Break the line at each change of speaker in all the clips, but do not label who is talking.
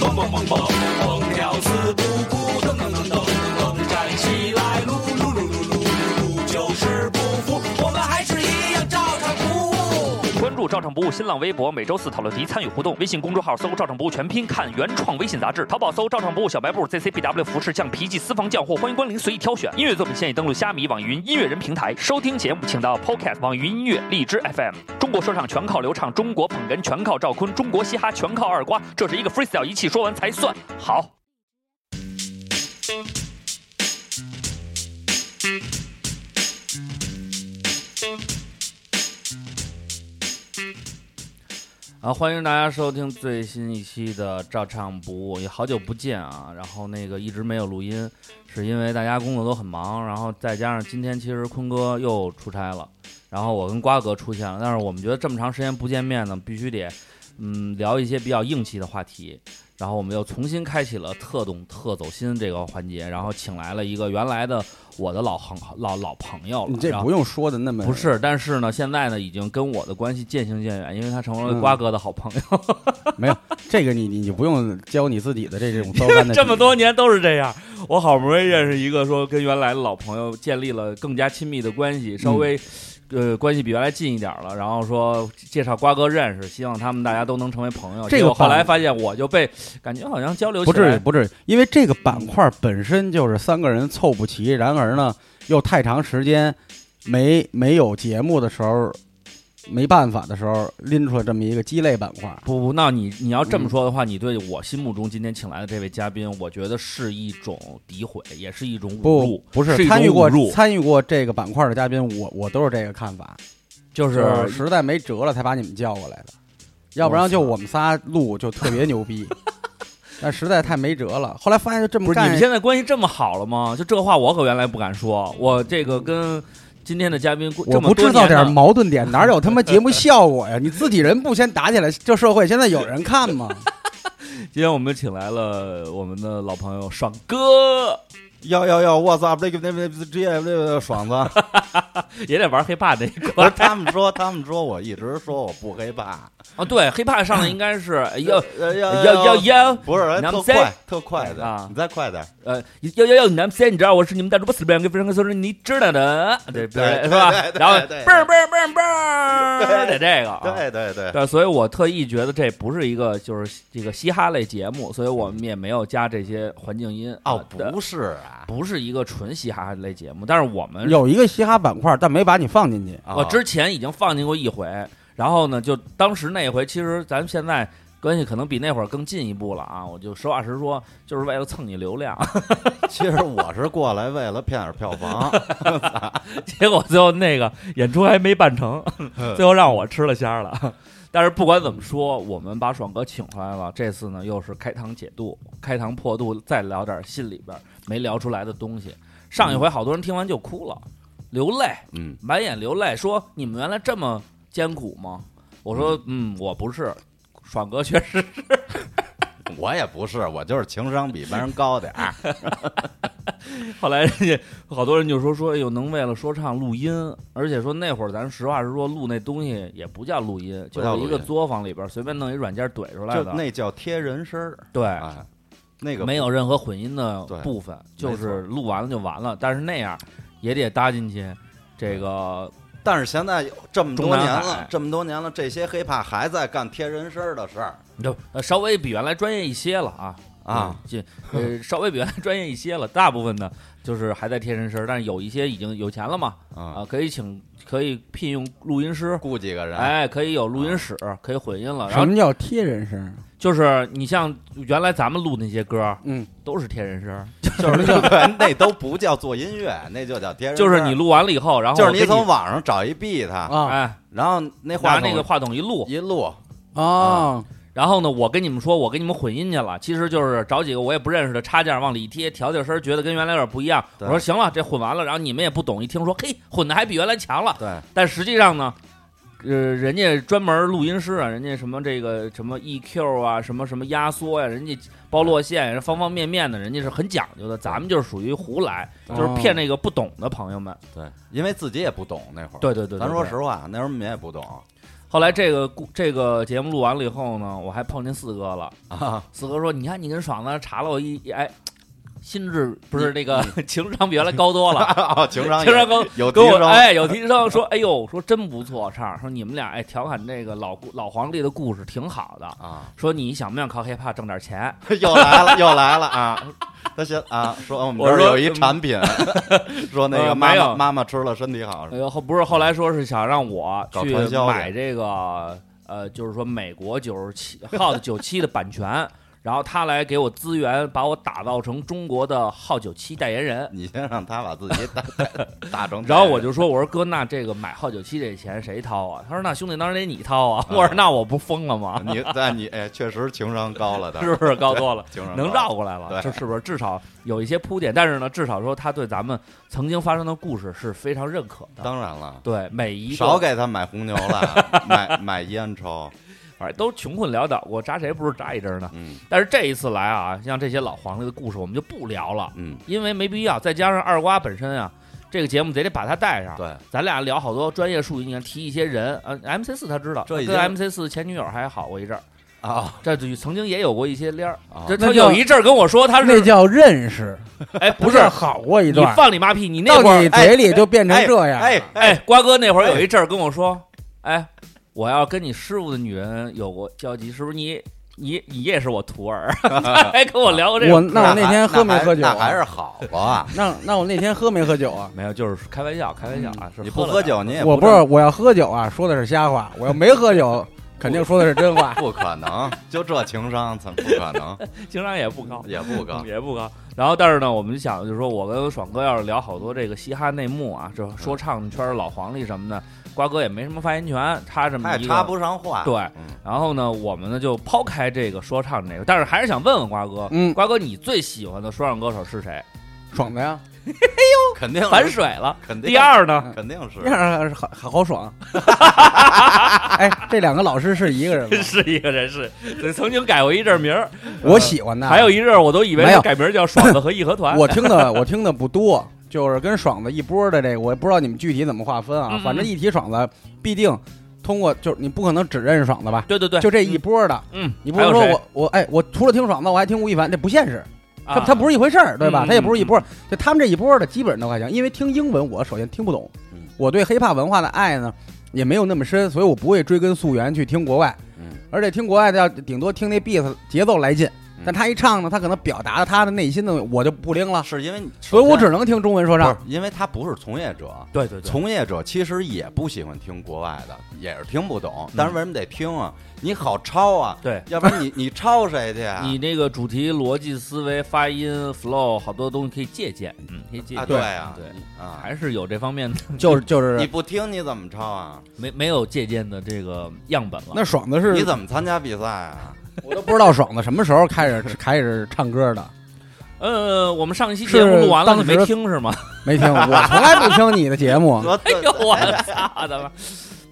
蹦蹦蹦蹦跳，死不哭，噔噔噔噔噔噔，站起来，撸撸撸撸撸撸，就是不服，我们还是一样照常服务。
关注“照常不误”新浪微博，每周四讨论题参与互动。微信公众号搜“照常不误全拼”，看原创微信杂志。淘宝搜“照常不误小白布 ”，ZCBW 服饰匠、皮记私房匠货，欢迎光临，随意挑选。音乐作品现已登录虾米、网易云音乐人平台收听节目，请到 Podcast、网易云音乐、荔枝 FM。中国说唱全靠刘畅，中国捧哏全靠赵坤，中国嘻哈全靠二瓜。这是一个 freestyle，一气说完才算好。
啊，欢迎大家收听最新一期的《照唱不误》，也好久不见啊。然后那个一直没有录音，是因为大家工作都很忙，然后再加上今天其实坤哥又出差了，然后我跟瓜哥出现了。但是我们觉得这么长时间不见面呢，必须得嗯聊一些比较硬气的话题。然后我们又重新开启了特懂特走心这个环节，然后请来了一个原来的我的老朋老老朋友了，
你这
然后
不用说的那么
不是，但是呢，现在呢，已经跟我的关系渐行渐远，因为他成为了瓜哥的好朋友，
没有这个你你你不用教你自己的 这种糟糕的
这么多年都是这样。我好不容易认识一个，说跟原来的老朋友建立了呃更加亲密的关
嗯
系，稍微、呃关系比原来近一点了，然后说介绍瓜哥认识，希望他们大家都能成为朋友。
这个
结果后
棒
来发现我就被感觉好像交流
不
起来
至于不至于，因为这个板块本身就是三个人凑不齐，然而呢又太长时间没没有节目的时候，没办法的时候拎出来这么一个鸡肋板块。
不不，那你你要这么说的话，你对我心目中今天请来的这位嘉
嗯
宾，我觉得是一种诋毁，也是一种侮
不
辱，
不
是一种
参与过
侮辱
参与过这个板块的嘉宾，我我都是这个看法，
就
就是是实在没辙了才把你们叫过来的，要不然就我们仨录就特别牛 逼，但实在太没辙了。后来发现就这
不
么
是你
干
们，现在关系这么好了吗？就这话我可原来不敢说，我这个跟今天的嘉宾
我不制造点
毛，
矛盾点，哪有他妈节目效果呀？你自己人不先打起来，这社会现在有人看吗？
今天我们请来了我们的老朋友爽哥，
要要要，What's up？那个那个职业那个爽子，
也得玩黑怕那一
不是
块
他们说他们说我一直说我不黑怕，
哦，对，黑怕上来应该是 哎要
要
要要要
不是哎
南
特
塞
快特快
啊
的，你再快点，
呃要要要，你们先你知道我是你们大主播死板跟非常哥说是你知道的，对
对对
是吧
对？对
然后
对对
嘣儿嘣儿嘣儿嘣儿，得这个啊。
对对对，
对，所以我特意觉得这不是一个就是这个嘻哈类节目，所以我们也没有加这些环境音
哦，
对
不是啊，
不是一个纯嘻哈类节目，但是我 们
有一个嘻哈板块，但没把你放进去。
我
啊
之前已经放进过一回，然后呢，就当时那一回，其实咱们现在关系可能比那会儿更进一步了啊。我就实话实说，就是为了蹭你流量，
其实我是过来为了骗点票房，
结果最后那个演出还没办成，最后让我吃了虾了。但是不管怎么说，我们把爽哥请回来了，这次呢又是开膛解肚、开膛破肚，再聊点心里边没聊出来的东西。上一回好多人听完就哭了，流泪，
嗯，
满眼流泪，说你们原来这么艰苦吗？我说，嗯，我不是，爽哥确实是。
我也不是，我就是情商比别人高点儿，
后来人家好多人就说说，哎呦，能为了说唱录音，而且说那会儿咱实话实说，录那东西也不叫录音，就
不叫
是
录音
一个作坊里边随便弄一软件怼出来
就
的，
那叫贴人声儿
对。
啊，那个
没有任何混音的
对
部分，
错
就是录完了就完了。但是那样也得搭进去这个
但是现在有这么
中
多
南
年
海
了，这么多年了，这些黑怕还在干贴人声儿的事儿
就呃稍微比原来专业一些了啊
啊，
这 呃稍微比原来专业一些了，大部分呢就是还在贴身身，但是有一些已经有钱了嘛
啊，啊
啊，可以请可以聘用录音师，
雇几个人，
哎，可以有录音室，
啊
可以混音了。然
什
后
么叫贴人声？
就是你像原来咱们录那些歌
嗯，
都是贴身身，
就是 对， 那都不叫做音乐，那就叫贴人声
就
儿。
是你录完了以后，然后
就是
我给
你
你
从网上找一 B 它，
啊
哎
然后那
拿
话筒
那个话筒一录，
一录，
啊，
然后呢，我跟你们说，我跟你们混音去了，其实就是找几个我也不认识的插件往里一贴，调调声儿，觉得跟原来有点不一样。我
对
说行了，这混完了，然后你们也不懂，一听说嘿，混的还比原来强了。
对，
但实际上呢，呃，人家专门录音师啊，人家什么这个什么 EQ 啊，什么什么压缩呀、人家包落线呀，方方面面的，人家是很讲究的。咱们就是属于胡来，
哦
就是骗那个不懂的朋友们。
对，因为自己也不懂那会儿。
对对对对
咱说
对
实话，那时候我们也不懂。
后来这个故这个节目录完了以后呢，我还碰见四哥了。
啊，
四哥说：“你看你跟爽子查了我一一哎，心智不是那个 情商比原来高多了。”
哦，情商
情
也
商高
有提
跟我
升，
哎有提升，说哎呦说真不错，畅儿说你们俩哎调侃这个老故老皇帝的故事挺好的，
啊，
说你想不想靠 hiphop 挣点钱？
又来了又来了啊！他先啊，说我们这
我
儿
说
有一产品， 说那
呃
个妈妈
没有
妈妈吃了身体好，
呃后不是后来说是想让我
搞
去
传销去
买这个呃就是说美国九十七 HOT 九七的版权，然后他来给我资源，把我打造成中国的 HOT 九七代言人。
你先让他把自己打打打成这样，
然后我就说：“我说哥，那这个买 HOT 九七这钱谁掏啊？”他说：“那兄弟，当然得你掏啊！”
啊
我说：“那我不疯了吗？
你但你哎，确实情商高了的，
是不是高多了？”
情商高
能绕过来了，
对
这是不是至少有一些铺垫？但是呢，至少说他对咱们曾经发生的故事是非常认可的。
当然了，
对每一个
少给他买红牛了，买买烟抽，
反正都穷困潦倒过，扎谁不是扎一针呢？
嗯
但是这一次来啊，像这些老黄历的故事，我们就不聊了，
嗯，
因为没必要。再加上二瓜本身啊，这个节目得得把他带上。
对，
咱俩聊好多专业术语，你看提一些人，呃，MC 四他知道，
这已经
跟 MC 四前女友还好过一阵儿，
啊
这就曾经也有过一些联儿。
啊
这
那
他
叫
有一阵儿跟我说他
哦那
是，
叫认识，
哎，不
不
是
是好过一
你
段，
放你妈屁，你那
到
会儿
你嘴里就变成这样。
哎，
哎，瓜哥那会儿有一阵儿跟我说，哎，我要跟你师傅的女人有过交集，是不是你？你你也是我徒 儿，他还跟我聊过这
我
个，
那我那天喝没喝酒
那还是
啊？
好啊，
那那我那天喝没喝酒啊？
没有，就是开玩笑，开玩笑啊，是
你不
了
喝
点儿
酒你也
我
不
不
知
是
道
我要喝酒啊，说的是瞎话；我要没喝酒，肯定说的是真 话。
不可能，就这情商怎么不可能？
情商也不高，
也不高，
也不高。然后，但是呢，我们就想，就是说我跟爽哥要是聊好多这个嘻哈内幕啊，这
嗯
说唱圈儿老黄历什么的，瓜哥也没什么发言权，他这么
他也
一个
哎插不上话。
对
嗯
然后呢，我们呢就抛开这个说唱这个，但是还是想问问瓜哥，
嗯
瓜哥你最喜欢的说唱歌手是谁？
爽的呀，
肯
嗯
定
反水了。
肯定
第二呢，？
肯定是
那样好好好爽。 哎，这两个老师是一个人吗
是一个人是，对曾经改过一阵名儿，
我喜欢的，
呃还有一阵儿我都以为
没
他
有
改名儿叫爽子和义和团。
我听的我听的不多，就是跟爽子一波的这个，我也不知道你们具体怎么划分啊
嗯。
反正一提爽子，必定通过就是你不可能只认识爽子吧？
对对对，
就这一波的，
嗯，
你不
还有
能说
谁
我我哎，我除了听爽子，我还听吴亦凡，这不现实，他
啊
他不是一回事儿，对吧
嗯？
他也不是一波，就他们这一波的基本都还行，因为听英文我首先听不懂
嗯，
我对黑怕文化的爱呢也没有那么深，所以我不会追根溯源去听国外
嗯，
而且听国外的要顶多听那 beat 节奏来劲，但他一唱呢，他可能表达的他的内心的我就不灵了，
是因为你嗯首
所以我
先
只能听中文说
不
唱
是。因为他不是从业者，
对对对，
从业者其实也不喜欢听国外的，也是听不懂。但是为什么得听啊？你好抄啊，
嗯对
要不然你你抄谁去啊？
你那个主题逻辑思维、发音、flow 好多东西可以借鉴，嗯，可以借
啊
鉴。
对啊
对，
啊，
还是有这方面的，
就是就是
你不听你怎么抄啊？
没没有借鉴的这个样本了。
那爽子
你
是，
怎么参加比赛啊？
我都不知道爽子什么时候开始开始唱歌的，
呃，我们上一期节目
是
录完了，你
当时
没 听是吗？
没听，我从来不听你的节目。
我
哎 呦，我操他妈！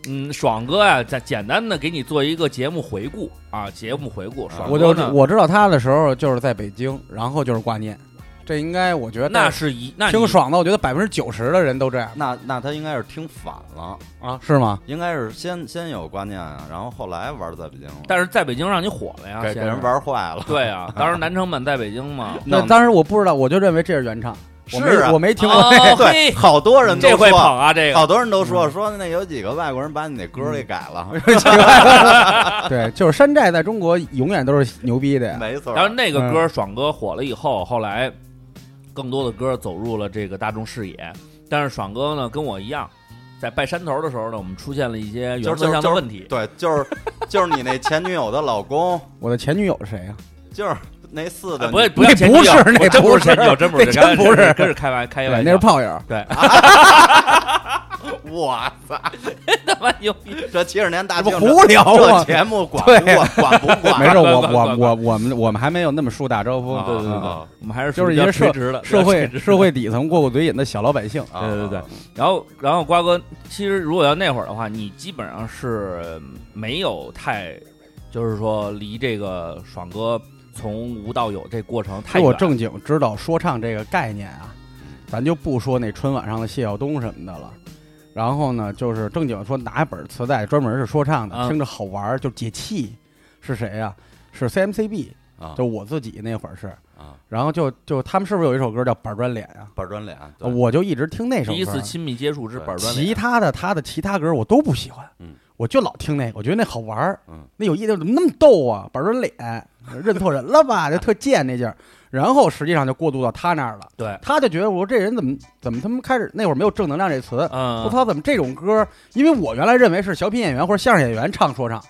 嗯，爽哥呀、简简单的给你做一个节目回顾啊，节目回顾。爽
我就
哥呢，
我知道他的时候就是在北京，然后就是挂念，这应该我觉得
那是一那你
挺爽的。我觉得百分之九十的人都这样
那那他应该是听反了，
啊，是吗？
应该是先先有观念啊，然后后来玩在北京了，
但是在北京让你火了呀，
给给
先
人
是。
玩坏了。。
对啊，当时南城版在北京嘛
弄
那当时我不知道，我就认为这是原唱，我没
是啊
我没听过。
哦
对，
嘿，
好多人都
这会捧
说，
啊，这个
好多人都说说那有几个外国人把你那歌
嗯
给改 了，
对，就是山寨在中国永远都是牛逼的呀。
没错。
然后那个
嗯
歌爽哥火了以后，后来更多的歌走入了这个大众视野。但是爽哥呢，跟我一样，在拜山头的时候呢，我们出现了一些
就
原
是
则上
就
的
是
问题。
对，就是就是你那前女友的老公，
我的前女友是谁啊呀？
就是那四个
哎不是
女，
不要
那
前
不
女友
是
我
那
真
不
不是前
是
女友，真不是，
这真不是
这是开玩开
对
玩
那
笑
是，炮友。
我操，
他妈 牛逼！
这七十年大
这
庆
不
这
胡聊
这
吗？
节目管不
对
管管不管？
没事，我
管
我
管
我我们我们还没有那么树大招风。
对对对
啊
对，我们还是
就是
属于
一些
比较垂
社
直的
社会
比较垂直的
社会底层过过嘴瘾的小老百姓。
啊
对对对，然后，然后瓜哥，其实如果要那会儿的话，你基本上是没有太，就是说离这个爽哥从无到有这过程太
就
远。
我正经知
嗯
道说唱这个概念啊，咱就不说那春晚上的谢晓东什么的了，然后呢，就是正经说拿一本磁带，专门是说唱的，
嗯
听着好玩儿，就解气。是谁呀、是 CMCB，
啊
就我自己那会儿是。
啊，
然后就就他们是不是有一首歌叫《板砖脸》啊？
板砖脸，对
我就一直听那首歌。啊
第一次亲密接触之
对
板砖
其
脸，
他的他的其他歌我都不喜欢，
嗯，
我就老听那个，我觉得那好玩儿，
嗯，
那有意思，怎么那么逗啊？板砖脸认错人了吧，就特贱那劲儿。然后实际上就过渡到他那儿了，
对，
他就觉得我这人怎么怎么他妈开始那会儿没有正能量这词，我
嗯，
操，怎么这种歌？因为我原来认为是小品演员或者相声演员唱说唱，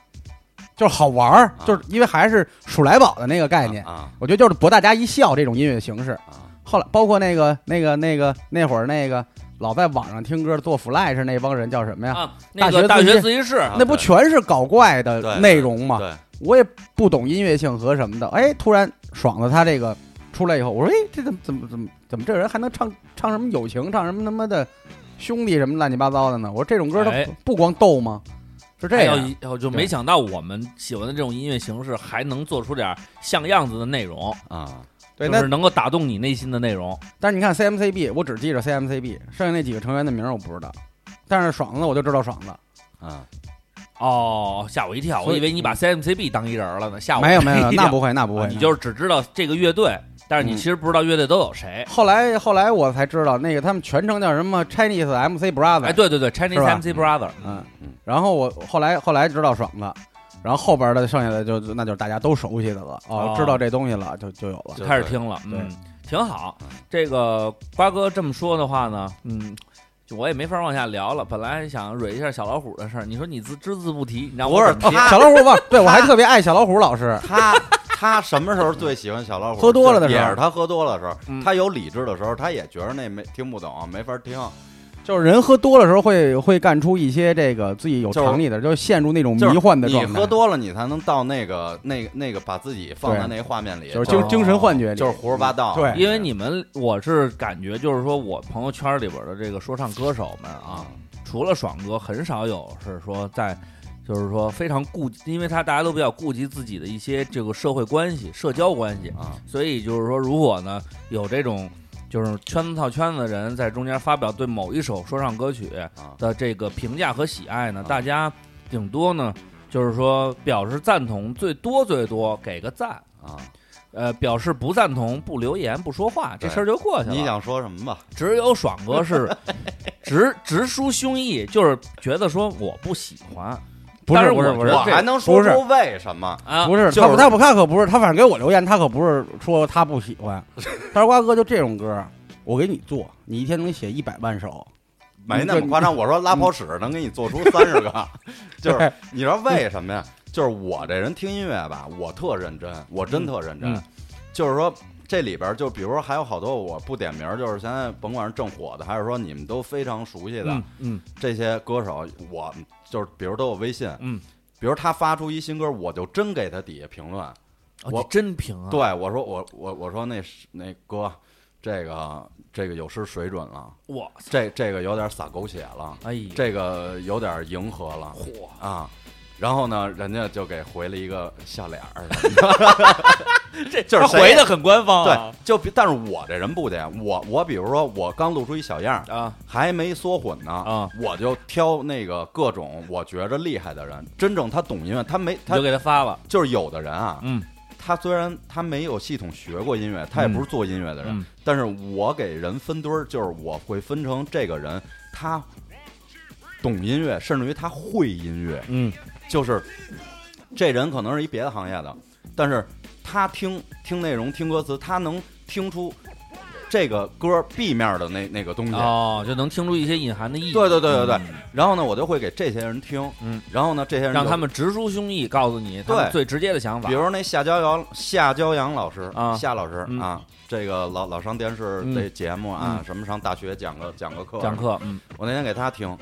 就是好玩儿，
啊
就是因为还是数来宝的那个概念，
啊
我觉得就是博大家一笑这种音乐形式。
啊
后来包括那个那个那个那会儿那个老在网上听歌做 flash 那帮人叫什么呀？
啊，那
大学
个大
自习
学自习室，
啊
那不
对
全是搞怪的
对
呃内容
啊，
吗？
对，
我也不懂音乐性和什么的。哎，突然爽子他这个出来以后，我说哎，这怎么怎么怎么怎么这人还能唱唱什么友情，唱什么他妈的兄弟什么乱七八糟的呢？我说这种歌他
哎
不光逗吗？是这
还有
样，
一，哦我就
对
没想到我们喜欢的这种音乐形式还能做出点像样子的内容，
啊
对，
就是
那
能够打动你内心的内容。
但是你看 CMCB，我只记着 CMCB，剩下那几个成员的名儿我不知道，但是爽子我就知道爽子。
啊
哦，吓我一跳，
所
我
以
以为你把 CMCB 当一人儿了呢，啊吓我
没有没有，
一
那
跳啊
不会那不会，
你就是只知道这个乐队，但是
嗯
你其实不知道乐队都有谁。
后来后来我才知道，那个他们全称叫什么 Chinese MC Brother。
哎，，对对对
嗯
，Chinese
是吧
MC Brother，
嗯
嗯。
然后我后来后来知道爽了，然后后边的剩下的就那就是大家都熟悉的了，哦
哦，
知道这东西了就就有了。
就
开始听了，嗯，挺好
嗯。
这个瓜哥这么说的话呢，嗯。就我也没法往下聊了，本来还想蕊一下小老虎的事儿，你说你自只字不提，你让我
不是
怎么接
他
小老虎 忘，对我还特别爱小老虎老师，
他他什么时候最喜欢小老虎？
喝多了的时候
也是他喝多了的时候，
嗯
他有理智的时候，他也觉得那没听不懂，没法听。
就是人喝多了时候会会干出一些这个自己有
就是
常理的，就陷入那种
就是
迷幻的
你
状态，
喝多了，你才能到那个那个那个，把自己放在
对啊
那个画面里，
就是
就
精精神幻觉里，
就是胡说八道。
对
因为你们，我是感觉就是说我朋友圈里边的这个说唱歌手们啊
啊，，
除了爽哥，很少有是说在，就是说非常顾，因为他大家都比较顾及自己的一些这个社会关系、社交关系，
啊，
所以就是说，如果呢有这种就是圈子套圈子的人在中间发表对某一首说唱歌曲的这个评价和喜爱呢，
啊
大家顶多呢就是说表示赞同，最多最多给个赞。
啊，
呃，表示不赞同，不留言，不说话，这
对
事儿就过去了。
你想说什么吧？
只有爽哥是直直抒胸臆，就是觉得说我不喜欢
不
但
是
是
不是
我
不
觉
是
得
我
这
还能说
不是
出为什么？
啊，
不是
就
他
是
不他不他可不是他，反正给我留言，他可不是说他不喜 欢。他说瓜哥就这种歌，我给你做，你一天能写一百万首，
没那么夸张。我说拉泡屎能给你做出三十个，就是你知道为什么呀？就是我这人听音乐吧，我特认真，我真特认真。
嗯
就是说这里边就比如说还有好多我不点名儿，就是现在甭管是正火的，还是说你们都非常熟悉的、
嗯嗯
这些歌手，我就是比如都有微信，
嗯，
比如他发出一新歌，我就真给他底下评论，
哦
我
你真平啊，
对我说我我我说那是那哥，这个这个有失水准了，
我
这这个有点撒狗血了。
哎呀，
这个有点迎合了
嚯，
啊。然后呢，人家就给回了一个笑脸儿 什么的，这就是
他
谁
回的很官方
对
啊，
就比但是我这人不得，我我比如说我刚露出一小样儿，
啊
还没缩混呢，
啊
我就挑那个各种我觉着厉害的人，真正他懂音乐，他没
你
他
就给他发了，
就是有的人啊，
嗯
他虽然他没有系统学过音乐，他也不是做音乐的人，
嗯
但是我给人分堆儿，就是我会分成这个人他懂音乐，甚至于他会音乐，
嗯
就是这人可能是一别的行业的，但是他听听内容、听歌词，他能听出这个歌 B 面的那那个东西。
哦，就能听出一些隐含的意义，
对对对对对
嗯，
然后呢，我就会给这些人听，
嗯，
然后呢，这些人就
让他们直抒胸臆，告诉你他
对
们最直接的想法，
比如那夏骄阳、夏骄阳老师
啊
夏老师、
嗯
啊，这个老老上电视
嗯
这节目啊，什么上大学讲个讲个课，
讲。课，嗯
我那天给他听，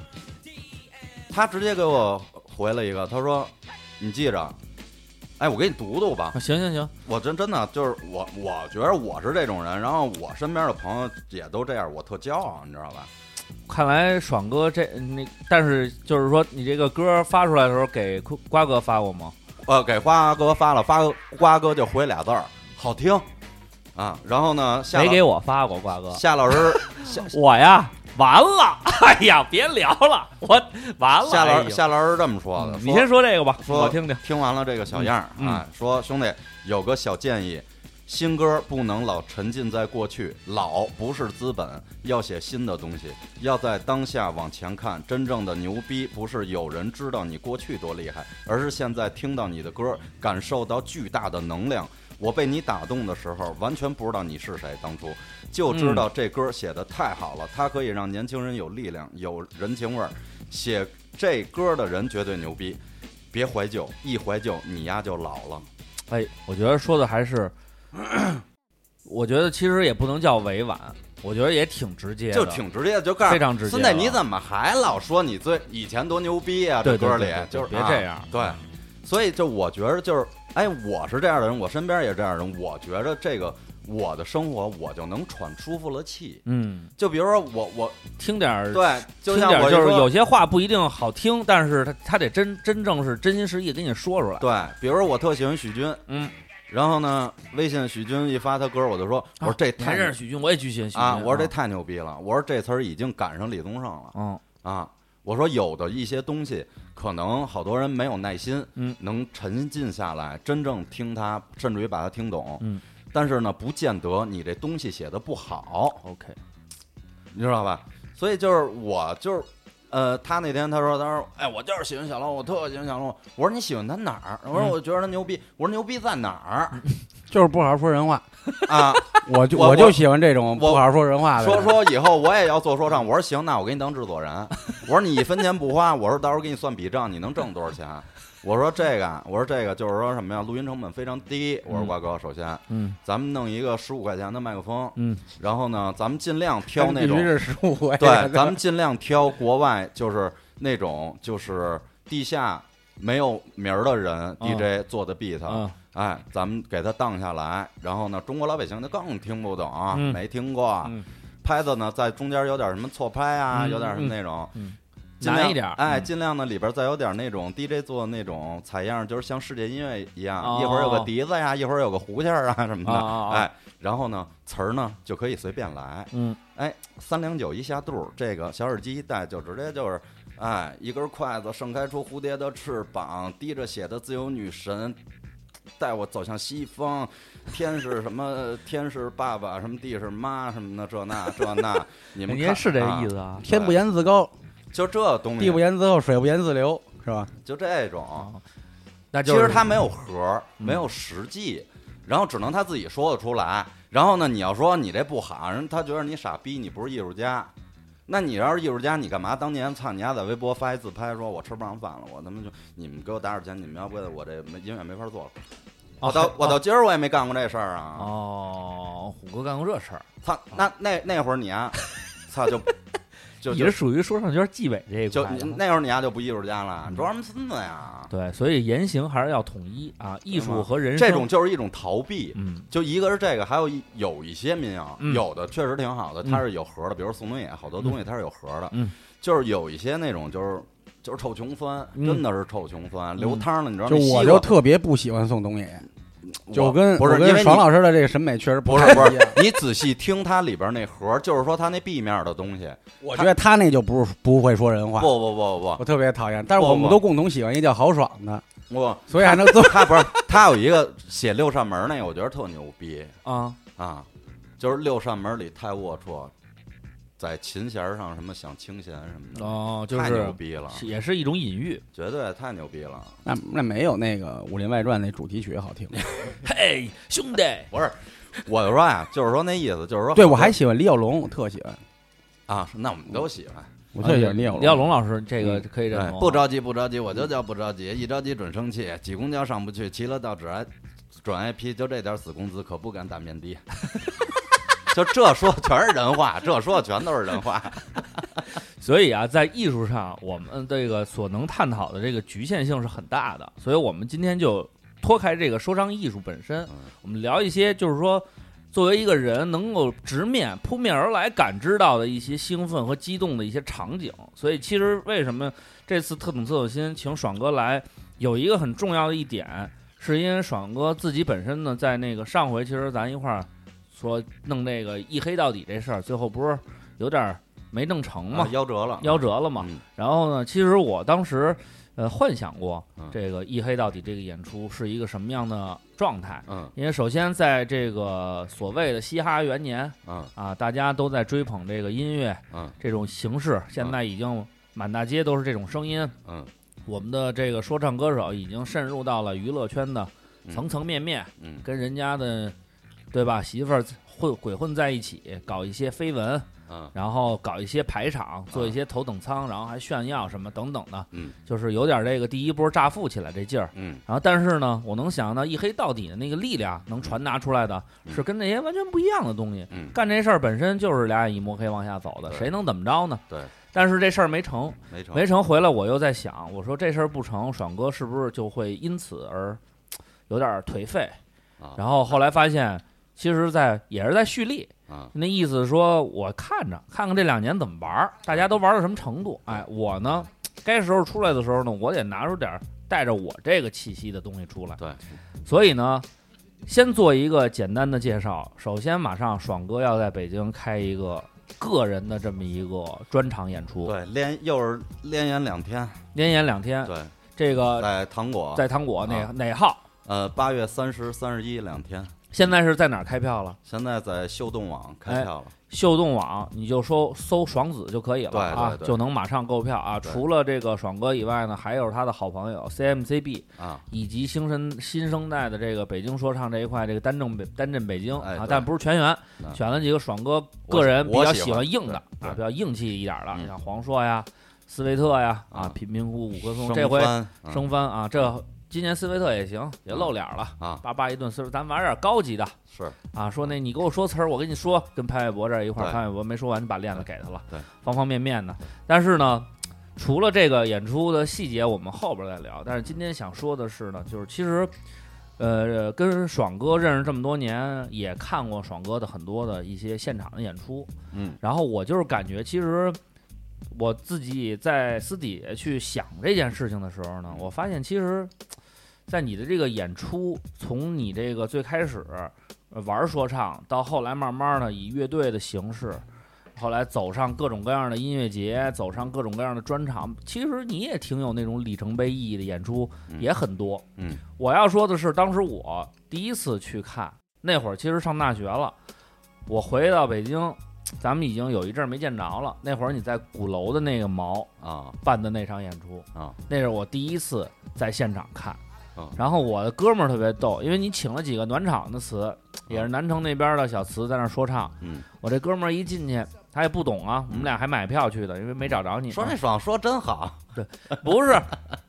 他直接给我回了一个，他说：“你记着，哎，我给你读读吧。
啊行行行，”
我真真的就是我，我觉得我是这种人，然后我身边的朋友也都这样，我特骄傲，你知道吧？
看来爽哥这那，但是就是说你这个歌发出来的时候给瓜瓜哥发过吗？
呃，给花哥发了，发花哥就回俩字儿，好听啊。然后呢，夏
没
老
给我发过，瓜哥，
夏老师，夏
我呀，
完 了，哎呀，别聊了，我完了。
夏
哎
兰
呦
夏兰是这么说
嗯
的，
嗯你先说这个吧，
说
我听听。
听完了这个小样儿
嗯
啊，说兄弟有个小建议，新歌不能老沉浸在过去，老不是资本，要写新的东西，要在当下往前看。真正的牛逼不是有人知道你过去多厉害，而是现在听到你的歌，感受到巨大的能量。我被你打动的时候，完全不知道你是谁，当初就知道这歌写的太好了，它可以让年轻人有力量，有人情味儿。写这歌的人绝对牛逼，别怀旧，一怀旧你丫就老了。
哎，我觉得说的还是， 我觉得其实也不能叫委婉，我觉得也挺直接的，
就挺直接，就告诉
非常直接啊
孙子，
了
你怎么还老说你最以前多牛逼啊？
对
这
对
歌里
对对
就是
别
啊
这样嗯
对，所以就我觉得就是，哎，我是这样的人，我身边也是这样的人，我觉得这个我的生活我就能喘舒服了气。
嗯，
就比如说我我
听点儿。
对，就
听
像
点
我
儿就是
说
有些话不一定好听，但是他他得真真正是真心实意跟你说出来。
对，比如说我特喜欢许军，
嗯，
然后呢，微信许军一发他歌，我就说，我说这
你还
太
认识许嗯军，我也巨喜欢许军
啊，我说这太牛逼了，我说这词儿已经赶上李宗盛了。
嗯，
啊，我说有的一些东西，可能好多人没有耐心，
嗯，
能沉浸下来，真正听它，甚至于把它听懂，
嗯。
但是呢，不见得你这东西写的不好，
OK，
你知道吧？所以就是我就是，呃，他那天他说，他说，哎，我就是喜欢小龙，我特喜欢小龙。我说你喜欢他哪儿？我
嗯
说我觉得他牛逼。我说牛逼在哪 儿
就是不好好说人话。
啊？
我就
我
就喜欢这种不
我
好好说人话的 人。
说说以后我也要做说唱。我说行，那我给你当制作人。我说你一分钱不花，我说到时候给你算笔账，你能挣多少钱？我说这个啊，我说这个就是说什么呀？录音成本非常低。我说瓜哥，首先
嗯
咱们弄一个十五块钱的麦克风，
嗯，
然后呢，咱们尽量挑
咱
那种
必须是十五回。
对，咱们尽量挑国外就是那种就是地下没有名儿的人 DJ 做的 beat，、
嗯
哎，咱们给它荡下来，然后呢，中国老百姓就更听不懂，
嗯
没听过。
嗯
拍子呢，在中间有点什么错拍啊，
嗯
有点什么那种，
嗯
尽量
难一点儿
哎，
嗯
尽量呢里边再有点那种 DJ 做的那种采样，就是像世界音乐一样，
哦
一会儿有个笛子呀，一会儿有个胡琴儿啊什么的，
哦哦哦
哎，然后呢词儿呢就可以随便来，
嗯，
哎，三两九一下肚，这个小耳机一戴就直接就是，哎，一根筷子盛开出蝴蝶的翅膀，滴着血的自由女神。带我走向西方，天是什么？ 天是爸爸，什么地是妈，什么的，这那这那，你们
您
看
是这意、
啊
思啊？
天不言自高，
就这东
地
西
不，言自厚，水不言自流，是吧？
就这
啊
种。
那
其
就是嗯
实他没有核儿，没有实际，然后只能他自己说得出来。然后呢，你要说你这不好，人他觉得你傻逼，你不是艺术家。那你要是艺术家，你干嘛当年操你丫在微博发一自拍，说我吃不上饭了，我他妈就你们给我打点钱，你们要不然我这没音乐没法做了。我到我到今儿我也没干过这事儿啊！
哦，虎哥干过这事儿，
操，那那那会儿你啊，操 就就
你
就是
属于说唱圈纪委这一
就
块的。
那会儿你啊就不艺术家了，你装什么孙子呀？
对，所以言行还是要统一啊，艺术和人生
这种，就是一种逃避，
嗯
就一个是这个，还有一有一些民谣，
嗯
有的确实挺好的，
嗯
它是有核的，比如宋冬野，好多东西它是有核的，
嗯
就是有一些那种就是就是臭穷酸，
嗯
真的是臭穷酸，流汤了，你知道吗？
嗯就我
西瓜
就特别不喜欢宋冬野，就
我
我跟
不是
我
因为
跟
你
爽老师的这个审美确实
不是
太
不
一
是
样，
你仔细听它里边那核，就是说它那 B 面的东西，
我觉得他那就不是不会说人话
不，不不不
我特别讨厌。但是
不
我们
不
都共同喜欢一叫豪爽的，
不，我
所以还能做
它不是它有一个写六扇门那个，我觉得特牛逼
啊，
啊，就是六扇门里太龌龊，在琴弦上什么想清弦什么的，
哦，就
嗯太牛
是
逼了。
是也是一种隐喻。
绝对太牛逼了！
那那没有那个《武林外传》那主题曲好 听。
嘿，兄弟，
不是，我说呀，就是说那意思，就是说，
对我还喜欢李小龙，我特喜欢，
啊，那我们都喜欢。
我特
啊
喜欢李小龙。
李小龙老师这个可以认同
嗯
啊，
不着急，不着急，我就叫不着急，一着急准生气，挤公交上不去，骑了到只挨转挨批，就这点死工资可不敢打面的。 就这说全是人话，这说全都是人 话。
所以啊，在艺术上，我们这个所能探讨的这个局限性是很大的。所以我们今天就脱开这个说唱艺术本身，我们聊一些就是说，作为一个人能够直面、扑面而来感知到的一些兴奋和激动的一些场景。所以，其实为什么这次特种特种心请爽哥来，有一个很重要的一点，是因为爽哥自己本身呢，在那个上回其实咱一块儿说弄这个一黑到底这事儿，最后不是有点儿没弄成嘛
啊，，夭折了，
夭折了嘛。
嗯
然后呢，其实我当时呃幻想过
嗯
这个一黑到底这个演出是一个什么样的状态。
嗯
因为首先，在这个所谓的嘻哈元年
嗯
啊，大家都在追捧这个音乐
嗯
这种形式，现在已经满大街都是这种声音。
嗯
我们的这个说唱歌手已经渗入到了娱乐圈的
嗯
层层面面，
嗯
跟人家的对吧媳妇儿混鬼混在一起，搞一些绯闻，
嗯
然后搞一些排场，做一些头等舱，然后还炫耀什么等等的，
嗯
就是有点这个第一波乍富起来这劲儿。
嗯
然后，但是呢，我能想到一黑到底的那个力量能传达出来的，是跟那些完全不一样的东西。
嗯，
干这事儿本身就是俩眼一摸黑往下走的，
对
谁能怎么着呢？
对。
但是这事儿没成，
没成，
没成回来，我又在想，我说这事儿不成，爽哥是不是就会因此而嘖有点颓废？
啊
然后后来发现，其实在也是在蓄力，
啊
那意思说我看着看看这两年怎么玩儿，大家都玩到什么程度。哎，我呢，该时候出来的时候呢，我得拿出点儿带着我这个气息的东西出来。
对，
所以呢，先做一个简单的介绍。首先，马上爽哥要在北京开一个个人的这么一个专场演出，
对，连又是连演两天，
连演两天。
对，
这个
哎在糖果，
在糖果哪、
啊
哪号？
呃八月三十、三十一两天，
现在是在哪儿开票了？
现在在秀动网
哎
开票了，
秀动网，你就搜搜爽子就可以了
对
啊，
对对
就能马上购票啊。
对
除了这个爽哥以外呢，还有他的好朋友 CMCB
啊，
以及新生新生代的这个北京说唱这一块，这个单正北单镇北京、
哎
啊，
对
但不是全员，
嗯
选了几个爽哥
我
个人
喜
比
我
较
喜
喜欢
欢
硬的
对对
啊，比较硬气一点的，
嗯
像黄硕呀、斯维特呀啊
啊，
贫民窟五棵松，
升
这回
番嗯
升帆啊，这今年斯维特也行，也露脸了，
啊
叭叭一顿斯，咱玩点高级的。
是
啊，说那你给我说词儿，我跟你说，跟潘玮柏这儿一块儿，
对
潘玮柏没说完，你把链子给他了，
对，
方方面面的。但是呢，除了这个演出的细节，我们后边儿再聊。但是今天想说的是呢，就是其实，呃，跟爽哥认识这么多年，也看过爽哥的很多的一些现场的演出，
嗯
然后我就是感觉，其实我自己在私底下去想这件事情的时候呢，我发现其实，在你的这个演出，从你这个最开始呃玩说唱，到后来慢慢的以乐队的形式，后来走上各种各样的音乐节，走上各种各样的专场，其实你也挺有那种里程碑意义的演出，
嗯
也很多。
嗯，
我要说的是，当时我第一次去看，那会儿其实上大学了，我回到北京，咱们已经有一阵儿没见着了。那会儿你在鼓楼的那个毛
啊
办的那场演出，
啊
那是我第一次在现场看
啊。
然后我的哥们儿特别逗，因为你请了几个暖场的词，也是南城那边的小词在那儿说唱。
啊嗯，
我这哥们儿一进去，他也不懂啊，我们俩还买票去的，因为没找着你。
说那爽说真好，
不是，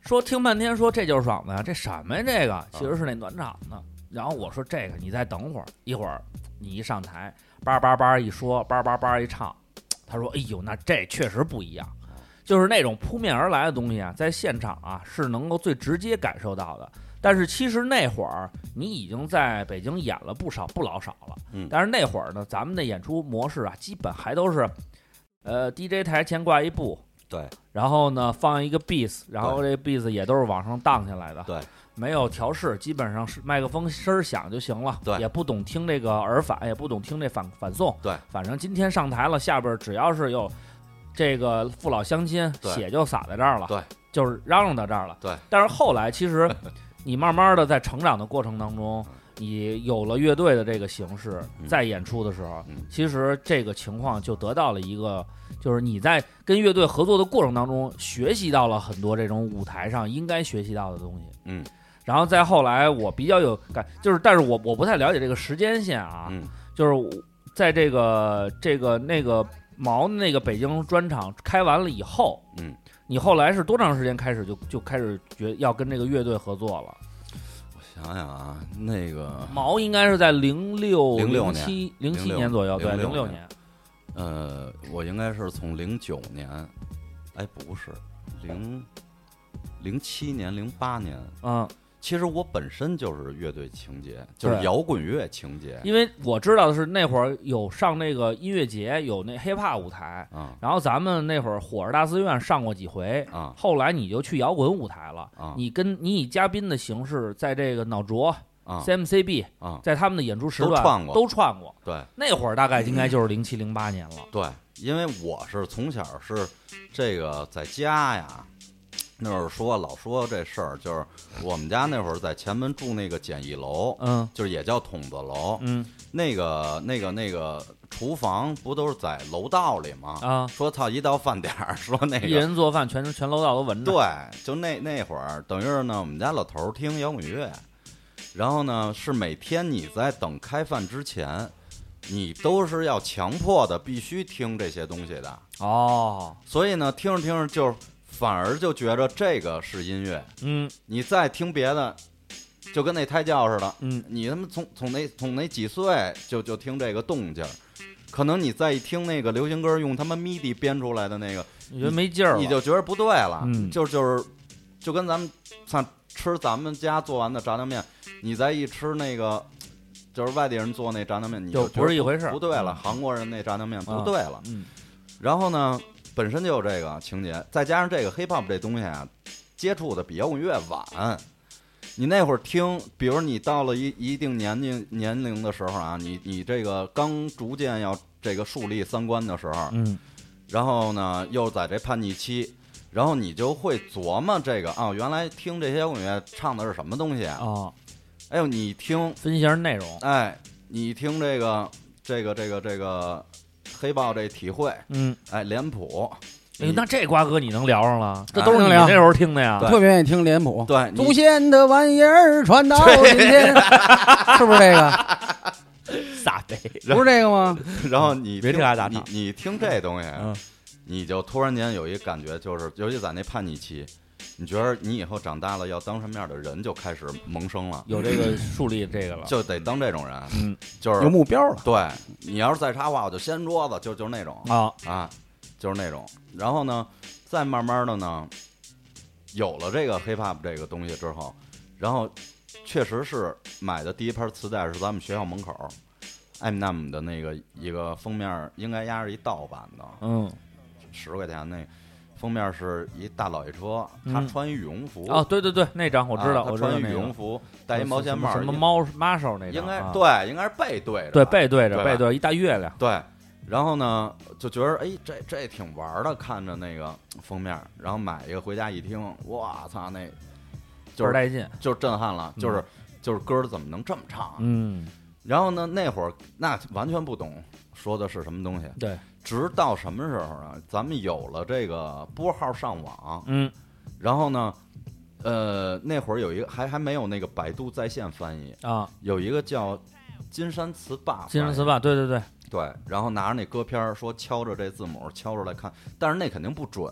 说听半天说这就是爽子呀，这什么呀？这个其实是那暖场呢。然后我说这个你再等会儿，一会儿你一上台，叭叭叭一说，叭叭叭一唱，他说哎呦，那这确实不一样。就是那种扑面而来的东西啊，在现场啊是能够最直接感受到的。但是其实那会儿你已经在北京演了不少不老少了，
嗯
但是那会儿呢，咱们的演出模式啊，基本还都是，呃，DJ 台前挂一布，
对，
然后呢放一个 beats，然后这 beats 也都是往上荡下来的，
对，
没有调试，基本上是麦克风声儿响就行了，
对
也不懂听这个耳返，也不懂听这反反送，
对，
反正今天上台了，下边只要是有这个父老乡亲，
对
血就洒在这儿了，
对，
就是嚷嚷到这儿了，
对。
但是后来 其实你慢慢的在成长的过程当中。你有了乐队的这个形式，
嗯
在演出的时候，
嗯
其实这个情况就得到了一个就是你在跟乐队合作的过程当中，学习到了很多这种舞台上应该学习到的东西。
嗯，
然后再后来，我比较有感，就是但是我我不太了解这个时间线啊，
嗯
就是我在这个这个那个毛那个北京专场开完了以后，
嗯，
你后来是多长时间开始就就开始觉要跟这个乐队合作了？
想想啊，那个
毛应该是在零六
06
七零七
06
年左右，对，
06
零六
年。呃，我应该是从零九年，哎，不是，零零七年、零八年。
嗯，
其实我本身就是乐队情节，就是
对
摇滚乐情节
因为我知道的是那会儿有上那个音乐节，有那 hiphop 舞台，
啊
然后咱们那会儿火儿大寺院上过几回，
啊
后来你就去摇滚舞台了。
啊！
你跟你以嘉宾的形式在这个脑浊
啊
CMCB
啊，
在他们的演出时段
都串过
都串过。
对
那会儿大概应该就是零七零八年了。
对，因为我是从小是这个在家呀，那会儿说老说这事儿，就是我们家那会儿在前门住那个简易楼，
嗯
就是也叫筒子楼，
嗯
那个那个那个厨房不都是在楼道里吗？
啊，
说操一到饭点儿，说那
一
个。
人做饭，全全楼道都闻着。
对，就那那会儿，等于是呢，我们家老头儿听摇滚乐，然后呢是每天你在等开饭之前，你都是要强迫的必须听这些东西的，
哦，
所以呢听着听着就反而就觉着这个是音乐，
嗯
你再听别的，就跟那胎教似的，
嗯，
你他妈从从那从那几岁就就听这个动静儿，可能你再一听那个流行歌用他妈 MIDI 编出来的那个，
你觉得没劲儿了
你就觉得不对了，
嗯
就就是就跟咱们上吃咱们家做完的炸酱面，你再一吃那个就是外地人做那炸酱面，你
就
觉
不
得
是一回事儿
不对了，
嗯
韩国人那炸酱面不
啊
对了，
嗯
然后呢，本身就有这个情节，再加上这个 hip hop 这东西啊，接触的比摇滚乐晚。你那会儿听，比如你到了一一定年龄年龄的时候啊，你你这个刚逐渐要这个树立三观的时候，
嗯
然后呢又在这叛逆期，然后你就会琢磨这个啊，原来听这些摇滚乐唱的是什么东西啊？
哦，
哎呦，你听
分析一下内容。
哎，你听这个这个这个这个黑豹这体会，
嗯，
哎，脸谱，
哎
你
那这瓜哥你能聊上了？这
哎
都是你
能聊
那时候听的呀？
对
特别愿意听脸谱。
对，你
祖先的玩意儿传到 今天，是不是这个？
撒贝。
不是这个吗？
然后你
别
听
听他打
你
岔
你听这东西，
嗯
你就突然间有一感觉，就是尤其在那叛逆期，你觉得你以后长大了要当什么样的人，就开始萌生了，
有这个树立这个了，
就得当这种人，
嗯，
就是
有目标了。
对你要是再插话，我就掀桌子，就就是那种
啊，
啊，就是那种。然后呢，再慢慢的呢，有了这个 hip hop 这个东西之后，然后确实是买的第一盘磁带是咱们学校门口。m n m 的那个一个封面应该压着一盗版的，
嗯，
十块钱那封面是一大老爷车，
嗯
他穿羽绒服
哦，对对对，那张我知道，
啊
我
他
知道
穿
那
羽
个
绒服，戴一毛线帽，
什么
应
猫猫手那张，
应该
啊
对，应该是背对着吧，
对背对着
对吧
背对着一大月亮，
对。然后呢，就觉得哎，这这挺玩儿的，看着那个封面，然后买一个回家一听，我操，那就是
倍儿
啊
带劲，
就震撼了，
嗯
就是就是歌儿怎么能这么唱啊？
嗯，
然后呢，那会儿那完全不懂说的是什么东西，
对，
直到什么时候啊？咱们有了这个拨号上网，
嗯
然后呢，呃，那会儿有一个还还没有那个百度在线翻译，
啊，
有一个叫金山词霸翻译，
金人词霸，对对对，
对，然后拿着那歌片儿说敲着这字母敲出来看，但是那肯定不准，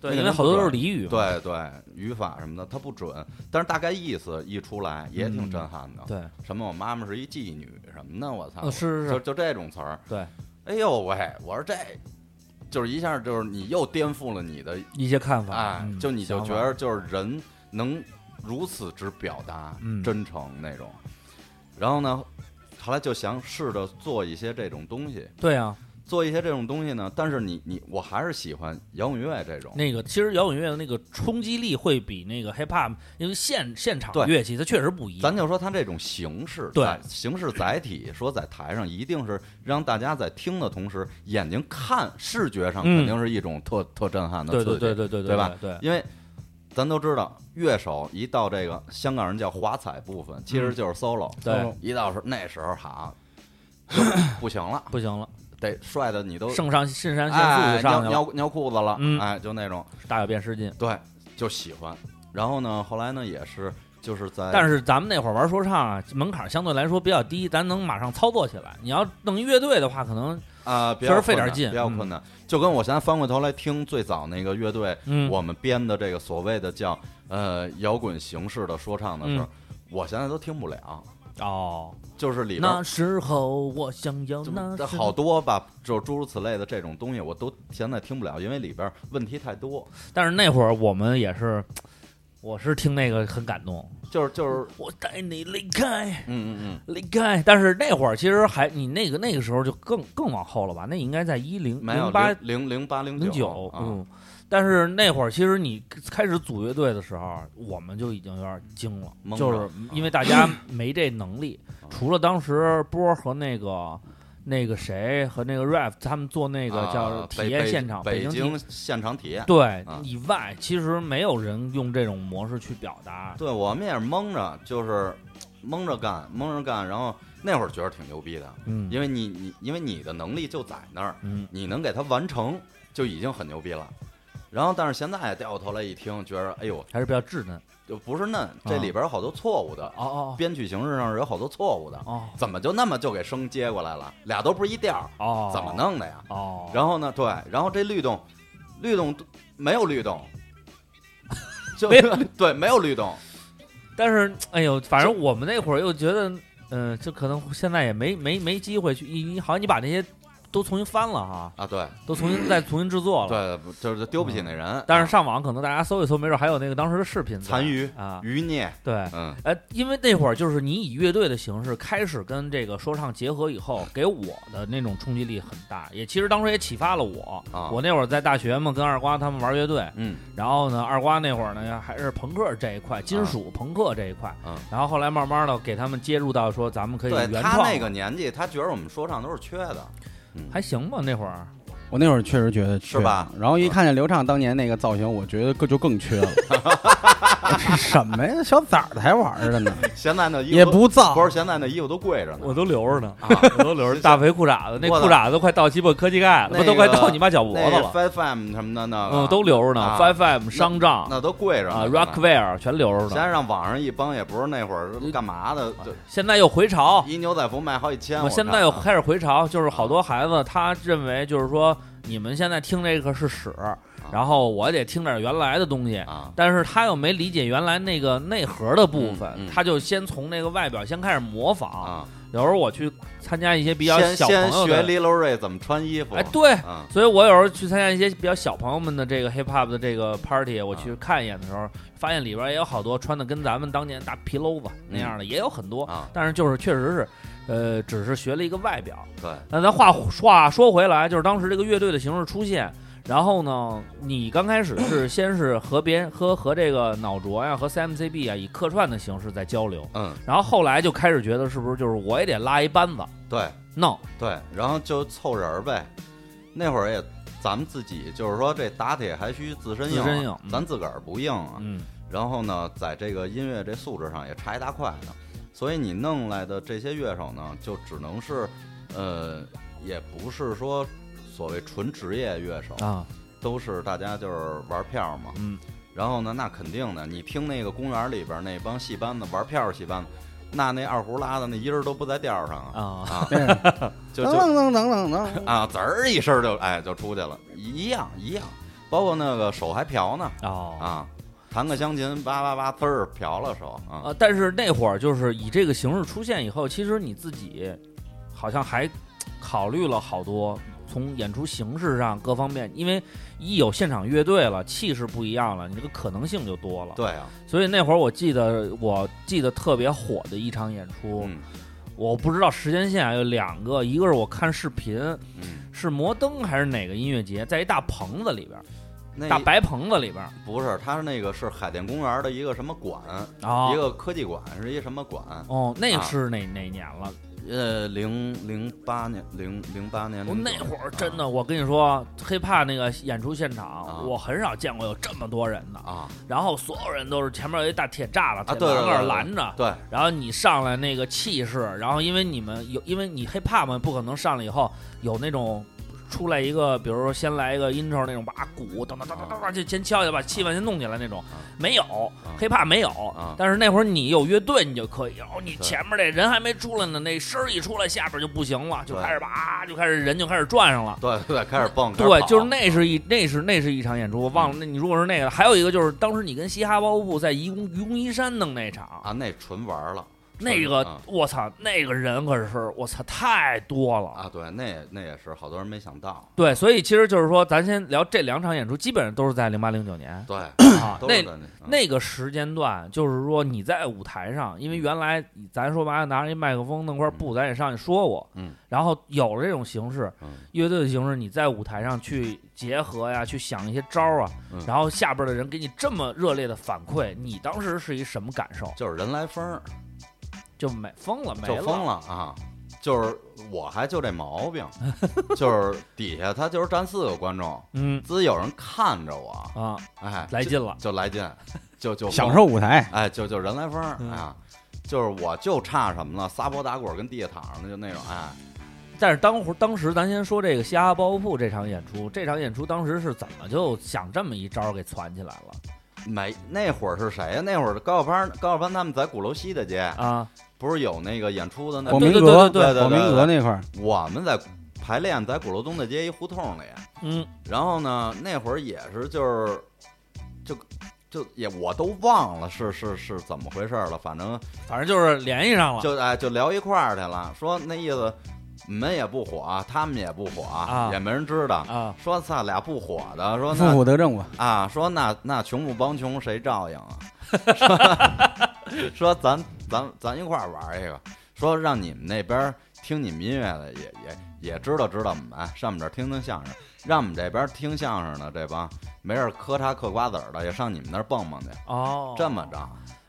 那肯
因为
定
好
不
多
准
都是俚语嘛，
对对语法什么的它不准，但是大概意思一出来也挺震撼的，
嗯对，
什么我妈妈是一妓女什么的，我操，
呃是是，
就是就这种词儿，
对，
哎呦喂，我说这。就是一下，就是你又颠覆了你的
一些看法
哎，，
嗯
就你就
想
觉
法
得就是人能如此之表达、
嗯
真诚那种，然后呢，后来就想试着做一些这种东西，
对啊，
做一些这种东西呢，但是你你我还是喜欢摇滚乐这种，
那个其实摇滚乐的那个冲击力会比那个 hip hop，因为现现场
对
乐器它确实不一样
咱，就说它这种形式，
对
在形式载体，说在台上一定是让大家在听的同时，眼睛看视觉上
嗯
肯定是一种特、特震撼的
对
刺
对
激，
对对对
对吧？
对，
因为咱都知道，乐手一到这个香港人叫华彩部分，其实就是 solo、
嗯
哦
对，
一到是那时候好，就不行了，
不行了，
得帅的你都
肾上肾上腺素
哎尿
就上去了，
尿尿裤子了，
嗯
哎，就那种
大小便失禁。
对，就喜欢。然后呢，后来呢也是就是在，
但是咱们那会儿玩说唱啊，门槛相对来说比较低，咱能马上操作起来。你要弄一乐队的话，可能
啊，比
确
较
实费
困
点
难
劲嗯
比较困难。就跟我现在翻过头来听最早那个乐队，
嗯，
我们编的这个所谓的叫呃摇滚形式的说唱的时候，
嗯
我现在都听不了，
哦，
就是里边
那时候我想要
就
那时
这
候
好，多吧，就是诸如此类的这种东西，我都现在听不了，因为里边问题太多。
但是那会儿我们也是，我是听那个很感动，
就是就是，
我带你离开
嗯嗯
离开。但是那会儿其实还你那个那个时候就更更往后了吧？那应该在一
嗯，
零
没有
零八
零零八零
零
九
九，
啊，
嗯，但是那会儿，其实你开始组乐队的时候，我们就已经有点惊了，
懵了啊
就是因为大家没这能力。除了当时波儿和那个那个谁和那个 rap 他们做那个
啊
叫
北
体验
北
现场，
北
京体
京现场体验。
对
啊
以外，其实没有人用这种模式去表达。
对，我们也是蒙着，就是蒙着干，蒙着干。然后那会儿觉得挺牛逼的，
嗯
因为你你因为你的能力就在那儿，
嗯，
你能给它完成就已经很牛逼了。然后，但是现在掉过头来一听，觉得哎呦，
还是比较稚嫩。
就不是嫩，
啊
这里边有好多错误的，
哦
编曲形式上有好多错误的
哦，哦
怎么就那么就给生接过来了？俩都不是一调儿，
哦，
怎么？弄的呀？
哦，
然后呢，对，然后这律动，律动没有律 动，就
没有
对，没有律动，
但是，哎呦，反正我们那会儿又觉得，嗯、就可能现在也没没没机会去，你你好像你把那些都重新翻了哈，
啊，对
都重新再重新制作了。。
对，就是丢不起那人。啊
但嗯是上网可能大家搜一搜，没准还有那个当时的视频在。
残余
啊，
余孽，
对。
嗯，
呃，因为那会儿就是你以乐队的形式开始跟这个说唱结合以后，给我的那种冲击力很大，也其实当时也启发了我。
啊
我那会儿在大学嘛，跟二瓜他们玩乐队，
嗯
然后呢，二瓜那会儿呢还是朋克这一块，金
啊
属朋克这一块，
嗯
然后后来慢慢的给他们接入到说咱们可以
对
原
他
创，
那个年纪，他觉得我们说唱都是缺的，
还行吧那会儿，
我那会儿确实觉得缺
是吧
然后一看见刘畅当年那个造型，我觉得更就更缺 了。这什么呀？小崽儿才玩儿 的呢，
现在那衣服
也
都
不
啊
造
不。是现在那衣服都跪着呢，
都留着呢，
啊，
我都留着大肥裤衩子，那
我操
裤衩子都快到鸡巴科技盖了，
那个
都快到你妈脚脖
那
子
个
了，
Five M 什么的那个，
嗯，都留着呢
啊
，Five M 商帐
那都跪着
啊
呢
，Rockwear 全留着
现
呢，
在让网上一帮也不是那会儿
呃
干嘛的，就
现在又回潮，
一牛仔服卖好几千，
我
我
现
看
在又
啊
开始回潮，就是好多孩子他认为就是说你们现在听这个是屎，然后我得听点原来的东西。
啊，
但是他又没理解原来那个内核的部分，
嗯嗯
他就先从那个外表先开始模仿。
啊，
有时候我去参加一些比较
先
小朋
先
友
学
的，
Lil Ray 怎么穿衣服，
哎，对，
啊，
所以我有时候去参加一些比较小朋友们的这个 hip hop 的这个 party，我
啊
去看一眼的时候，发现里边也有好多穿的跟咱们当年大皮褛子那样的，也有很多。
啊
但是就是确实是，呃，只是学了一个外表。
对，
那咱话话说回来，就是当时这个乐队的形式出现，然后呢，你刚开始是先是和别人和和这个脑浊呀、和 CMCB 啊以客串的形式在交流，
嗯，
然后后来就开始觉得是不是就是我也得拉一班子
对
弄
对，然后就凑人儿呗，那会儿也。咱们自己就是说，这打铁还需自身硬啊，
自身硬嗯
咱自个儿不硬啊。
嗯
然后呢，在这个音乐这素质上也差一大块呢。所以你弄来的这些乐手呢，就只能是，呃，也不是说所谓纯职业乐手，
啊，
都是大家就是玩票嘛。
嗯。
然后呢，那肯定的，你听那个公园里边那帮戏班子玩票戏班子，那那二胡拉的那音儿都不在调儿上啊，
啊
就就
噔噔噔 噔噔
啊滋儿一声就哎就出去了，一样一样，包括那个手还瓢呢
哦
啊，弹个香琴叭叭叭滋儿瓢了手啊。
啊！但是那会儿就是以这个形式出现以后，其实你自己好像还考虑了好多，从演出形式上各方面，因为一有现场乐队了，气势不一样了，你这个可能性就多了。
对啊，
所以那会儿我记得，我记得特别火的一场演出，
嗯
我不知道时间线啊有两个，一个是我看视频，
嗯，
是摩登还是哪个音乐节，在一大棚子里边儿，
那
大白棚子里边儿，
不是，他那个是海淀公园的一个什么馆，
啊
一个科技馆，是一什么馆？
哦，那
啊
个是哪、哪年了？
呃，零零八年，零零八年，
我
09
哦那会儿真
啊
的，我跟你说，hiphop 那个演出现场，
啊
我很少见过有这么多人的。
啊
然后所有人都是前面有一大铁栅栏，
啊，
铁
对对
栏
对
杆
对
拦着。
对，
然后你上来那个气势，然后因为你们有，因为你 hiphop 嘛，不可能上来以后有那种出来一个，比如说先来一个 intro 那种，把鼓噔噔噔噔噔
啊
噔就先敲一下，把气氛先弄起来那种，没有 hiphop 没有
啊。
但是那会儿你有乐队，你就可以，哦，你前面这人还没出来呢，那声儿一出来，下边就不行了，就
对
开始吧，就开始人就开始转上了。
对对对，开始蹦，开始
对，
跑啊嗯
就是那是一那是那是一场演出，我忘了。那你如果是那个，还有一个就是当时你跟嘻哈包袱在愚公愚公移山弄那场
啊，那纯玩了，
那个
啊
我操，那个人可是我操太多了。
啊，对，那也那也是好多人没想到，
对，所以其实就是说，咱先聊这两场演出，基本上都是在零八零九年
对，
啊，
都
那
是嗯在那
那个时间段，就是说你在舞台上，
嗯
因为原来咱说白了拿着一麦克风弄块布，咱也上去说过，
嗯，
然后有了这种形式，
嗯
乐队的形式，你在舞台上去结合呀，去想一些招儿啊，
嗯
然后下边的人给你这么热烈的反馈，你当时是一什么感受？
就是人来疯儿，
就没疯了，没
就疯了啊！就是我还就这毛病， 就是底下他就是站四个观众，
嗯
只有人看着我，
啊，
哎，
来劲了，
就来劲，就就
享受舞台，
哎，就就人来疯儿
嗯
啊，就是我就差什么了，撒泼打滚儿跟地下躺着的就那种，哎，
但是当会当时咱先说这个虾包袱这场演出，这场演出当时是怎么就想这么一招给攒起来了
没那会儿是谁呀？那会儿高晓攀高晓攀他们在鼓楼西大街，
啊？
不是有那个演出的那
广
对
明
对
阁，
对
对对
广明阁那块儿，
我们在排练在鼓楼东大街一胡同里，
嗯
然后呢，那会儿也是就是就就也我都忘了是是是怎么回事儿了，反正
反正就是联系上了
就哎就聊一块儿去了，说那意思你们也不火，他们也不火，
啊
也没人知道。
啊，
说操俩不火的，说
负
那
负得正吧。
啊，说那那穷不帮穷谁照应啊？说说咱咱咱一块儿玩儿一个，说让你们那边儿听你们音乐的也也也知道知道我们哎，上我们这儿听听相声，让我们这边儿听相声的这帮没事儿磕碴嗑瓜子儿的也上你们那儿蹦蹦去，
哦，
这么着，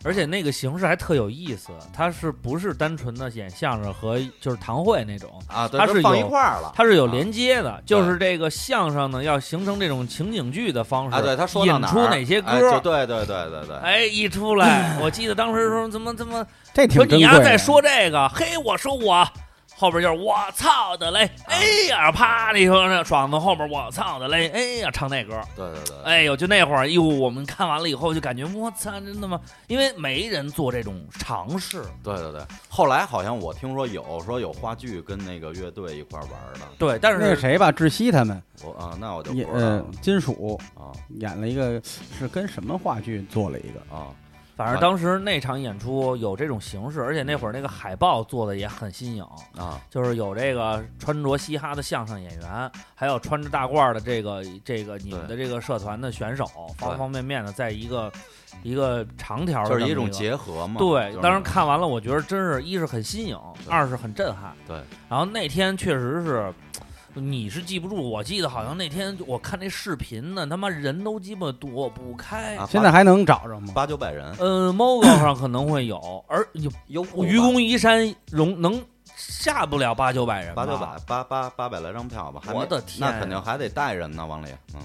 而且那个形式还特有意思，它是不是单纯的演相声和就是堂会那种？
啊，对，
它
都
是
放一
有
块儿了。
它是有连接的，就是这个相声呢要形成这种情景剧的方式
啊，对，他说到
引
哪儿
出哪些
哎就
歌？
对对对对对，
哎，一出来，我记得当时说怎么怎么
这
说
挺珍
你
贵
丫
的。
在说这个，嘿，我说我后边就是我操的嘞，
啊
哎呀，啪，你说那爽子后边我操的嘞，哎呀，唱那歌，
对对对，
哎呦，就那会儿，哟，我们看完了以后就感觉我操，真的吗？因为没人做这种尝试，
对对对。后来好像我听说有说有话剧跟那个乐队一块儿玩儿的，
对，但
那个
是
谁吧，窒息他们
我啊，那我就不
也
知道
呃
了，
金属
啊
演了一个是跟什么话剧做了一个，
啊。
反正当时那场演出有这种形式，而且那会儿那个海报做的也很新颖，
啊，
就是有这个穿着嘻哈的相声演员，还有穿着大褂儿的这个这个你们的这个社团的选手，方方面面的，在一个一个长条儿的
就是
啊这么
一
一
种
个
结合嘛。
对
就，是
当时看完了，我觉得真是一是很新颖，
对
二是很震撼。
对，
然后那天确实是，你是记不住，我记得好像那天我看那视频呢，他妈人都鸡巴躲不开。
啊
现在还能找着吗？
八九百人，
呃，MOGO 上可能会有，而有
优酷
愚公移山容能下不了八九百人吧，
八九百八八八百来张票吧，还没
我的天
那肯定还得带人呢，往里，嗯，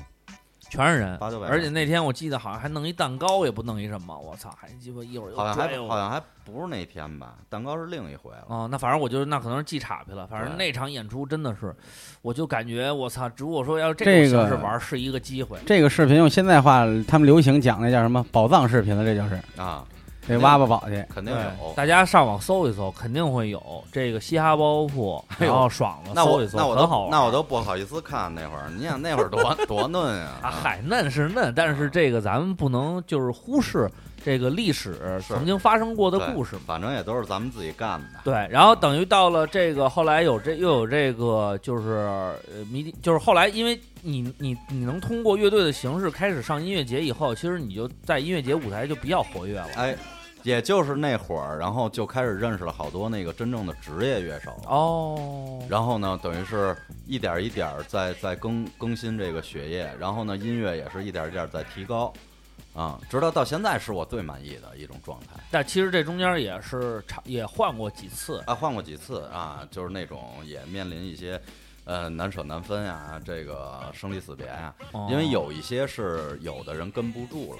全是人，
八九百人
而且那天我记得好像还弄一蛋糕，也不弄一什么，我操，还鸡巴一会儿又
好像
拽
还
我
好像还不是那天吧，蛋糕是另一回了。
哦，那反正我就是那可能是记岔劈了，反正
对
那场演出真的是，我就感觉我操，如果说要是这
这
种
个
形式玩儿是一个机会，
这个视频用现在话他们流行讲那叫什么宝藏视频了，这就是
哦
啊，
这挖挖宝去。
肯定有。
大家上网搜一搜，肯定会有这个嘻哈包袱，
哎呦
然后爽了
那
搜
我
一搜，
那我
很好
都
玩。
那我都不好意思看那会儿，你想那会儿 多多嫩呀！
啊，嗨，嫩是嫩，但是这个咱们不能就是忽视这个历史
是
曾经发生过
对
的故事嘛。
反正也都是咱们自己干的。
对，然后等于到了这个后来有这又有这个就是呃迷笛，就是后来因为你你你能通过乐队的形式开始上音乐节以后，其实你就在音乐节舞台就比较活跃了。
哎，也就是那会儿，然后就开始认识了好多那个真正的职业乐手。
哦，
然后呢，等于是一点儿一点儿在在更更新这个学业，然后呢，音乐也是一点儿一点儿在提高，啊、直到到现在是我最满意的一种状态。
但其实这中间也是差也换过几次，
啊，换过几次啊，就是那种也面临一些，呃，难舍难分呀、这个生离死别呀、
哦
因为有一些是有的人跟不住了，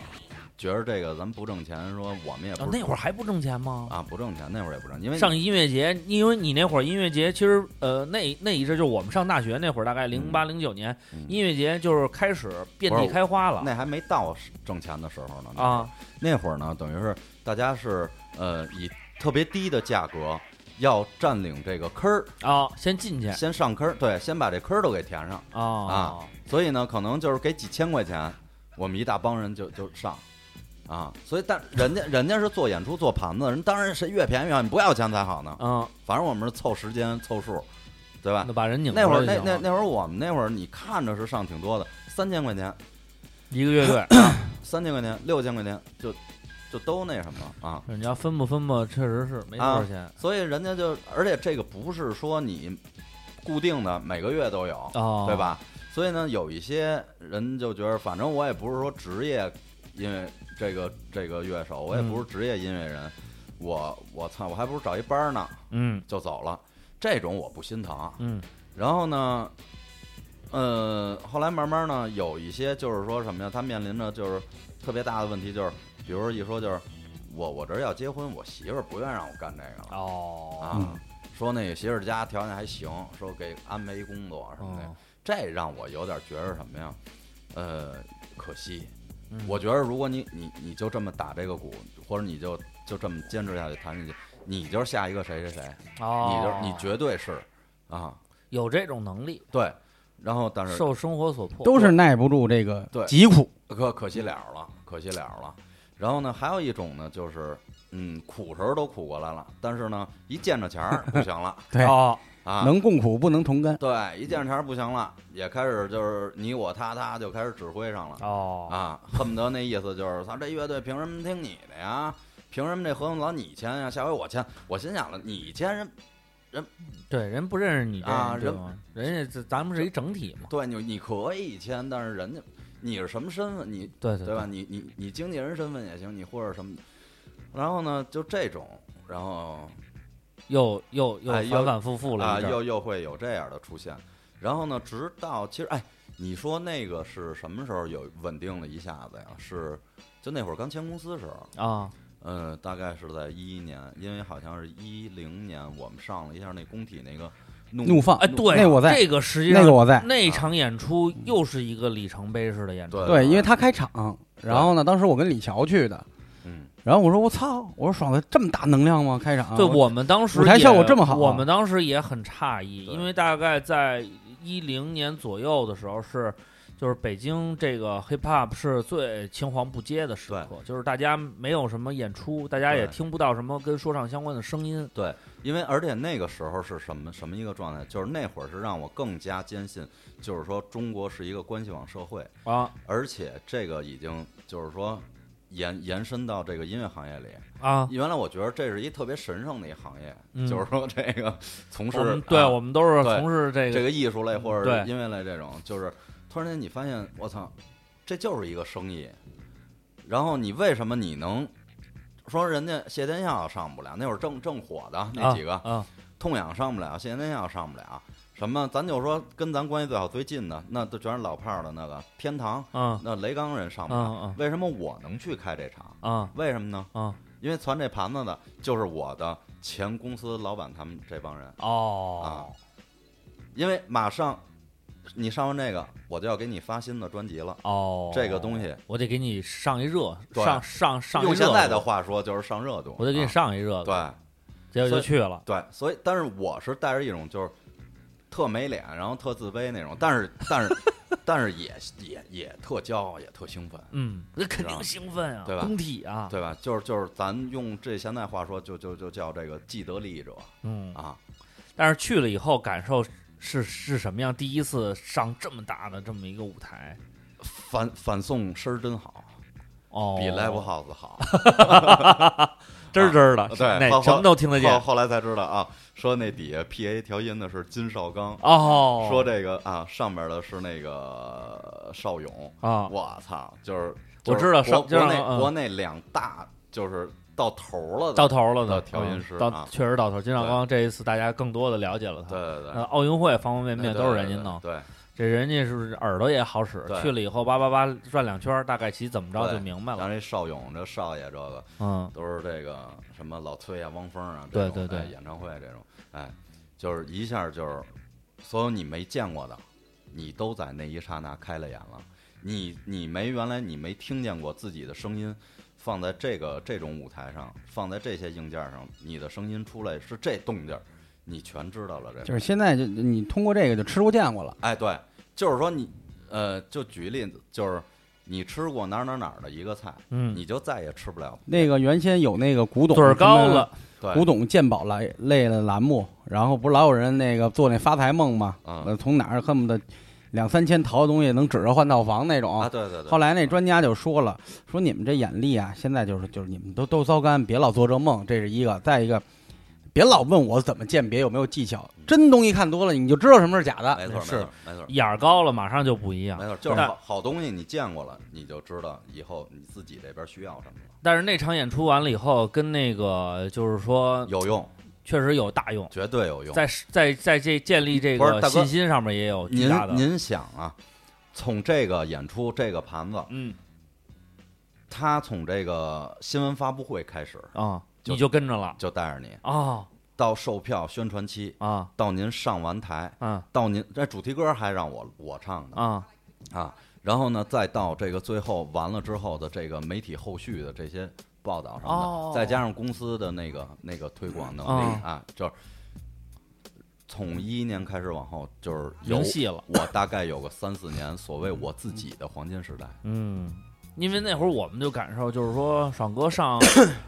觉得这个咱不挣钱，说我们也
啊
不、
那会儿还不挣钱吗？
啊不挣钱，那会儿也不挣，因为
上音乐节，因为你那会儿音乐节，其实呃，那那一阵就是我们上大学那会儿，大概零八零九年，
嗯
音乐节就是开始遍
不
地
是
开花了
嗯那还没到挣钱的时候呢
啊！
那会儿呢，等于是大家是呃以特别低的价格要占领这个坑儿，
啊！先进去
先上坑儿，对，先把这坑儿都给填上。
啊
所以呢，可能就是给几千块钱，我们一大帮人就就上，啊，所以但人家人家是做演出做盘子，人当然是越便宜越好，你不要钱才好呢。
嗯，
反正我们是凑时间凑数，对吧
那？把人拧
啊那会
过
儿
来
那
就行
那
了
那会儿我们那会儿你看着是上挺多的，三千块钱，
一个乐队，
三千块钱，六千块钱就就都那什么啊。
你要分不分吧，确实是没多少钱
所以人家就，而且这个不是说你固定的每个月都有，
哦，
对？吧？所以呢，有一些人就觉得，反正我也不是说职业，因为这个这个乐手，我也不是职业音乐人，我我操，我还不如找一班儿呢
嗯
就走了，这种我不心疼。
嗯
然后呢，呃，后来慢慢呢，有一些就是说什么呀，他面临着就是特别大的问题，就是比如说一说就是我我这儿要结婚，我媳妇儿不愿意让我干这个了。
哦
啊，说那个媳妇儿家条件还行，说给安排一工作什么的，
哦
这让我有点觉着什么呀？呃，可惜。
嗯
我觉得如果你你你就这么打这个鼓，或者你就就这么坚持下去弹下去，你就是下一个谁谁谁，你就
哦，
你绝对是啊，
有这种能力，
对。然后但是
受生活所迫，
都是耐不住这个
对
疾苦。
可可惜了了，可惜了了。然后呢，还有一种呢，就是嗯，苦时候都苦过来了，但是呢，一见着钱儿不行了
对，
哦，
啊，
能共苦不能同甘。
对，一见着钱儿不行了，也开始就是你我他他就开始指挥上了
哦
啊，恨不得那意思就是，操这乐队凭什么听你的呀？凭什么这合同老你签呀？下回我签。我心想了，你签人，
对，人不认识你这
啊
对吗人家这咱们是一整体嘛，
对你你可以签，但是人家你是什么身份？你
对对
对吧？？你你你经纪人身份也行，你或者什么，然后呢就这种，然后
又又又
哎又
反反复复了
啊，
一阵儿
又又会有这样的出现。然后呢，直到其实，哎，你说那个是什么时候有稳定了一下子呀？是就那会儿刚签公司时候，
啊，
嗯、大概是在一一年，因为好像是一零年，我们上了一下那工体那个怒
怒放，
哎，对，
那我在
这个实际上
那个我在。
那场演出又是一个里程碑式的演出，
啊对
对，因为他开场，然后呢，当时我跟李乔去的，
嗯，
然后我说我操，我说爽子这么大能量吗？开
啊
场，
对我们当时
舞台
也
效果这么好
我们当时也很诧异，
对
因为大概在一零年左右的时候是，就是北京这个 hip hop 是最青黄不接的时刻，就是大家没有什么演出，大家也
对
听不到什么跟说唱相关的声音。
因为而且那个时候是什么什么一个状态？就是那会儿是让我更加坚信，就是说中国是一个关系网社会，
啊
而且这个已经就是说延延伸到这个音乐行业里。
啊！
原来我觉得这是一特别神圣的一行业，
嗯
就是说这 个从
我们
事
对、
啊
我们都是
对
从事这
这
个啊
个艺术类或者
对
是音乐类这种，就是突然间你发现我操，这就是一个生意。然后你为什么你能说人家谢天笑上不了？那会儿正正火的那几个，
啊啊
痛痒上不了，谢天笑上不了，什么咱就说跟咱关系最好最近的，那都全是老炮儿的那个天堂，
啊
那雷刚人上不了。
啊
为什么我能去开这场？
啊
为什么呢？
啊！
因为攒这盘子的就是我的前公司老板他们这帮人，啊
哦，
因为马上你上完这个，我就要给你发新的专辑了。
哦，
这个东西
我得给你上一热，
对
上上上一
用现
热
在的
度，
话说就是上热度，
我得给你
啊
上一热度，
对
结果
所
就
以
去了。
对，所以但是我是带着一种就是特没脸，然后特自卑那种，但是但 是但是也也也特骄傲，也特兴奋，
嗯，那肯
是吧
定兴奋啊，
对吧
工体啊，
对吧？就是就是咱用这现在话说，就就就叫这个既得利益者
嗯。
啊，
但是去了以后感受是是什么样？第一次上这么大的这么一个舞台，
反反送声儿真好，
哦，
比 Live House 好。啊
真真的，
对
那
后
什么都听得
后
见。
后来才知道啊，说那底下 P A 调音的是金绍刚，
哦，
说这个啊，上面的是那个邵勇。
啊，
我操，就是
我知道
就是
邵
国国
就是嗯
内国内两大就是到头了的，
到头了
到
的
调音师
到
啊
确实到头。金少刚这一次大家更多的了解了
对
他。
对
呃
对，
奥运会方方面
对
面都是人家弄，
对对，
这人家是不是耳朵也好使？
对
去了以后叭叭叭转两圈儿，大概其怎么着
对
就明白
对
了。
咱这邵勇这少爷这个
嗯，
都是这个什么老崔啊、汪峰啊，
对
这种
对对
哎演唱会这种，哎，就是一下就是所有你没见过的，你都在那一刹那开了眼了。你你没原来你没听见过自己的声音，放在这个这种舞台上，放在这些硬件上，你的声音出来是这动静儿，你全知道了这。
就是现在就你通过这个就吃过见过了，
哎，对，就是说你，呃，就举例子，就是你吃过哪儿哪儿哪儿的一个菜，
嗯，
你就再也吃不了。
那个原先有那个古董
嘴儿高
什么
了，
对，
古董鉴宝类类的栏目，然后不是老有人那个做那发财梦嘛？
嗯
呃，从哪儿恨不得两三千淘的东西能指着换套房那种。
啊，对对对。
后来那专家就说了，说你们这眼力啊，现在就是就是你们都都糟干，别老做这梦，这是一个。再一个，别老问我怎么鉴别有没有技巧，真东西看多了你就知道什么是假
嗯
的。
啊没错，没
是
错，没错，
眼儿高了，马上就不一样
没。错，就是
但
好好东西，你见过了，你就知道以后你自己这边需要什么了，
但是那场演出完了以后，跟那个就是说，
有用，
确实有大用，
绝对有用。
在在在这建立这
不是
个
大哥
信心上面也有巨
您
大的。
您想啊，从这个演出这个盘子，
嗯
他从这个新闻发布会开始
啊，
就
你就跟着了
就带着你
啊
到售票宣传期，
啊
到您上完台，
啊
到您这主题歌还让我我唱呢
啊！
啊，然后呢，再到这个最后完了之后的这个媒体后续的这些报道什么
哦
的，再加上公司的那个那个推广能力啊，就是从一一年开始往后，就是有
赢戏了，
我大概有个三四年所谓我自己的黄金时代，
嗯，因为那会儿我们就感受，就是说爽 哥上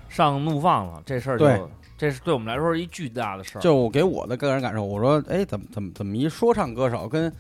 上怒放了，这事儿
对
就这是对我们来说是一巨大的事儿。
就我给我的个人感受，我说，哎，怎么怎么怎么一说唱歌手跟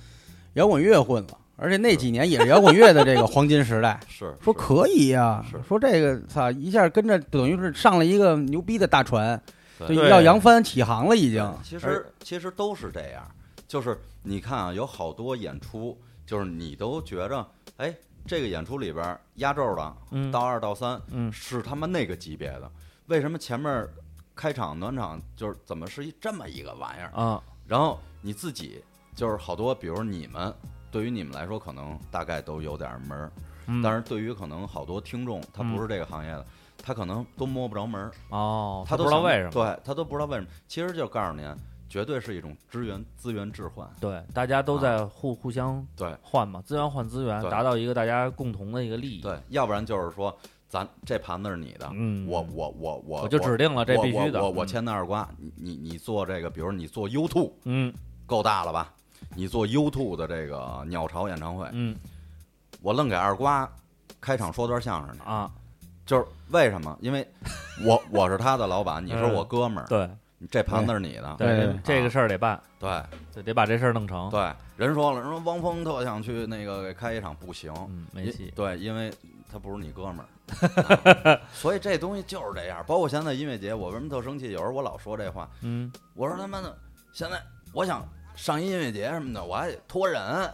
摇滚乐混了，而且那几年也是摇滚乐的这个黄金时 代。
是是
说可以呀、
是
说这个操一下跟着等于是上了一个牛逼的大船，
对
就
对
要扬帆起航了已经。
其
而
实其实都是这样，就是你看啊，有好多演出，就是你都觉着，哎，这个演出里边儿压轴的，
嗯
到二到三
嗯
是他们那个级别的，为什么前面开场暖场就是怎么是一这么一个玩意儿？
啊
然后你自己就是好多，比如你们对于你们来说可能大概都有点门儿，
嗯
但是对于可能好多听众他
嗯
不是这个行业的，他可能都摸不着门儿。
哦，
他
不
都
知道
想
为什么。
对他都不知道为什么。其实就告诉您，绝对是一种资源资源置换。
对，大家都在互互相
啊对
换嘛，资源换资源，
对
达到一个大家共同的一个利益。，
对，要不然就是说，咱这盘子是你的，
嗯，
啊我我我我
我就指定了，这
我
必须的。
我我我
嗯
签的二瓜，你你你做这个，比如你做 U two
嗯
够大了吧？你做 U two 的这个鸟巢演唱会，
嗯
我愣给二瓜开场说段相声呢，
啊，
就是为什么？因为 我我是他的老板，你是我哥们儿，
嗯对
这盘子是你的，
对
这这个事儿得办，
对。
得得把这事儿弄成。
对，人说了，人说汪峰特想去那个给开一场，不行，
嗯，没
因
戏。
对，因为他不是你哥们儿、 啊所以这东西就是这样。包括现在音乐节，我为什么特生气？有时候我老说这话，
嗯，
我说他妈的，现在我想上音乐节什么的，我还得托人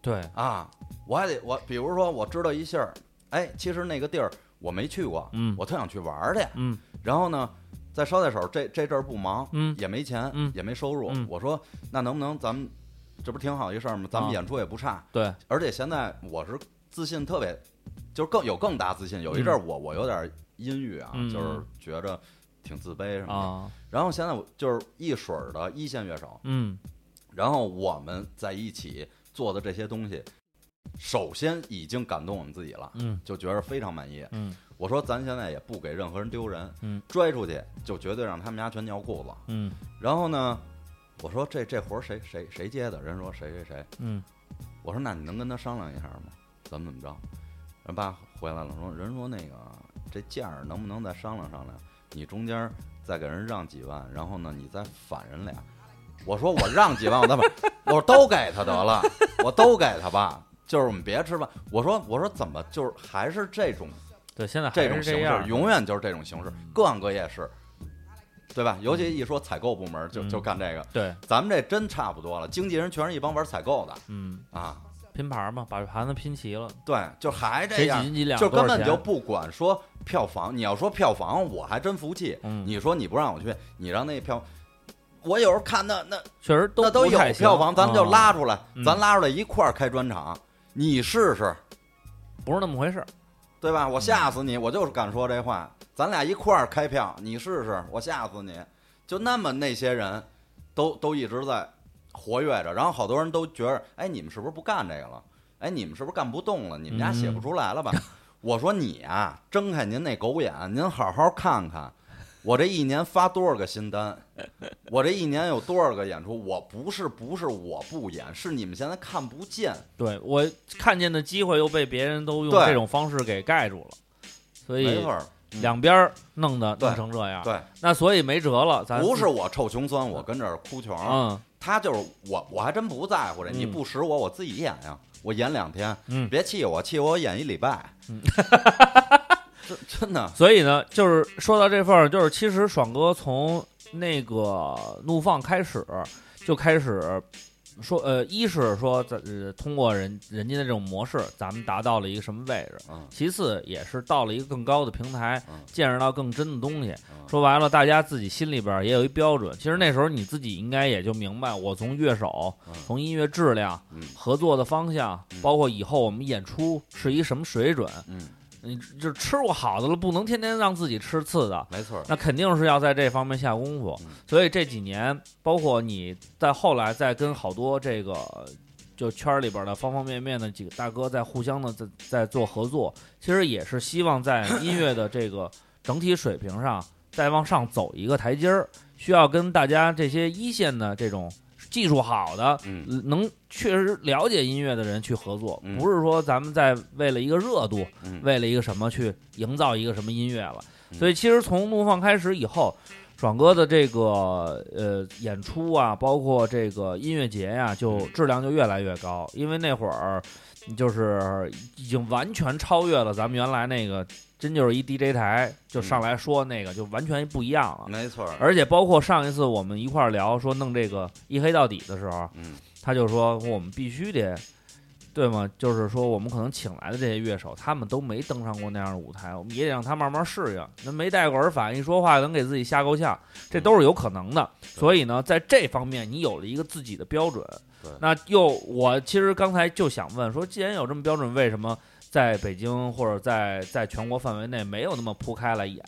对，
啊，我还得我，比如说我知道一信儿，哎，其实那个地儿我没去过，
嗯
我特想去玩儿去，
嗯，
然后呢，在捎带手这这阵儿不忙，
嗯
也没钱，
嗯
也没收入，
嗯
我说那能不能咱们这不是挺好一事儿吗？咱们
啊
演出也不差，
对，
而且现在我是自信特别，就是更有更大自信。有一阵儿我、我有点阴郁啊，
嗯
就是觉着挺自卑什么的。
啊，
然后现在我就是一水儿的一线乐手，
嗯
然后我们在一起做的这些东西，首先已经感动我们自己了，
嗯
就觉着非常满意。
嗯
我说咱现在也不给任何人丢人，
嗯，
拽出去就绝对让他们家全尿裤子。
嗯
然后呢，我说这这活儿谁谁谁接的？人说谁谁谁，
嗯
我说那你能跟他商量一下吗？怎么怎么着？人爸回来了，说人说那个这价儿能不能再商量商量？你中间儿再给人让几万，然后呢你再返人俩。我说我让几万，我再返，我说都给他得了，我都给他吧。就是我们别吃饭。我说我说怎么就是还是这种
对，现在还
这
是
种形
样
式，
儿。
永远就是这种形式，各行各业是，对吧？尤其一说采购部门儿就
嗯
就干这个，
对，
咱们这真差不多了。经纪人全是一帮玩采购的
嗯，
啊，
拼盘嘛，把盘子拼齐了，
对，就还这
谁
样
几，斤几两，
就
多
根
少
本就
钱
不管说票房，你要说票房，我还真服气。
嗯
你说你不让我去，你让那票，我有时候看那那
确实
那
都
都
不
有
太行
票房，咱们就
啊
拉出来，
嗯
咱拉出来一块儿开专场，你试试，
不是那么回事儿。
对吧？
嗯
我吓死你，我就是敢说这话，咱俩一块儿开票，你试试，我吓死你。就那么那些人都都一直在活跃着，然后好多人都觉着，哎，你们是不是不干这个了？哎，你们是不是干不动了？你们家写
嗯
不出来了吧？我说你啊，睁开您那狗眼，您好好看看。我这一年发多少个新单？我这一年有多少个演出？我不是不是我不演，是你们现在看不见。
对我看见的机会又被别人都用
对
这种方式给盖住了，所
没
以
错儿，嗯
两边儿弄的
对
弄成这样。
对，
那所以没辙了，咱
不是我臭穷酸，我跟这儿哭穷。
嗯
他就是我，我还真不在乎这。
嗯
你不识我，我自己演呀，我演两天，
嗯，
别气我，气我演一礼 拜。真真的，
所以呢，就是说到这份儿，就是其实爽哥从那个《怒放》开始就开始说，呃，一是说咱、呃、通过人人家的这种模式，咱们达到了一个什么位置；
嗯，
其次也是到了一个更高的平台
嗯，
见识到更真的东西。
嗯
说白了，大家自己心里边儿也有一标准。其实那时候你自己应该也就明白，我从乐手
嗯、
从音乐质量、
嗯
合作的方向，
嗯
包括以后我们演出是一什么水准。
嗯，
你就吃过好的了，不能天天让自己吃次的，
没错儿，
那肯定是要在这方面下功夫
嗯。
所以这几年，包括你在后来再跟好多这个就圈儿里边的方方面面的几个大哥在互相的在在做合作，其实也是希望在音乐的这个整体水平上再往上走一个台阶儿，需要跟大家这些一线的这种技术好的
嗯
呃能确实了解音乐的人去合作，
嗯
不是说咱们在为了一个热度，
嗯
为了一个什么去营造一个什么音乐了。
嗯
所以其实从《怒放》开始以后，爽哥的这个呃演出啊，包括这个音乐节呀、就
嗯
质量就越来越高，因为那会儿就是已经完全超越了咱们原来那个，真就是一 DJ 台就
嗯
上来说那个，就完全不一样了。
没错儿，
而且包括上一次我们一块儿聊说弄这个一黑到底的时候，
嗯
他就说我们必须得，对吗？就是说我们可能请来的这些乐手，他们都没登上过那样的舞台，我们也得让他慢慢适应。那没戴过耳返，一说话能给自己吓够呛，这都是有可能的。
嗯
所以呢，在这方面你有了一个自己的标准
对。
那又我其实刚才就想问说，既然有这么标准，为什么？在北京或者在在全国范围内没有那么铺开来演，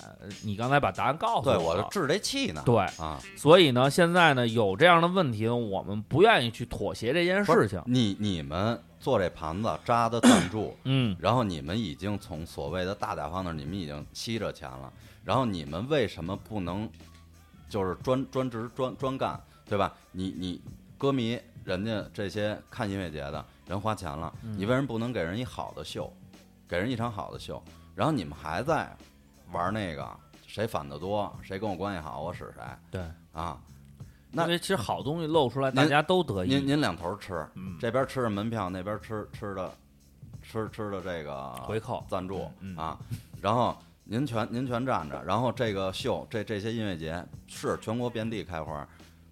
你刚才把答案告诉
对
我
我
了
就治这气呢。
哦对，
啊，
所以呢，现在呢有这样的问题呢，我们不愿意去妥协这件
不是
事情。
你你们做这盘子扎的赞助，
嗯，
然后你们已经从所谓的大甲方那儿，你们已经吸着钱了，然后你们为什么不能就是专专职专专干，对吧？你你歌迷人家这些看音乐节的人花钱了，
嗯
你为什么不能给人一好的秀，给人一场好的秀？然后你们还在玩那个谁反的多，谁跟我关系好，我使谁
对，
啊？那
因为其实好东西露出来，
您
大家都得
您
意，
您两头吃，
嗯
这边吃着门票，那边吃吃的吃吃的这个
回扣。
赞助
嗯嗯
啊，然后您全您全站着，然后这个秀这这些音乐节是全国遍地开花，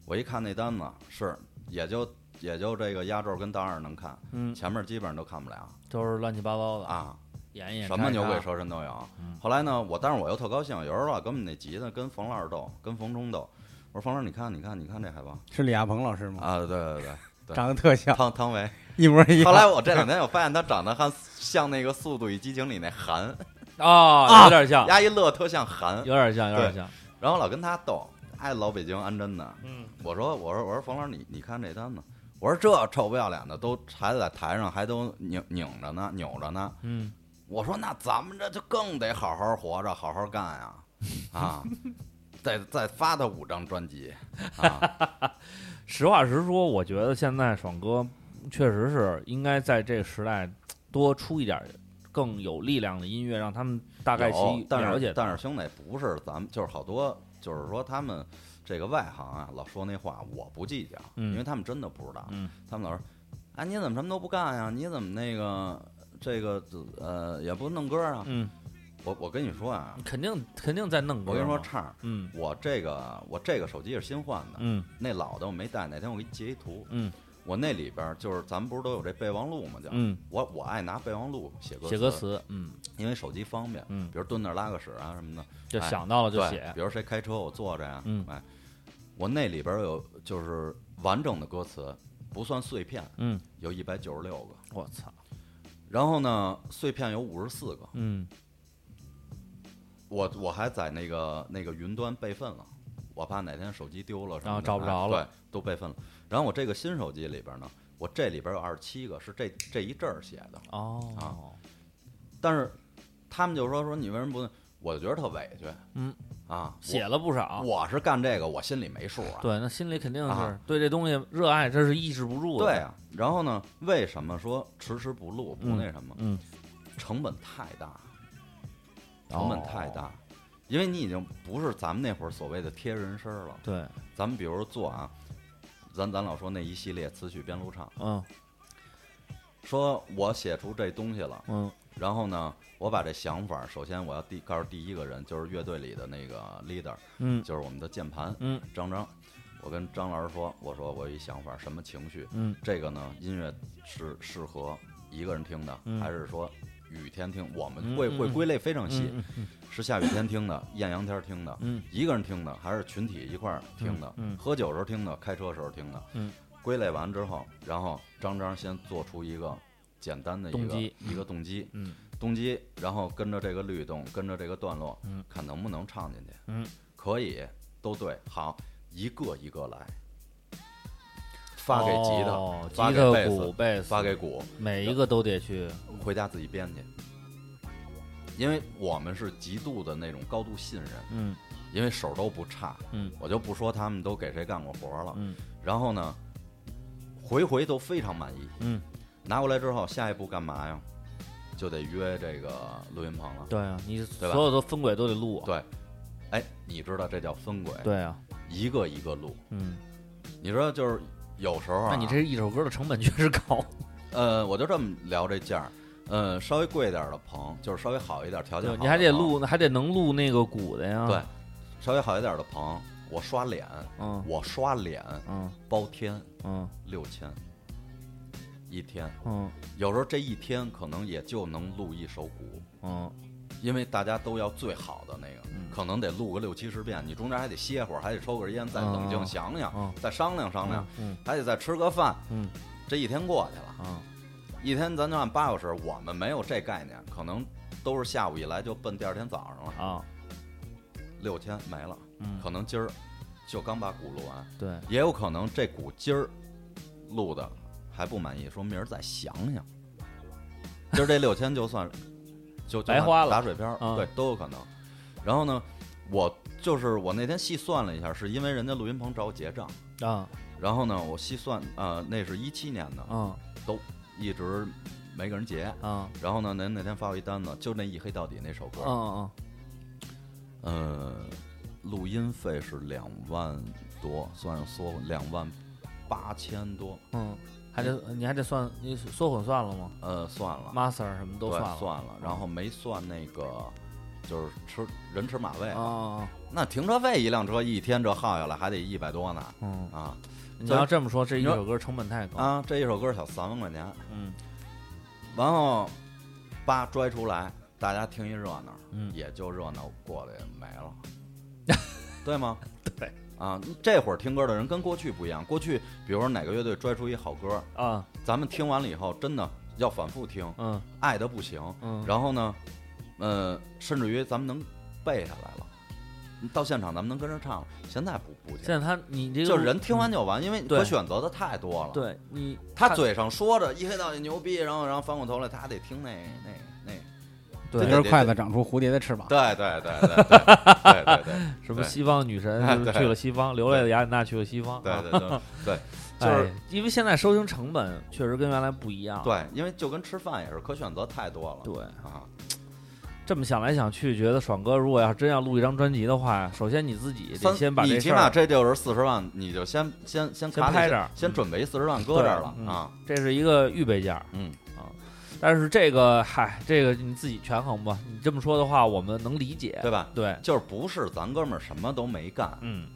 我一看那单子是也就也就这个压轴跟大二能看，
嗯，
前面基本上都看不了
都是乱七八糟的，
啊，
演演
什么牛鬼
说？
蛇神都有
嗯。
后来呢，我但是我又特高兴，有时候啊跟我们那吉他跟冯老师斗，跟冯冲斗，我说冯老师你看你看你看这海报
是李亚鹏老
嗯
师吗？
啊，对对对。对
长得特像，
汤汤唯，
一模一样。
后来我这两天我发现他长得还像那个《速度与激情》里那韩，
啊，有点像，
压一乐特像韩，
有点像，有点
对
像。
然后老跟他斗，爱老北京安贞的。
嗯，
我说我说我说冯老师你你看这单子，我说这臭不要脸的都还在台上还都拧拧着呢扭着呢。
嗯，
我说那咱们这就更得好好活着，好好干呀，啊，再再发他五张专辑啊，
实话实说，我觉得现在爽哥确实是应该在这个时代多出一点更有力量的音乐，让他们大概其
有但
了
是
解到。
但是兄弟不是咱们就是好多就是说他们这个外行啊老说那话我不计较，
嗯
因为他们真的不知道，
嗯
他们老说，哎你怎么什么都不干呀？你怎么那个这个呃也不弄歌啊？
嗯，
我我跟你说啊，
肯定肯定在弄歌
我跟你说
嘛，
唱儿，
嗯
我这个我这个手机是新换的，
嗯
那老的我没带，哪天我给你截一图。
嗯，
我那里边儿就是咱们不是都有这备忘录吗？叫、
嗯，
我我爱拿备忘录写歌
写歌，词，嗯
因为手机方便，
嗯，
比如蹲那儿拉个屎啊什么的，
就
哎
想到了就
对
写，
比如谁开车我坐着呀，
嗯
哎，我那里边儿有就是完整的歌词，不算碎片，
嗯，
有一百九十六个，
我操，
然后呢，碎片有五十四个，
嗯
我我还在那个那个云端备份了，我怕哪天手机丢了什么的
啊找不着了
哎对，都备份了。然后我这个新手机里边呢，我这里边有二十七个是这这一阵儿写的，
哦，
啊但是他们就说说你为什么不？我就觉得特委屈，
嗯
啊，
写了不少
我。我是干这个，我心里没数啊。
对，那心里肯定是
啊
对这东西热爱，这是抑制不住的。
对，啊，然后呢？为什么说迟迟不录不那什么？
嗯，
成本太大，成本
哦
太大，因为你已经不是咱们那会儿所谓的贴人声了。
对，
咱们比如做啊，咱咱老说那一系列词曲编录唱，
嗯
说我写出这东西了，
嗯
然后呢，我把这想法，首先我要第告诉第一个人，就是乐队里的那个 leader，
嗯
就是我们的键盘
嗯
张张。我跟张老师说，我说我有一想法，什么情绪？
嗯，
这个呢，音乐是适合一个人听的，
嗯
还是说雨天听？我
嗯
们会、
嗯
会
嗯
归类非常细，
嗯嗯
是下雨天听的，艳阳天听的，
嗯
一个人听的，还是群体一块儿听的，
嗯嗯
喝酒时候听的，开车时候听的，
嗯
归类完之后，然后张张先做出一个简单的一
动
个
机
一个动机，
嗯
动机，然后跟着这个律动，跟着这个段落，
嗯
看能不能唱进去，
嗯，
可以，都对，好，一个一个来，发给吉他，
哦
发
吉
给
他、
贝
鼓、
斯，
贝斯，
发给鼓，
每一个都得去。
回家自己编去。因为我们是极度的那种高度信任，
嗯
因为手都不差，
嗯
我就不说他们都给谁干过活了，
嗯
然后呢，回回都非常满意，
嗯，
拿过来之后，下一步干嘛呀？就得约这个录音棚了。
对啊，你
吧
所有的分轨都得录啊。
对，哎，你知道这叫分轨，
对啊，
一个一个录。
嗯，
你知道就是有时候、啊，
那你这一首歌的成本确实高。
呃，我就这么聊这价儿，呃，稍微贵一点的棚，就是稍微好一点条件
对，
好，
你还得，录，还得能录那个鼓的呀。
对，，稍微好一点的棚，我刷脸，
嗯
我刷脸
嗯
包天
嗯
六千一天，
嗯
有时候这一天可能也就能录一首鼓，
嗯，
因为大家都要最好的那个，可能得录个六七十遍，你中间还得歇会儿，还得抽根烟，再冷
嗯
静想想，
嗯
再商量商量，
嗯
还得再吃个饭，
嗯
这一天过去了，
嗯
一天咱就按八小时，我们没有这概念，可能都是下午一来就奔第二天早上了，
啊，
六千没了，
嗯
可能今儿就刚把鼓录完，
对，
也有可能这鼓今儿录的还不满意，说明儿再想想。今儿这六千就算就就
白花了
打水漂儿，
嗯
对，都有可能。然后呢，我就是我那天细算了一下，是因为人家录音棚找我结账，
啊
然后呢，我细算，呃，那是一七年的，
嗯
一直没给人结。
嗯
然后呢，您那天发我一单子，就那一黑到底那首歌，
嗯
呃，录音费是两万多，算上缩两万八千多，
嗯嗯，还得你还得算你缩混算了吗
呃，算了，
？master 什么都
对
算
算
了，
然后没算那个就是吃人吃马喂，
啊啊
那停车费一辆车一天这耗下来还得一百多呢
嗯，
啊
你
就
要这么说，这一
你说
首歌成本太高。
啊！这一首歌小三万块钱，
嗯
然后叭拽出来，大家听一热闹，
嗯
也就热闹过来没了， 对吗？
对
啊，这会儿听歌的人跟过去不一样，过去比如说哪个乐队拽出一好歌，
啊
咱们听完了以后真的要反复听，
嗯
爱的不行，
嗯，
然后呢，呃，甚至于咱们能背下来了，到现场咱们能跟着唱了。现在不不行，
现在他你这个
就
录
人听完就完，因为
对
可选择的太多了。，
对你
他嘴上说着一黑到底牛逼，然后然后翻过头来，他还得听那那那。
对
这就是筷子长出蝴蝶的翅膀。
对对对对对对对对哎
什么西方女神就是去了西方，流泪的雅典娜去了西方，啊
对对对对，就
哎
是。
因为现在收听成本确实跟原来不一样。
对，因为就跟吃饭也是，可选择太多了。
对，
啊，
这么想来想去，觉得爽哥如果要真要录一张专辑的话，首先你自己得
三
先把
你
这
起
事
码
儿，
这就是四十万，你就先先先
先
卡里
拍这儿
先
嗯
准备四十万搁这儿了
对嗯
啊。
这是一个预备件儿。
嗯
啊，但是这个嗨，这个你自己权衡吧。你这么说的话，我们能理解。
对吧？
对，
就是不是咱哥们儿什么都没干，
嗯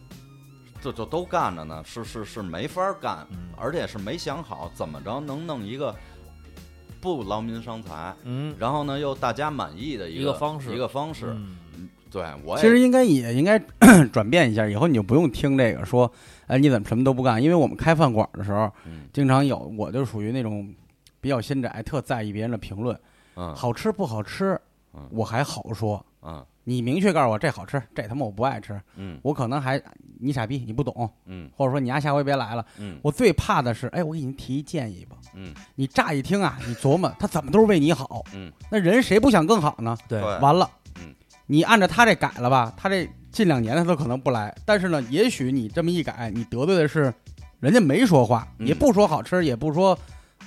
这就都干着呢，是是是没法儿干，
嗯
而且是没想好怎么着能弄一个不劳民伤财，
嗯，
然后呢又大家满意的
一
个
个方式
一个方式。
嗯
对我也
其实应该也应该 转变一下，以后你就不用听这个说，哎，你怎么什么都不干？因为我们开饭馆的时候，
嗯
经常有，我就属于那种比较心窄，特在意别人的评论，
嗯
好吃不好吃
嗯，
我还好说。
嗯
你明确告诉我这好吃，这他妈我不爱吃，
嗯
我可能还你傻逼，你不懂，
嗯
或者说你丫下回别来了。
嗯
我最怕的是，哎，我给你提一建议吧，
嗯
你乍一听啊，你琢磨他怎么都是为你好，
嗯，
那人谁不想更好呢？
对
对
完了，
嗯，
你按照他这改了吧，他这近两年他都可能不来，但是呢，也许你这么一改，你得罪的是人家没说话，
嗯
也不说好吃，也不说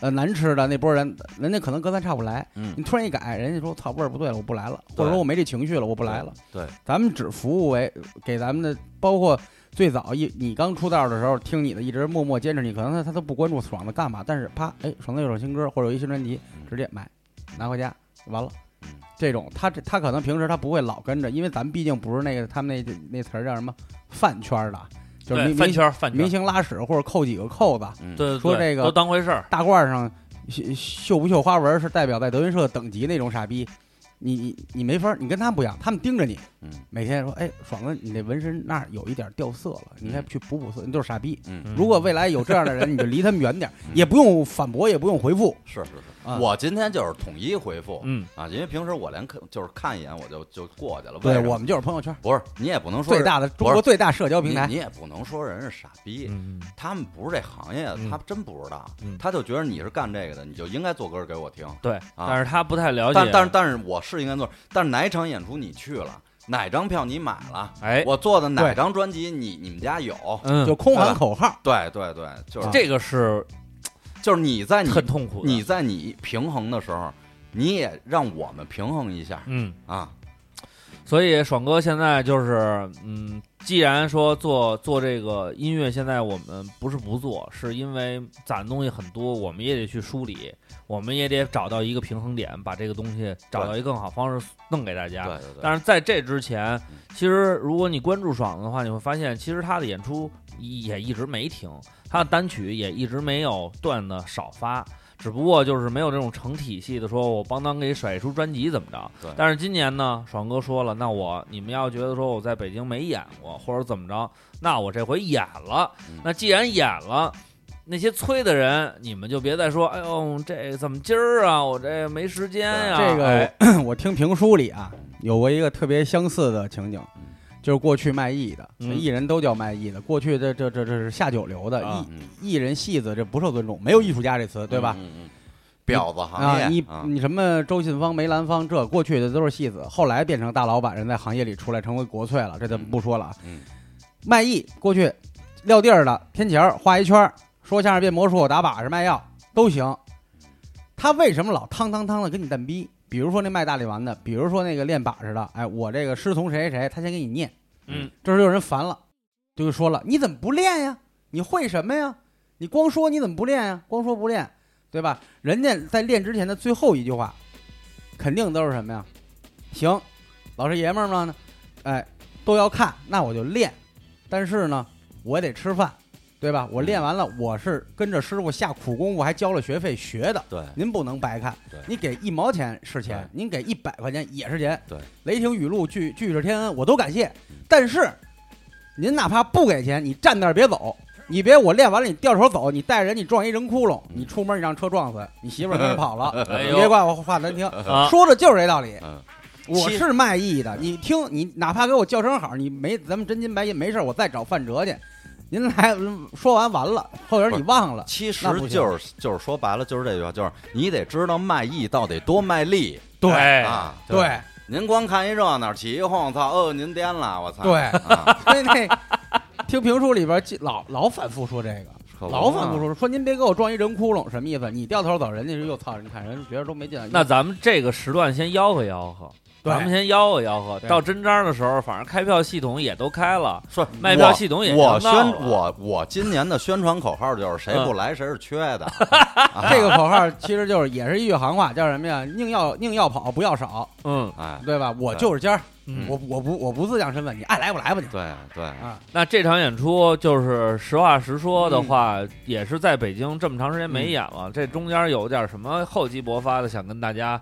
呃难吃的那波人，人家可能隔三差五来，
嗯
你，突然一改，人家说操味儿不对了，我不来了，
对
或者说我没这情绪了，我不来了。
对，
咱们只服务为给咱们的，包括最早一你刚出道的时候听你的，一直默默坚持你，可能他他都不关注爽子干嘛，但是啪，哎，爽子有首新歌或者有一新专辑，
嗯
直接买拿回家完了
嗯。
这种他这他可能平时他不会老跟着，因为咱们毕竟不是那个他们那那词儿叫什么饭圈儿的，啊就是
对
明
饭
明
圈儿饭圈
明
儿，
星拉屎或者扣几个扣子，
嗯，
对对
说
对
这个
都当回事儿，
大褂上绣绣不绣花纹是代表在德云社等级那种傻逼，你你你没法儿，你跟他们不一样，他们盯着你，
嗯
每天说，哎，爽哥，你那纹身那儿有一点掉色了，你应该去补补色，你就是傻逼。
嗯
如果未来有这样的人，你就离他们远点儿
嗯，
也不用反驳，也不用回复。
是是是，
啊
我今天就是统一回复
嗯
啊，因为平时我连看就是看一眼我就就过去了。为
对
什么
我们就是朋友圈
不是你也不能说
最
人
大的中
不
国
是
最大社交平台
你，你也不能说人是傻逼，
嗯，
他们不是这行业的，
嗯
他真不知道，
嗯
他就觉得你是干这个的，你就应该做歌给我听。
对，但是他不太了解，
但但是但是我是应该做，但是哪场演出你去了，哪张票你买了，
哎，
我做的哪
对
张专辑你你们家有？
嗯，
就空
对
喊
吧
口号。
对对对，
啊
就是、
这个是
就是你在你
很痛苦的，
你在你平衡的时候，你也让我们平衡一下
嗯，
啊。
所以爽哥现在就是，嗯，既然说做做这个音乐，现在我们不是不做，是因为攒的东西很多，我们也得去梳理，我们也得找到一个平衡点，把这个东西找到一个更好方式弄给大
嗯
对
家。
对嗯对，
但是在这之前，其实如果你关注爽的话，你会发现，其实他的演出也一直没停，他的单曲也一直没有断的少发，只不过就是没有这种成体系的，说我帮当给甩一出专辑怎么着。
对
但是今年呢，爽哥说了，那我你们要觉得说我在北京没演过或者怎么着，那我这回演了
嗯。
那既然演了。那些催的人，你们就别再说，哎呦，这怎么今儿啊？我这没时间
啊
呀、
这个、
哎
我听评书里啊，有过一个特别相似的情景，
嗯
就是过去卖艺的，
嗯
艺人都叫卖艺的，过去这这这这是下九流的，
啊
艺
嗯，
艺人戏子这不受尊重，没有艺术家这词，对吧？
嗯？嗯嗯，婊子行业
啊，你
啊
你什么周信芳、梅兰芳，这过去的都是戏子，后来变成大老板，人在行业里出来成为国粹了，这咱们不说了啊。
嗯
卖艺过去撂地儿的，天桥画一圈儿，说相声变魔术，打把式卖药都行。他为什么老汤汤汤的跟你蛋逼？比如说那卖大力丸的，比如说那个练把式的，哎，我这个师从谁谁谁，他先给你念，
嗯，
这时候有人烦了，就说了，你怎么不练呀？你会什么呀？你光说你怎么不练呀？光说不练，对吧？人家在练之前的最后一句话，肯定都是什么呀？行，老是爷们儿嘛呢，哎，都要看，那我就练。但是呢，我得吃饭，对吧？我练完了，我是跟着师傅下苦功夫，还交了学费学的。
对
您不能白看
对，
你给一毛钱是钱，您给一百块钱也是钱。
对，
雷霆雨露、巨巨是天恩，我都感谢。但是，您哪怕不给钱，你站那儿别走，你别我练完了你掉头走，你带人你撞一人窟窿，你出门你让车撞死，你媳妇儿跟人跑了，
哎
你
呦
别怪我话难听，
啊
说的就是这道理
嗯。
我
其
是卖艺的，你听，你哪怕给我叫声好，你没咱们真金白银没事儿，我再找范哲去。您来嗯说完完了，后边
不
你
是
忘了，
其实
那不行
就是就是说白了就是这句话，就是你得知道卖艺到底多卖力
哎
啊。
对
您光看一热闹，起一哄，操，哦，您颠了，我操。
对
啊，
所以那听评书里边记老老反复说这个，
可不
老
嘛
反复说说您别给我撞一人窟窿，什么意思？你掉头走，人家是又操，你看人觉得都没劲。
那咱们这个时段先吆喝吆喝，
对
咱们先吆喝吆喝。
对
到真章的时候，反正开票系统也都开了，
是
卖票系统也
我我
闹
宣
了嗯
我我今年的宣传口号就是谁不来谁是缺 的，啊
这个口号其实就是也是一句行话，叫什么呀？宁要宁要跑，不要少，
嗯，
哎，
对吧？我
对
就是尖儿，
嗯
我我不我不自降身份，你爱来不来吧你。
对对，
啊，
那这场演出就是实话实说的话，
嗯
也是在北京这么长时间没演了，这中间有点什么厚积薄发的，想跟大家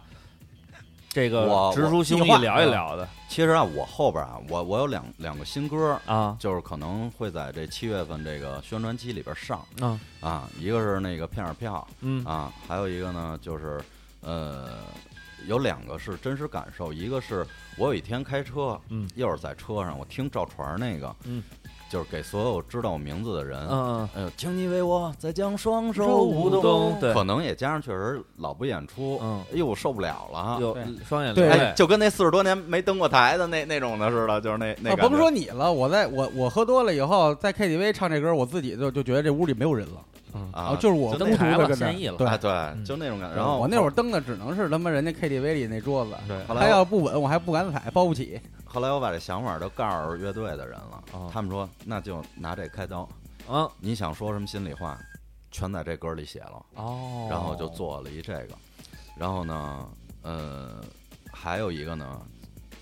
这个
我
直抒胸
计划
臆聊一聊的
其实啊，我后边啊，我我有两两个新歌，
啊，
就是可能会在这七月份这个宣传期里边上
嗯
啊，一个是那个片儿票
嗯
啊，还有一个呢就是呃，有两个是真实感受，一个是我有一天开车，
嗯，
一会儿在车上我听赵传那个，
嗯，
就是给所有知道我名字的人，
嗯，
呃，请你为我再将双手
周
舞
吴
动
东，。对，
可能也加上确实老不演出，
嗯，
哎呦，我受不了了。
有
啊对
双眼
对
流
哎，
泪，
就跟那四十多年没登过台的那那种的似的，就是那那
啊，
感觉。
甭说你了，我在我我喝多了以后，在 KTV 唱这歌，我自己就就觉得这屋里没有人了，
啊，
就是我
就
孤
那
独
台
的
了
跟那
献艺
儿，
了
对嗯
哎，，对，就那种感觉。然后
我那会儿登的只能是他妈人家 KTV 里那桌子，
对
后来
他
我
要不稳我还不敢踩，包不起。
后来我把这想法都告诉乐队的人了，
哦
他们说那就拿这开刀，
嗯，
你想说什么心里话，全在这歌里写了。
哦，
然后就做了一这个，然后呢，呃，还有一个呢，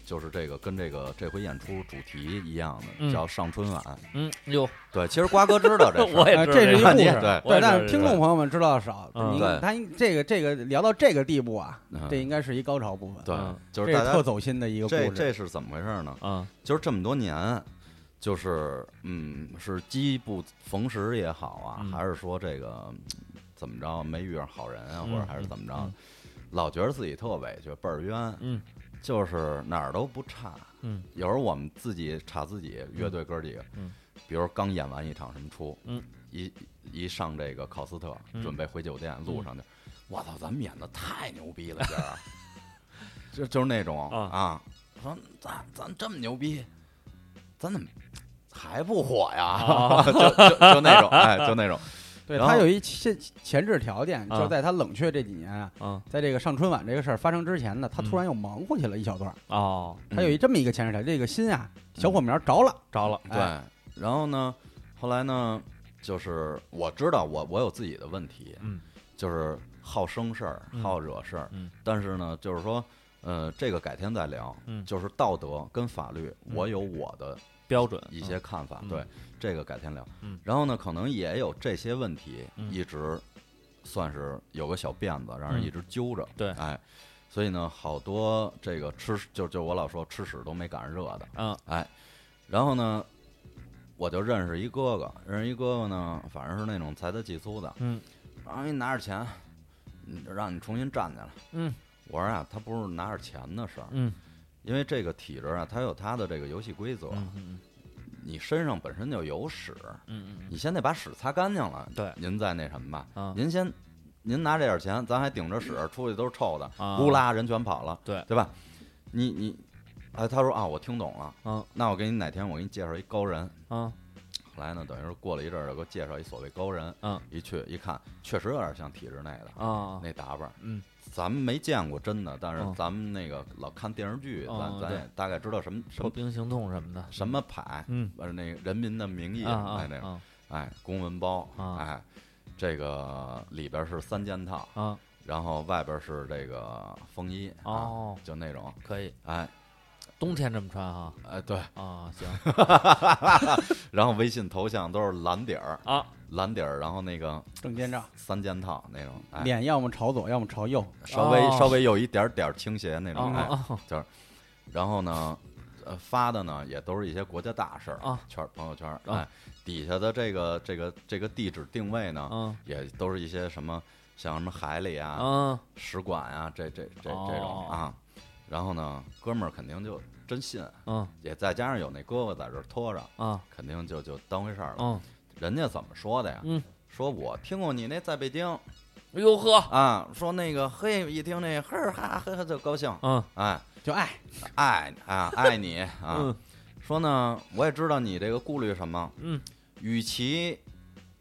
就是这个跟这个这回演出主题一样的，
嗯
叫上春晚。
嗯，哟，
对，其实瓜哥知道这 事
我
儿，
也
哎
知道
这是一
个
故事
对
我
对，
也知道
但是听众朋友们知道的少，
嗯
你
对
他这个这个聊到这个地步啊，
嗯
这应该是一高潮部分，
对
嗯，
就
这
是
是
大
特
家
走心的一个故
这
事。
这是怎么回事呢？
嗯
就是这么多年，就是嗯，是机不逢时也好啊，
嗯
还是说这个嗯怎么着没遇上好人啊，
嗯
或者还是怎么着，
嗯
老觉得自己特委屈，倍儿冤，
嗯
就是哪儿都不差。
嗯，
有时候我们自己查自己乐队哥几个，
嗯，
比如刚演完一场什么出，
嗯，
一一上这个考斯特，
嗯
准备回酒店，路上就，我操，咱们演的太牛逼了，这 儿，啊就就是那种
啊
啊，说咱咱这么牛逼，咱怎么还不火呀
啊？
就就 就那种，哎，就 那种，
对
然后
他有一前前置条件，
啊
就在他冷却这几年啊，
嗯，
在这个上春晚这个事儿发生之前呢，他
嗯
突然又忙活起来一小段儿，
哦，
嗯
他有一这么一个前置条件，这个心
嗯
啊，小火苗着了，
着了，
对，然后呢，后来呢，就是我知道我我有自己的问题，
嗯，
就是好生事儿，
嗯
好惹事儿，
嗯，
但是呢，就是说，呃，这个改天再聊，
嗯
就是道德跟法律，
嗯
我有我的
标准
一些看法，
嗯
对，这个改天聊，
嗯
然后呢，可能也有这些问题，
嗯
一直算是有个小辫子，让人
嗯
一直揪着，
对
哎。所以呢，好多这个吃就就我老说吃屎都没赶上热的，
嗯，
哎，然后呢，我就认识一哥哥，认识一哥哥呢，反正是那种财大气粗的，
嗯，
然后给你拿着钱，嗯让你重新站起来，
嗯，
我说啊，他不是拿着钱的事儿，
嗯
因为这个体制啊，它有它的这个游戏规则，
嗯嗯
你身上本身就有屎，
嗯嗯
你先得把屎擦干净了，
对
您再那什么吧，
嗯，
您先。您拿这点钱，咱还顶着屎出去都是臭的，
啊
呼啦人全跑了，
对
对吧？你你，哎，他说啊，我听懂了，
嗯，
那我给你哪天我给你介绍一高人，
啊
后来呢，等于是过了一阵儿，又给我介绍一所谓高人，
嗯，
一去一看，确实有点像体制内的
啊，
那打扮儿，
嗯，
咱们没见过真的，但是
嗯
咱们那个老看电视剧，
哦
咱咱
对
也大概知道什么什
破
么
冰行动什么的，
什么牌，
嗯
呃，那个人民的名义，
啊啊
哎，那个，
啊
哎，公文包，
啊
哎，这个里边是三件套，
啊，
然后外边是这个风衣，啊，
哦，
就那种，
可以，
哎
冬天这么穿哈，
哎对，
啊行
然后微信头像都是蓝底儿，
啊，
蓝底儿，然后那个
证件照，
三件套那种，哎。
脸要么朝左，要么朝右，
稍微
哦
稍微有一点点倾斜那种，哎，
啊
然后呢，呃，发的呢也都是一些国家大事儿
啊，
圈儿朋友圈儿，哎，底下的这个这个这个地址定位呢，
啊
也都是一些什么像什么海里
啊
啊、
啊，
使馆啊这这这这
哦
种啊，然后呢，哥们儿肯定就真信，
嗯
也再加上有那哥哥在这儿拖着，
啊
肯定就就当回事儿了。
嗯，
人家怎么说的呀？
嗯
说我听过你那在北京
哎呦呵，
啊，说那个嘿，一听那嘿儿哈呵呵就高兴，
嗯
哎。
就爱
爱啊，爱你啊。
嗯
说呢，我也知道你这个顾虑什么，
嗯，
与其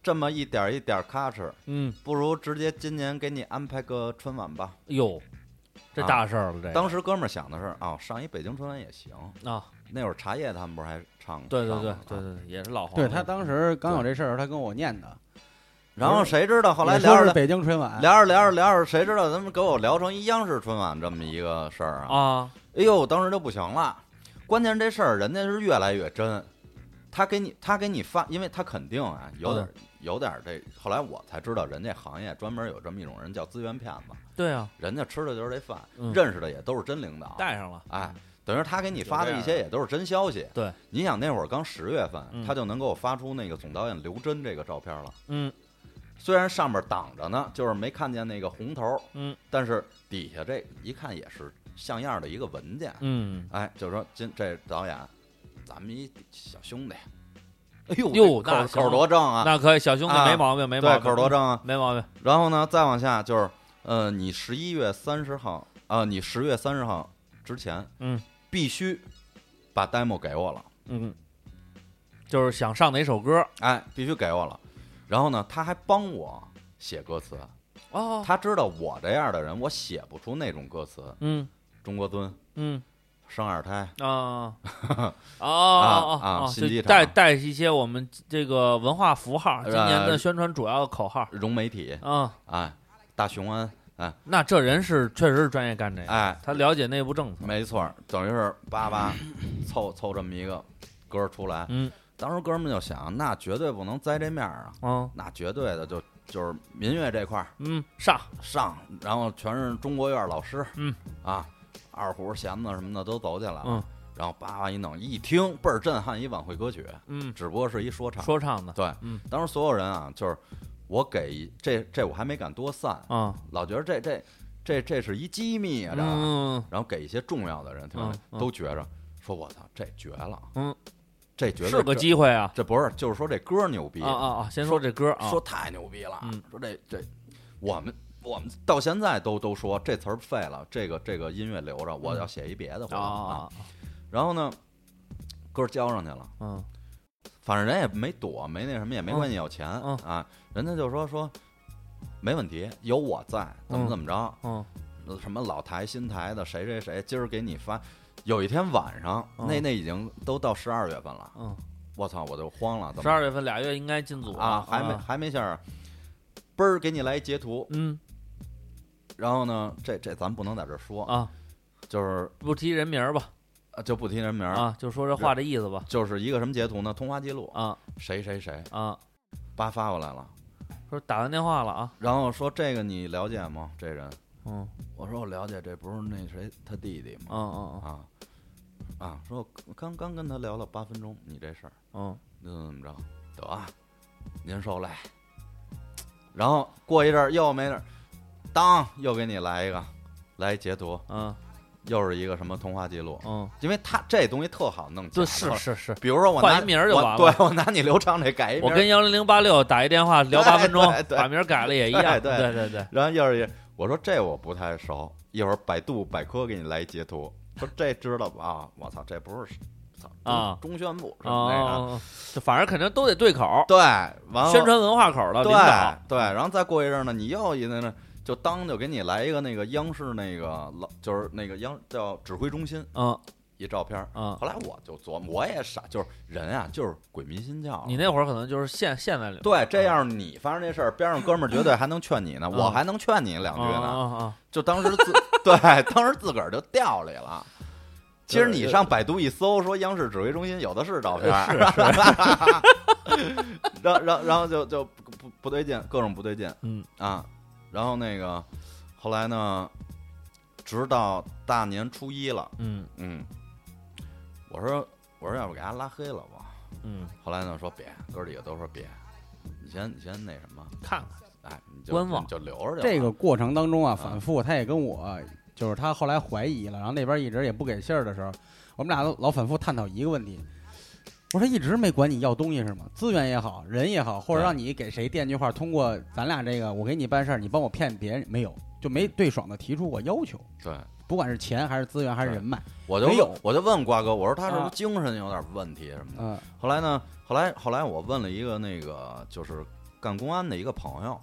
这么一点儿一点儿咔哧，
嗯，
不如直接今年给你安排个春晚吧。
哟，这
啊
大事儿了，这
当时哥们儿想的是，哦，上一北京春晚也行。
啊，
那会儿茶叶他们不是还唱？
对对
上
对
了吗啊
对。对，对也是老黄，
对他当时刚有这事儿，他跟我念的，
然后谁知道后来
也说
聊
是
着
北京春晚，
聊着聊着聊着，谁知道他们给我聊成一央视春晚这么一个事儿啊？
啊
哎呦，当时就不行了。关键是这事儿人家是越来越真，他给你他给你发，因为他肯定啊有点、
嗯
有点这。后来我才知道，人家行业专门有这么一种人叫资源骗子，
对啊，
人家吃的就是这饭，
嗯
认识的也都是真领导。
带上了，
哎，等于他给你发的一些也都是真消息。
对，
你想那会儿刚十月份，
嗯
他就能给我发出那个总导演刘真这个照片了。
嗯
虽然上面挡着呢，就是没看见那个红头，
嗯，
但是底下这一看也是像样的一个文件，
嗯
哎，就是说今这导演，咱们一小兄弟，哎呦
哟
这
那
口
行
口多正啊！
那可以，小兄弟
啊
没毛病，没毛
对，
病，
口多正啊。
没毛病。
然后呢，再往下就是，呃，你十一月三十号啊、你十月三十号之前，
嗯，
必须把 demo 给我了，
嗯，就是想上哪首歌
哎，必须给我了。然后呢，他还帮我写歌词，
哦，
他知道我这样的人，我写不出那种歌词。
嗯
中国尊
嗯
生二胎，
啊哦哦哦
啊啊
哦，
新
就
机场
带带一些我们这个文化符号，今年的
呃
宣传主要的口号
融媒体，
啊。
哎，大雄安，
那这人是确实是专业干这个，
哎，
他了解内部政策。
没错儿，等于是叭叭 凑凑这么一个歌儿出来。
嗯
当时哥们儿就想，那绝对不能栽这面儿啊，
嗯
那绝对的就就是民乐这块儿
嗯，上
上，然后全是中国院老师，
嗯
啊，二胡、弦子什么的都走起来了。
嗯
然后叭叭一弄，一听倍儿震撼，一晚会歌曲，
嗯，
只不过是一说唱。
说唱的
对，
嗯
当时所有人啊，就是我给一这这我还没敢多散，
啊，
老觉得这这这这是一机密啊，这。
嗯
然后给一些重要的人，听
嗯
着
嗯
都觉着说：“我操，这绝了！”
嗯，
这绝对
是个
这，
机会啊
这不是就是说这歌牛逼
啊啊啊！先
说
这歌啊，
说太牛逼了
嗯，
说这这我们。我们到现在都都说这词儿废了，这个这个音乐留着，我要写一别的活
啊
动啊。
啊啊，
然后呢，歌交上去了，
嗯
反正人也没躲，没那什么，也没管你要钱
嗯
啊。人家就说说没问题，有我在，怎么
嗯
怎么着，
嗯
什么老台新台的谁谁谁，今儿给你发。有一天晚上，
嗯
那那已经都到十二月份了，
嗯，
我操，我就慌了，怎
十
么
二月份俩月应该进组
啊？还没
啊
还没信儿啊，嘣儿给你来一截图，
嗯
然后呢，这这咱不能在这儿说，
啊，
就是
不提人名儿吧
呃就不提人名儿，
啊，就说这话这意思吧
就是一个什么截图呢？通话记录，
啊
谁谁谁
啊，
叭发过来了，
说打完电话了啊，
然后说这个你了解吗？这人，
嗯
我说我了解，这不是那谁他弟弟吗？
嗯嗯
啊啊，说我刚刚跟他聊了八分钟，你这事儿。
嗯
那怎么着？得啊，您受累。然后过一阵儿又没事儿，当又给你来一个，来一截图，
嗯
又是一个什么通话记录？
嗯，
因为他这东西特好弄，
对，
假
是
的
是是，
比如说我拿
换一名儿就
我
完了
对我拿你刘畅这改一名
我
儿，
跟幺零零八六打一电话聊八分钟，
对对
把名儿改了也一
对
样，对
对
对对，
然后又是一我说这我不太熟，一会儿百度百科给你来一截图，说这知道吧？啊，我操，这不是操
啊
中中宣部什么那个？
哦，就反正肯定都得对口儿，
对，完了
宣传文化口儿的领导
对，对，然后再过一阵儿呢，你又一那那就当就给你来一个那个央视那个老就是那个央叫指挥中心
嗯
一照片儿。
嗯。
后来我就琢磨，我也傻，就是人啊，就是鬼迷心窍。
你那会儿可能就是陷陷在里面，
对，这要是你发生这事儿，边上哥们儿绝对还能劝你
嗯
呢，我还能劝你两句
啊
呢。
啊啊！
就当时自对，当时自个儿就掉里了。其实你上百度一搜，说央视指挥中心有的是照片儿， 然后然后然后就就不不不对劲，各种不对劲，
嗯
啊，然后那个后来呢，直到大年初一了，
嗯
嗯，我说我说要不给他拉黑了吧，
嗯，
后来呢说别，哥几个都说别，你先你先那什么，
看看，
哎，你就
观望
你就留着就
这
好
个过程当中啊，
啊
反复他也跟我，就是他后来怀疑了，然后那边一直也不给信儿的时候，我们俩都老反复探讨一个问题。我说他一直没管你要东西是吗？资源也好，人也好，或者
对
让你给谁垫句话，通过咱俩这个，我给你办事儿，你帮我骗别人，没有，就没对爽的提出过要求，
对，
不管是钱还是资源还是
对
人脉，
我就
没有
问我就问瓜哥，我说他是不是
啊
精神有点问题什么
啊
的？
嗯、
后来呢，后来后来我问了一个那个就是干公安的一个朋友，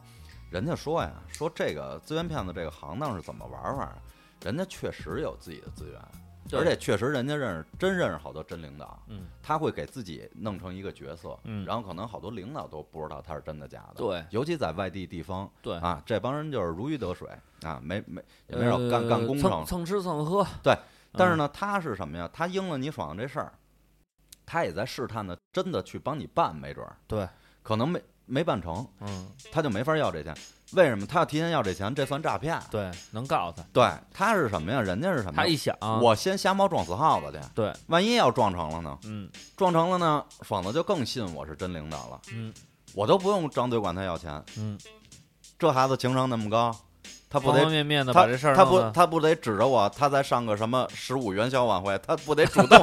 人家说呀，说这个资源骗子这个行当是怎么玩法儿？人家确实有自己的资源，
对
而且确实人家认识真认识好多真领导，
嗯，
他会给自己弄成一个角色，
嗯
然后可能好多领导都不知道他是真的假的，
对
尤其在外地地方，
对呃
啊，这帮人就是如鱼得水啊，没没也没少干干工程
蹭，蹭吃蹭喝。
对，但是
嗯
呢，他是什么呀？他应了你爽这事儿，他也在试探的，真的去帮你办，没准儿
对，
可能没没办成，
嗯，
他就没法要这钱。为什么他要提前要这钱？这算诈骗。啊
对，能告诉他，
对，他是什么呀？人家是什么
他
呀？
一想，
我先瞎猫撞死耗子去，
对，
万一要撞成了呢？
嗯
撞成了呢，爽子就更信我是真领导了，
嗯
我都不用张嘴管他要钱。
嗯，
这孩子情商那么高，他不
方
得
方面面的
他
把这事儿
他
弄
不
得
他不得指着我，他再上个什么十 五元宵晚会，他不得主动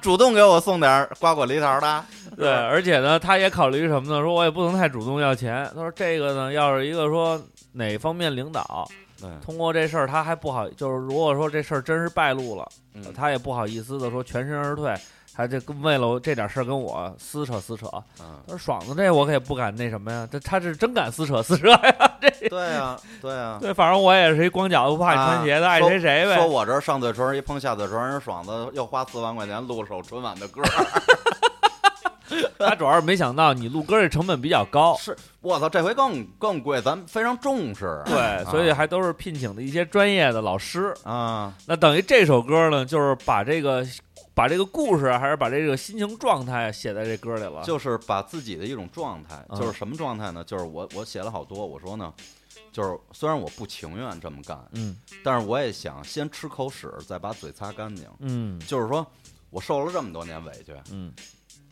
主动给我送点儿瓜果梨桃的？
对，而且呢，他也考虑什么呢？说我也不能太主动要钱。他说这个呢，要是一个说哪方面领导
对
通过这事儿，他还不好，就是如果说这事儿真是败露了，
嗯
他也不好意思的说全身而退。他这跟为了这点事儿跟我撕扯撕扯，
嗯，
他说爽子这我可也不敢那什么呀，这他是真敢撕扯撕扯
啊
呀，这
对呀，对呀。
对，反正我也是一光脚的，不怕你穿鞋的，
啊
爱
说
谁谁呗。
说我这儿上嘴唇儿一碰下嘴唇儿，人爽子又花四万块钱录首春晚的歌儿，
他主要是没想到你录歌这成本比较高，
是我操，这回更更贵，咱们非常重视
对，所以还都是聘请的一些专业的老师。
啊，
那等于这首歌呢，就是把这个把这个故事，还是把这个心情状态写在这歌里了。
就是把自己的一种状态，
嗯
就是什么状态呢？就是我我写了好多，我说呢，就是虽然我不情愿这么干，
嗯
但是我也想先吃口屎，再把嘴擦干净。
嗯
就是说我受了这么多年委屈，
嗯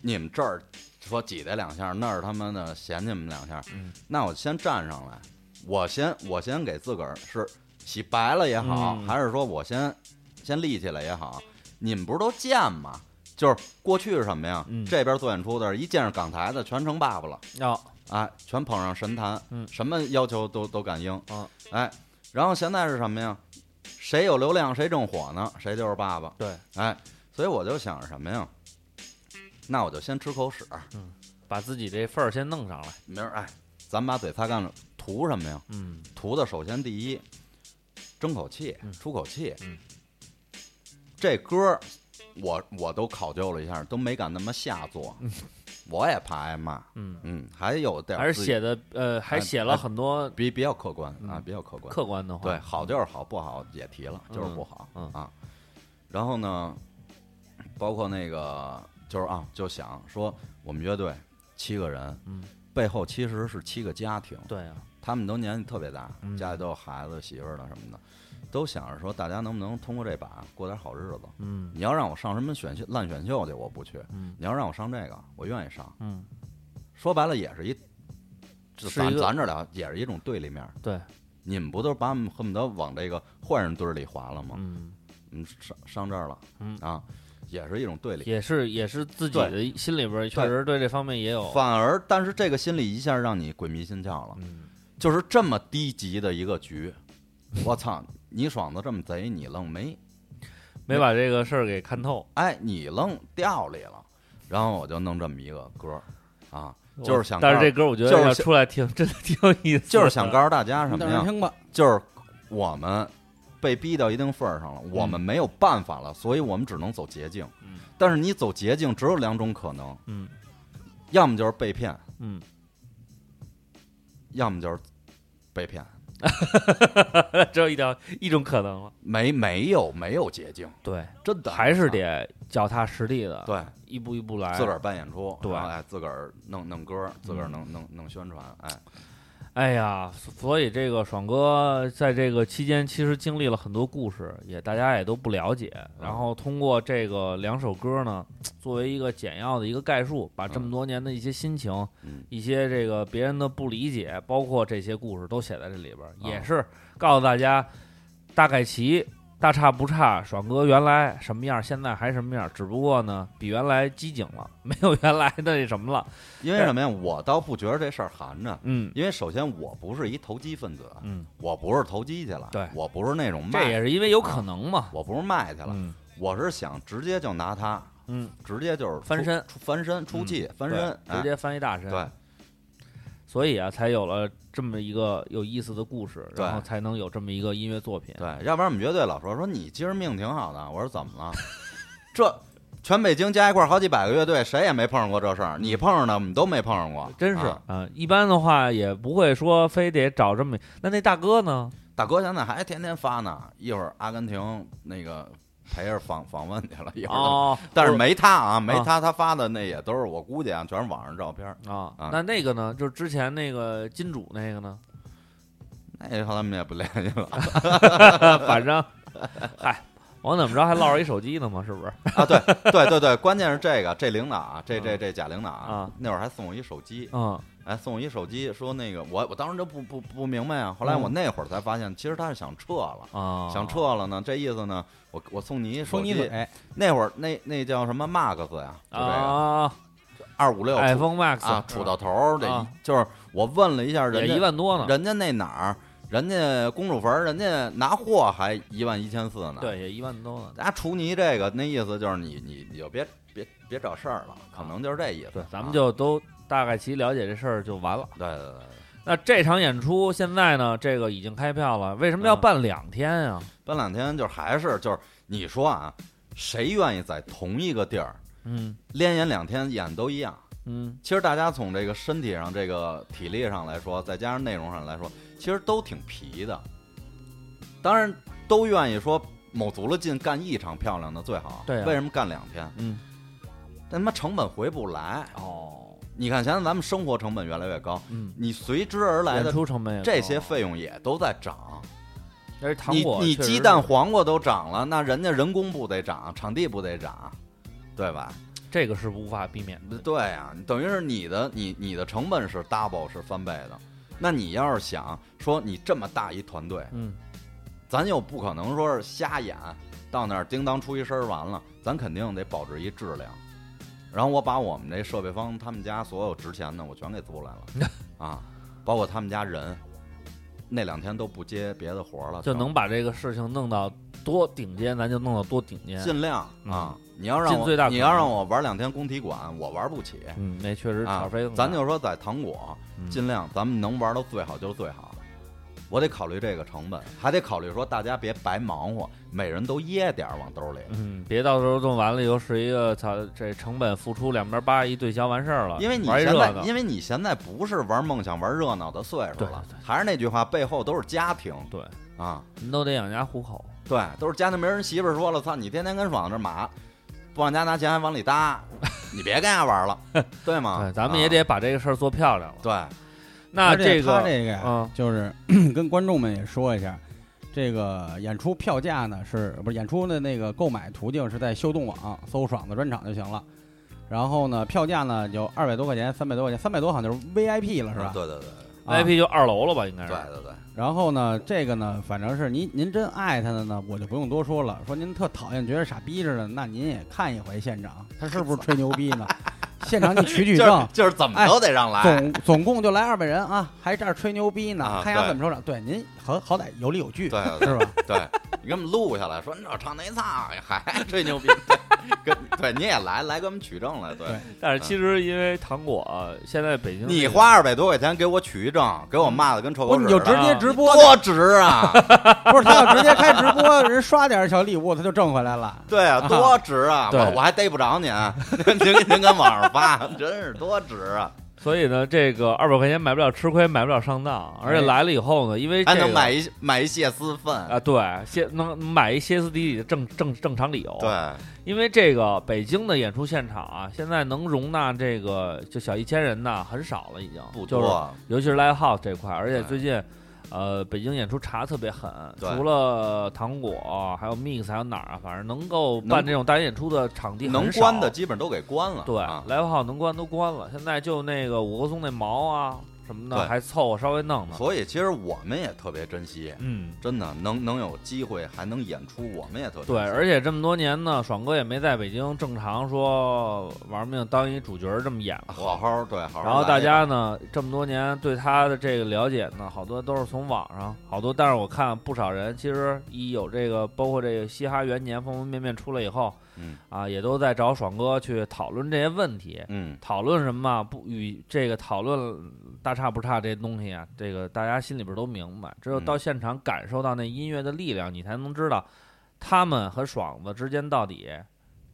你们这儿说挤兑两下，那儿他妈的嫌你们两下，
嗯
那我先站上来，我先我先给自个儿是洗白了也好，
嗯
还是说我先先立起来也好，你们不是都贱吗？就是过去是什么呀？
嗯
这边做演出的，一见着港台的，全成爸爸了。
要
哎，全捧上神坛，
嗯
什么要求都都敢应
啊，
哎，然后现在是什么呀？谁有流量谁正火呢，谁就是爸爸，
对，
哎，所以我就想着什么呀？那我就先吃口屎，
把自己这份儿先弄上来。
明儿哎，咱们把嘴擦干了，图什么呀？
嗯
图的首先第一，争口气
嗯，
出口气，
嗯
这歌儿我我都考究了一下，都没敢那么下作，我也怕挨骂，
嗯，
嗯，还有点儿
还是
自己
写的呃，还写了很多
比比较客观啊
嗯，
比较客观，
客观的话。
对，好就是好，不好也提了，就是不好、
嗯
啊。然后呢，包括那个就是啊，就想说我们乐队七个人，
嗯，
背后其实是七个家庭，
对啊，
他们都年纪特别大，
嗯
家里都有孩子、媳妇儿了什么的，都想着说大家能不能通过这把过点好日子。
嗯
你要让我上什么选秀烂选秀去，我不去；
嗯
你要让我上这个，我愿意上。
嗯，
说白了，也是一，就是咱
一个
咱这俩也是一种对立面。
对，
你们不都把我们恨不得往这个坏人堆儿里划了吗？
嗯，
嗯，上上这儿了，
嗯
啊，也是一种对立。
也是也是自己的心里边儿确实对这方面也有。
反而，但是这个心理一下让你鬼迷心窍了，
嗯
就是这么低级的一个局，我操，你爽子这么贼，你愣没，
没把这个事儿给看透，
哎，你愣掉里了，然后我就弄这么一个歌儿，啊，就是想告
但
诉，
是这歌我觉得
就是
要
想
出来听，真的挺有意思的。
就是想告诉大家什
你
么
等着
呀？
听吧。
就是我们被逼到一定份儿上了，我们没有办法了，所以我们只能走捷径。
嗯
但是你走捷径只有两种可能，
嗯
要么就是被骗，
嗯，
要么就是被骗，
只有一条一种可能了。
没没有没有捷径，
对，
真的啊
还是得脚踏实地的，，
对
一步一步来。
自个儿办演出，
对嗯
然后哎，自个儿弄弄歌，自个儿弄弄弄宣传，哎，
哎呀，所以这个爽哥在这个期间其实经历了很多故事，也大家也都不了解。
嗯
然后通过这个两首歌呢，作为一个简要的一个概述，把这么多年的一些心情、
嗯
一些这个别人的不理解，包括这些故事都写在这里边儿，
啊
也是告诉大家大概齐。大差不差，爽哥原来什么样，现在还什么样，只不过呢，比原来机警了，没有原来的那什么了。
因为什么呀？我倒不觉得这事儿含着。
嗯
因为首先我不是一投机分子，
嗯，
我不是投机去了，
对
我不是那种
这
卖，
也是因为有可能嘛。
我不是卖去了，
嗯
我是想直接就拿它，
嗯，
直接就是
翻
出
身嗯
出翻身出气，翻
对
身，
直接翻一大身。
哎对，
所以啊，才有了这么一个有意思的故事，
对
然后才能有这么一个音乐作品。
对，要不然我们乐队老说说你今儿命挺好的，我说怎么了？这全北京加一块儿好几百个乐队，谁也没碰上过这事儿，你碰上的我们都没碰上过，
嗯真是
啊
啊，一般的话也不会说非得找这么那那大哥呢，
大哥现在还天天发呢，一会儿阿根廷那个陪着访访问去了，一会儿都。
哦，
但是没他啊，没他，他发的那也都是我估计啊，全是网上照片儿。
啊
啊，
那那个呢，就是之前那个金主那 个呢，
那后来我们也不联系了
反正，嗨，我怎么着还落着一手机呢嘛，是不是？
啊！对对对对，关键是这个这领导啊，这这
嗯
这贾领导
啊，
那会儿还送我一手机，
嗯
哎，送我一手机，说那个我我当时就不不不明白啊，后来
嗯
我那会儿才发现，其实他是想撤了，
啊，
想撤了呢，这意思呢，我我送你一手
封你
机。
嘴，
那会儿那那叫什么 Max 呀，就这个
啊，
二五六
iPhone Max
啊，杵到头儿得
啊
一，就是我问了一下
也
人
一
家，
万多呢，
人家那哪儿，人家公主坟儿，人家拿货还一万一千四呢。，
对，也一万多呢。
家除你这个，那意思就是你你你就别别别找事儿了，可能就是这意思。
对，咱们
啊
就都大概其了解这事儿就完了。
对对对，对
那这场演出现在呢，这个已经开票了，为什么要
嗯
办两天啊？
搬两天就是还是就是你说啊，谁愿意在同一个地儿
嗯
连演两天演都一样？
嗯，
其实大家从这个身体上、这个体力上来说，再加上内容上来说，其实都挺疲的。当然，都愿意说卯足了劲干一场漂亮的最好。
对啊
为什么干两天？
嗯，
但他妈成本回不来。
哦，
你看，现在咱们生活成本越来越高，
嗯，
你随之而来
演
的
出成本也
这
高啊
些，费用也都在涨。
但是糖
你
果
你
确实
鸡蛋、黄瓜都涨了，那人家人工不得涨，场地不得涨，对吧？
这个是无法避免的。
对呀、等于是你的你你的成本是 double 是翻倍的。那你要是想说你这么大一团队，
嗯，
咱又不可能说是瞎演，到那儿叮当出一声儿完了，咱肯定得保持一质量。然后我把我们这设备方他们家所有值钱的我全给租来 了啊，包括他们家人，那两天都不接别的活儿了，
就
全
能把这个事情弄到多顶尖，咱就弄到多顶尖。
尽量
嗯
啊。你要让
尽最大
我
可能
你要让我玩两天工体馆，我玩不起
嗯，那确实
啊
炒飞更。大、
咱就说在糖果，
嗯
尽量咱们能玩到最好就是最好。我得考虑这个成本，还得考虑说大家别白忙活，每人都掖点儿往兜里。
嗯，别到时候弄完了以后是一个操，这成本付出两边八一对消完事儿了，
因为你
啊玩一
现
热
在，
闹，
因为你现在不是玩梦想、玩热闹的岁数
对
了
对，
还是那句话，背后都是家庭
对，
啊，
您都得养家糊口。
对，都是家庭。没人媳妇儿说了，操，你天天跟爽这马，不往家拿钱还往里搭，你别跟家玩 了，对吗？
对，咱们也得把这个事儿做漂亮了。
啊
那
而且
这
他
个，
这个呀，
嗯
就是 跟观众们也说一下，这个演出票价呢是不是演出的那个购买途径是在秀动网搜“爽的专场”就行了。然后呢，票价呢就二百多块钱，三百多块钱，三百多好像就是 VIP
对，
了，是吧？
对对对
啊
VIP 就二楼了吧，应该
对
是。
对对，
然后呢，这个呢，反正是您您真爱他的呢，我就不用多说了。说您特讨厌，觉得傻逼似的，那您也看一回现场，他是不是吹牛逼呢？现场你取 取
就是
证，
就是怎么都得让来，
哎总总共就来二百人啊，还这儿吹牛逼呢
啊，
看丫
对
怎么收场。对，您好好歹有理有据，
对对对
是 吧？
对，你给我们录下来，说你老唱那操，还 吹牛逼，跟对你也来来给我们取证来，对，
对
但是其实因为糖果、现在北京
嗯你花二百多块钱给我取一证，给我骂的跟臭
嗯
狗
不是，
屎
你
似
就
的，
直接直播，
多值 啊！
不是他要直接开直播，人刷点小礼物他就挣回来了。
对啊，
啊
多值啊！
对
我我还逮不着您，啊您您跟网上发，真是多值啊！
所以呢，这个二百块钱买不了吃亏，买不了上当，而且来了以后呢，因为、这
哎还
个、
能买一买一蟹丝
啊，
饭，
对，歇能买一歇斯底里的正正正常理由。
对，
因为这个北京的演出现场啊，现在能容纳这个就小一千人呐，很少了，已经
不
就是
多，
尤其是 live house 这块儿，而且
对
最近，呃，北京演出查得特别狠，
对
除了糖果，还有 mix，还有哪儿啊，反正能够
能
办这种大型演出的场地
能
很少
关的，基本都给关了。
对
啊，
，live house 能关都关了，现在就那个五棵松那毛啊什么的
对
还凑合稍微弄弄，
所以其实我们也特别珍惜，
嗯。
真的能能有机会还能演出，我们也特
对，而
且
且这么多年呢，爽哥也没在北京正常说玩命当一主角儿这么演过，
好好对，好好来。
然后大家呢，这么多年对他的这个了解呢，好多都是从网上，好多。但是我看不少人，其实一有这个，包括这个嘻哈元年方方面面出来以后，
嗯
啊，也都在找爽哥去讨论这些问题。
嗯，
讨论什么啊不与这个讨论大差不差这东西啊，这个大家心里边都明白。只有
嗯
到现场感受到那音乐的力量，你才能知道他们和爽子之间到底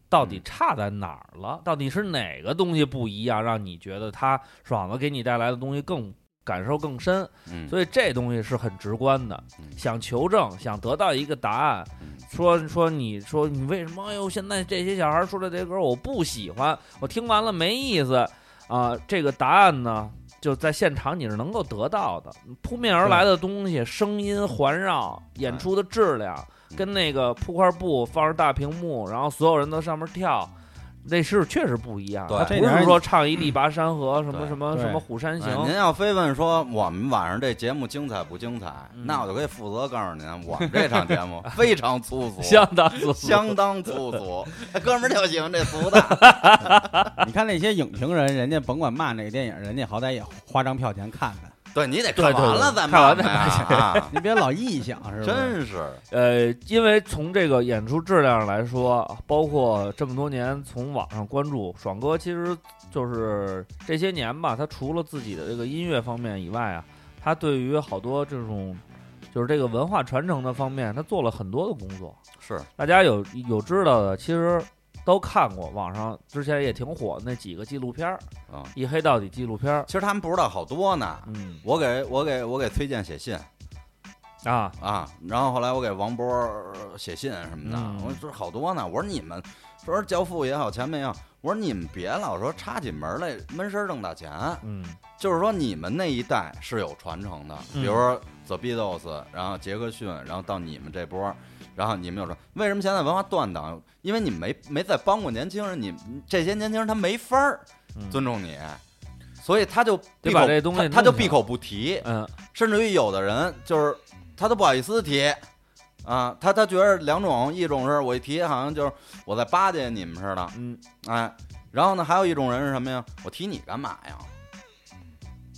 到底
嗯
差在哪儿了，到底是哪个东西不一样，让你觉得他爽子给你带来的东西更感受更深。
嗯
所以这东西是很直观的
嗯，
想求证，想得到一个答案
嗯，
说说你说你为什么？哎呦，现在这些小孩说的这歌我不喜欢，我听完了没意思啊、这个答案呢，就在现场你是能够得到的，扑面而来的东西，声音环绕，演出的质量，
嗯
跟那个铺块布放着大屏幕，然后所有人都上面跳。那是确实不一样，
对
他
这
不
点
是
儿
说唱一力拔山河什么
对
什么
对
什么虎
哎
山行，
您要非问说我们晚上这节目精彩不精彩，
嗯
那我就可以负责告诉您，我们这场节 目非常粗俗，
相当粗俗
相 当粗俗。哎哥们儿就喜欢这俗的，
你看那些影评人，人家甭管骂哪个电影，人家好歹也花张票钱看看，
对你得
对
看
对
完
对
了再
看完
骂呗啊！
你别老臆想，是吧？
真是，
呃，因为从这个演出质量上来说，啊包括这么多年从网上关注爽哥，其实就是这些年吧，他除了自己的这个音乐方面以外啊，他对于好多这种就是这个文化传承的方面，他做了很多的工作。
是
大家有有知道的，其实都看过，网上之前也挺火的那几个纪录片儿，
啊。
一黑到底纪录片儿，
其实他们不知道好多呢。
嗯
我给我给我给崔健写信
啊，
啊，然后后来我给王波呃写信什么的，
嗯
我说好多呢。我说你们，说是教父也好，前面也好，我说你们别老说插进门来闷声挣大钱。
嗯
就是说你们那一代是有传承的，
嗯
比如说 The Beatles，然后杰克逊，然后到你们这波，然后你们有说为什么现在文化断档？因为你们没没再帮过年轻人，你们这些年轻人他没法儿
嗯
尊重你，所以他就
得
闭
把
口
这东西
他他就
弄起来
闭口不提，
嗯
甚至于有的人就是他都不好意思提。啊，他他觉得两种，一种是我一提好像就是我在巴结你们似的，
嗯，
哎，然后呢，还有一种人是什么呀？我提你干嘛呀？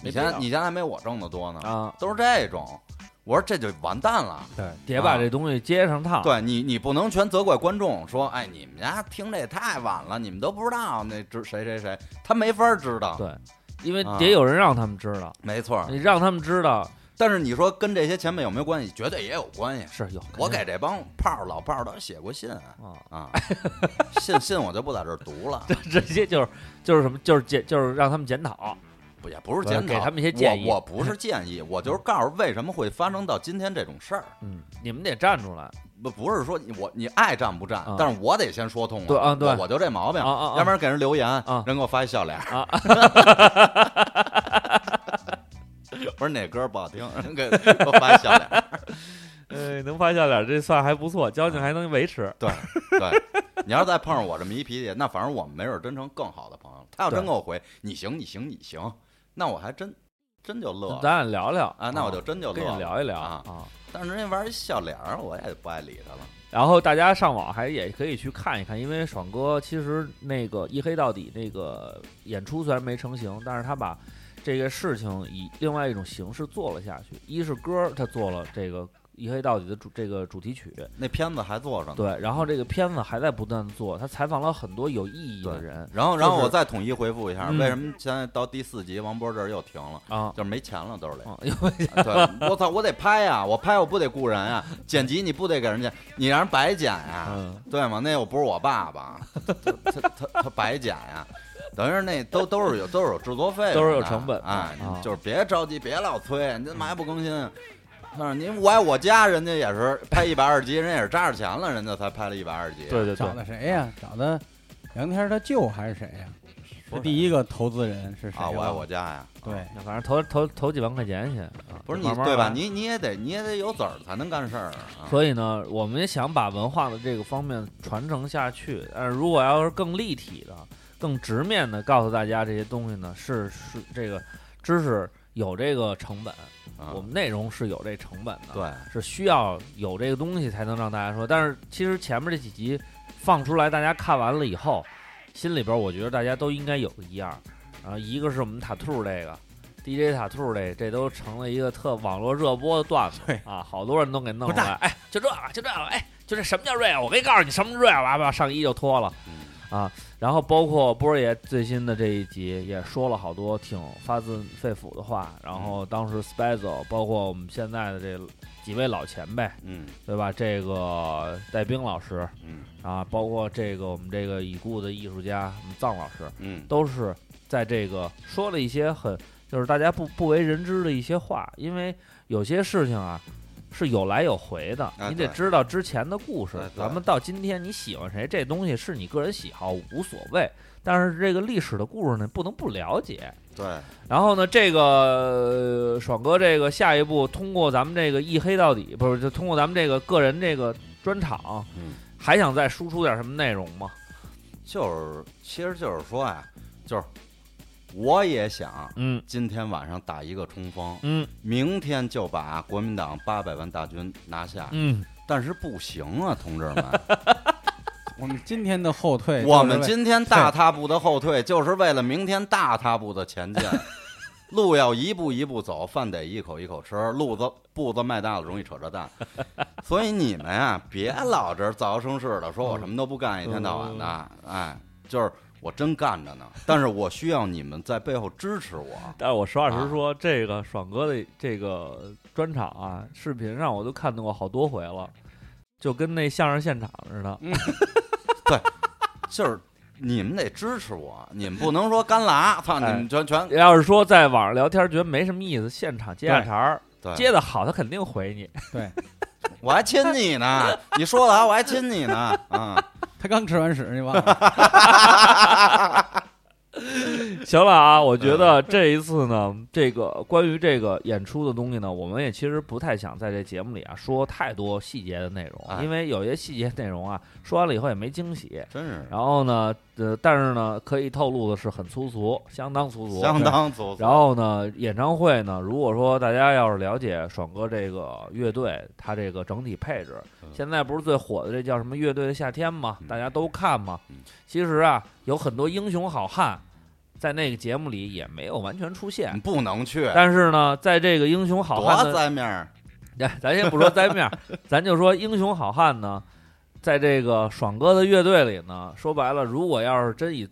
没
你
必要
钱你钱还没我挣的多呢，
啊，
都是这种。我说这就完蛋了。
对，
得把这东西接上趟，
对你，你不能全责怪观众，说，哎，你们家听这也太晚了，你们都不知道那知谁谁谁，他没法知道。
对，因为
啊
得有人让他们知道，
没错儿。
你让他们知道
但是你说跟这些前辈有没有关系？绝对也有关系。
是有肯定
我给这帮炮儿老炮儿都写过信
嗯
啊，
啊，
信信我就不在这儿读了，
这这些就是就是什么就是检就是让他们检讨，
不也不是
对
检讨，
给他们一些建议
我我不是建议，我就是告诉为什么会发生到今天这种事儿。
嗯，你们得站出来
不不是说你我你爱站不站
啊，
但是我得先说通
对啊对
我我就这毛病，
啊啊啊
要不然给人留言，
啊
人给我发一笑脸
啊。
我说哪 歌不好听，人给给我发一笑脸。
呃，能发笑脸这算还不错，交情还能维持。
对，你要是再碰上我这么一脾气，那反正我们没准真成更好的朋友了。他要真
对
给我回你行你行你行，那我还真真就乐了
咱俩聊聊
啊，那我就真就
哦跟
乐
你聊一聊
啊。
啊。
但是人家玩一笑脸儿，我也不爱理他了。
然后大家上网还也可以去看一看，因为爽哥其实那个一黑到底那个演出虽然没成型，但是他把这个事情以另外一种形式做了下去。一是歌儿他做了这个一黑到底的主这个主题曲，
那片子还做着呢。
对，然后这个片子还在不断地做，他采访了很多有意义的
对
人
然后，然后
就是
我再统一回复一下，
嗯
为什么现在到第四集王波这儿又停了？
啊
就是没钱了，兜里。
啊，因为
对，我操，我得拍呀、我拍我不得雇人呀、剪辑你不得给人家，你让人白剪呀、
嗯
对吗？那又不是我爸爸，他他他他白剪呀、等于是那都都是有都是有制作费用的，
都是有成本的
哎
啊，
就是别着急，别老催，你干嘛不更新？但是您我爱我家，人家也是拍一百二集，人家也是扎着钱了，人家才拍了一百二集。啊
对对对
找，的谁呀、找的梁天他舅还是谁呀、
说
这
啥
第一个投资人是谁
啊，
忘
我
了
爱我家呀、
对，
那反正投投投几万块钱先啊，
不是你
慢慢
对吧？
来
你你也得你也得有籽儿才能干事儿啊。
所以呢，我们也想把文化的这个方面传承下去。但是如果要是更立体的、更直面的告诉大家这些东西呢，是是这个知识有这个成本，
啊
我们内容是有这成本的，，
对
是需要有这个东西才能让大家说。但是其实前面这几集放出来，大家看完了以后，心里边我觉得大家都应该有个一样。然后一个是我们塔兔这个。DJ 塔兔这这都成了一个特网络热播的段子
对
啊，好多人都给弄
不
出
大
来。哎，就这个，就这个，哎，就这什么叫 real？我可以告诉你什么是 real，哇把上衣就脱了。
嗯
然后包括波儿爷最新的这一集也说了好多挺发自肺腑的话。然
嗯
后当时 Spazzo，包括我们现在的这几位老前辈，
嗯
对吧？这个戴兵老师
嗯
啊，包括这个我们这个已故的艺术家我们藏老师，
嗯，
都是在这个说了一些很就是大家不不为人知的一些话，因为有些事情啊是有来有回的，
哎
你得
对
知道之前的故事
对。对
咱们到今天你喜欢谁，这东西是你个人喜好无所谓，但是这个历史的故事呢，不能不了解。
对，
然后呢，这个、呃爽哥这个下一步通过咱们这个一黑到底，不是就通过咱们这个个人这个专场，
嗯
还想再输出点什么内容吗？
就是其实就是说呀、就是我也想
嗯
今天晚上打一个冲锋，
嗯
明天就把国民党八百万大军拿下，
嗯，
但是不行啊，同志们，
我们今天的后退，
我们今天大踏步的后退，就是为了明天大踏步的前 进。路要一步一步走，饭得一口一口吃。路子步子迈大了，容易扯着 蛋。所以你们呀、别老这儿造谣生事的，说我什么都不干，一天到晚的。
嗯
哎，就是我真干着呢，但是我需要你们在背后支持我。
但是我实话实
啊
说，这个爽哥的这个专场啊，视频上我都看到过好多回了，就跟那相声现场似
嗯
的。
就是你们得支持我，你们不能说干拉，操，你
哎
们全全
要是说在网上聊天觉得没什么意思，现场接下茬儿，
对
接的好，他肯定回你。
我还亲你 呢，你说的啊，我还亲你呢，啊，
他刚吃完屎，你忘 了？
行了啊，我觉
嗯
得这一次呢，这个关于这个演出的东西呢，我们也其实不太想在这节目里啊说太多细节的内容，
哎
因为有些细节内容啊说完了以后也没惊喜。
真是
然后呢，呃，但是呢，可以透露的是很粗俗，相当粗俗，
相当足。
然后呢，演唱会呢，如果说大家要是了解爽哥这个乐队，他这个整体配置，
嗯
现在不是最火的这叫什么乐队的夏天嘛，
嗯
大家都看嘛
嗯。
其实啊，有很多英雄好汉，在那个节目里也没有完全出现
你。不能去，
但是呢，在这个英雄好汉
嗯多
的，
栽面儿，
哎 咱先不说灾 面儿，咱就说英雄好汉呢，在这个爽哥的乐队里呢，说白了，如果要是真以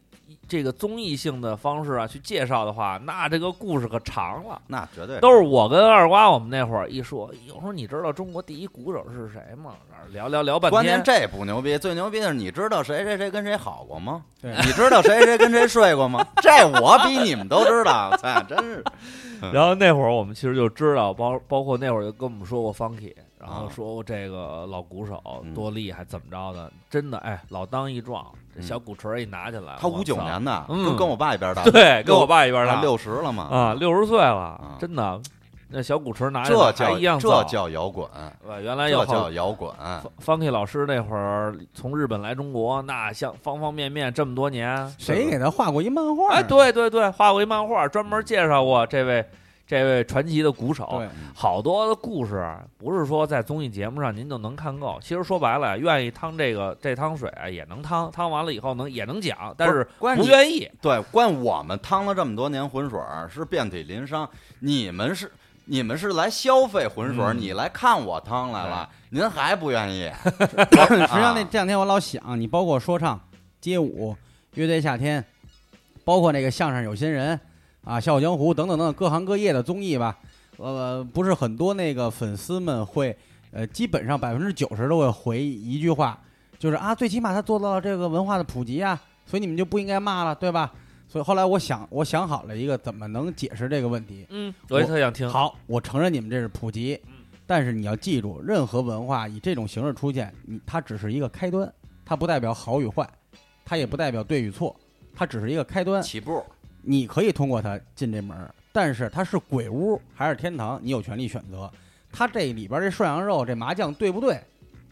这个综艺性的方式啊去介绍的话，那这个故事可长了。
那绝对
都是我跟二瓜，我们那会儿一说，有时候你知道中国第一鼓手是谁吗？聊聊聊半
关键
天，
这不牛逼，最牛逼的是你知道谁谁谁跟谁好过吗？
对
你知道谁谁跟谁睡过 吗？这我比你们都知道，操，真是
然后那会儿我们其实就知道，包包括那会儿就跟我们说过 Funky，然后
啊
说过这个老鼓手
嗯
多厉害，怎么着的，真的哎，老当益壮，这
嗯
小鼓槌一拿起来，
他
我
五九
操
年的，
嗯
跟跟我爸一边大，
对，跟
六
我爸一边
他
大
六十了嘛，
啊，六十岁了
啊，
真的，那小鼓槌拿起
这
来还
叫
一样
这
造
叫摇滚，
呃原来有
这
好
叫摇滚，
Funky 老师那会儿从日本来中国，那像方方面面这么多年，
谁给他画过一漫画？
哎，，对对对，画过一漫画，专门介绍过这位这位传奇的鼓手
对。
好多的故事啊不是说在综艺节目上您就能看够。其实说白了，愿意趟这个这汤水啊也能趟，趟完了以后能也能讲，但是
关
不
键
愿意。
对，关我们趟了这么多年浑水儿是遍体鳞伤，你们是你们是来消费浑水儿，
嗯
你来看我趟来了，您还不愿 意？啊
实际上那这两天我老想，你包括说唱、街舞、乐队夏天，包括那个相声有新人啊、笑傲江湖等等等等各行各业的综艺吧，呃，不是很多那个粉丝们会，呃，基本上百分之九十都会回一句话，就是啊，最起码他做到了这个文化的普及啊，所以你们就不应该骂了，对吧？所以后来我想，我想好了一个怎么能解释这个问题。
嗯，我也特想听。，
好，我承认你们这是普及，但是你要记住，任何文化以这种形式出现，你它只是一个开端，它不代表好与坏，它也不代表对与错，它只是一个开端。
起步，
你可以通过它进这门儿，但是它是鬼屋还是天堂，你有权利选择。它这里边这涮羊肉、这麻将对不对？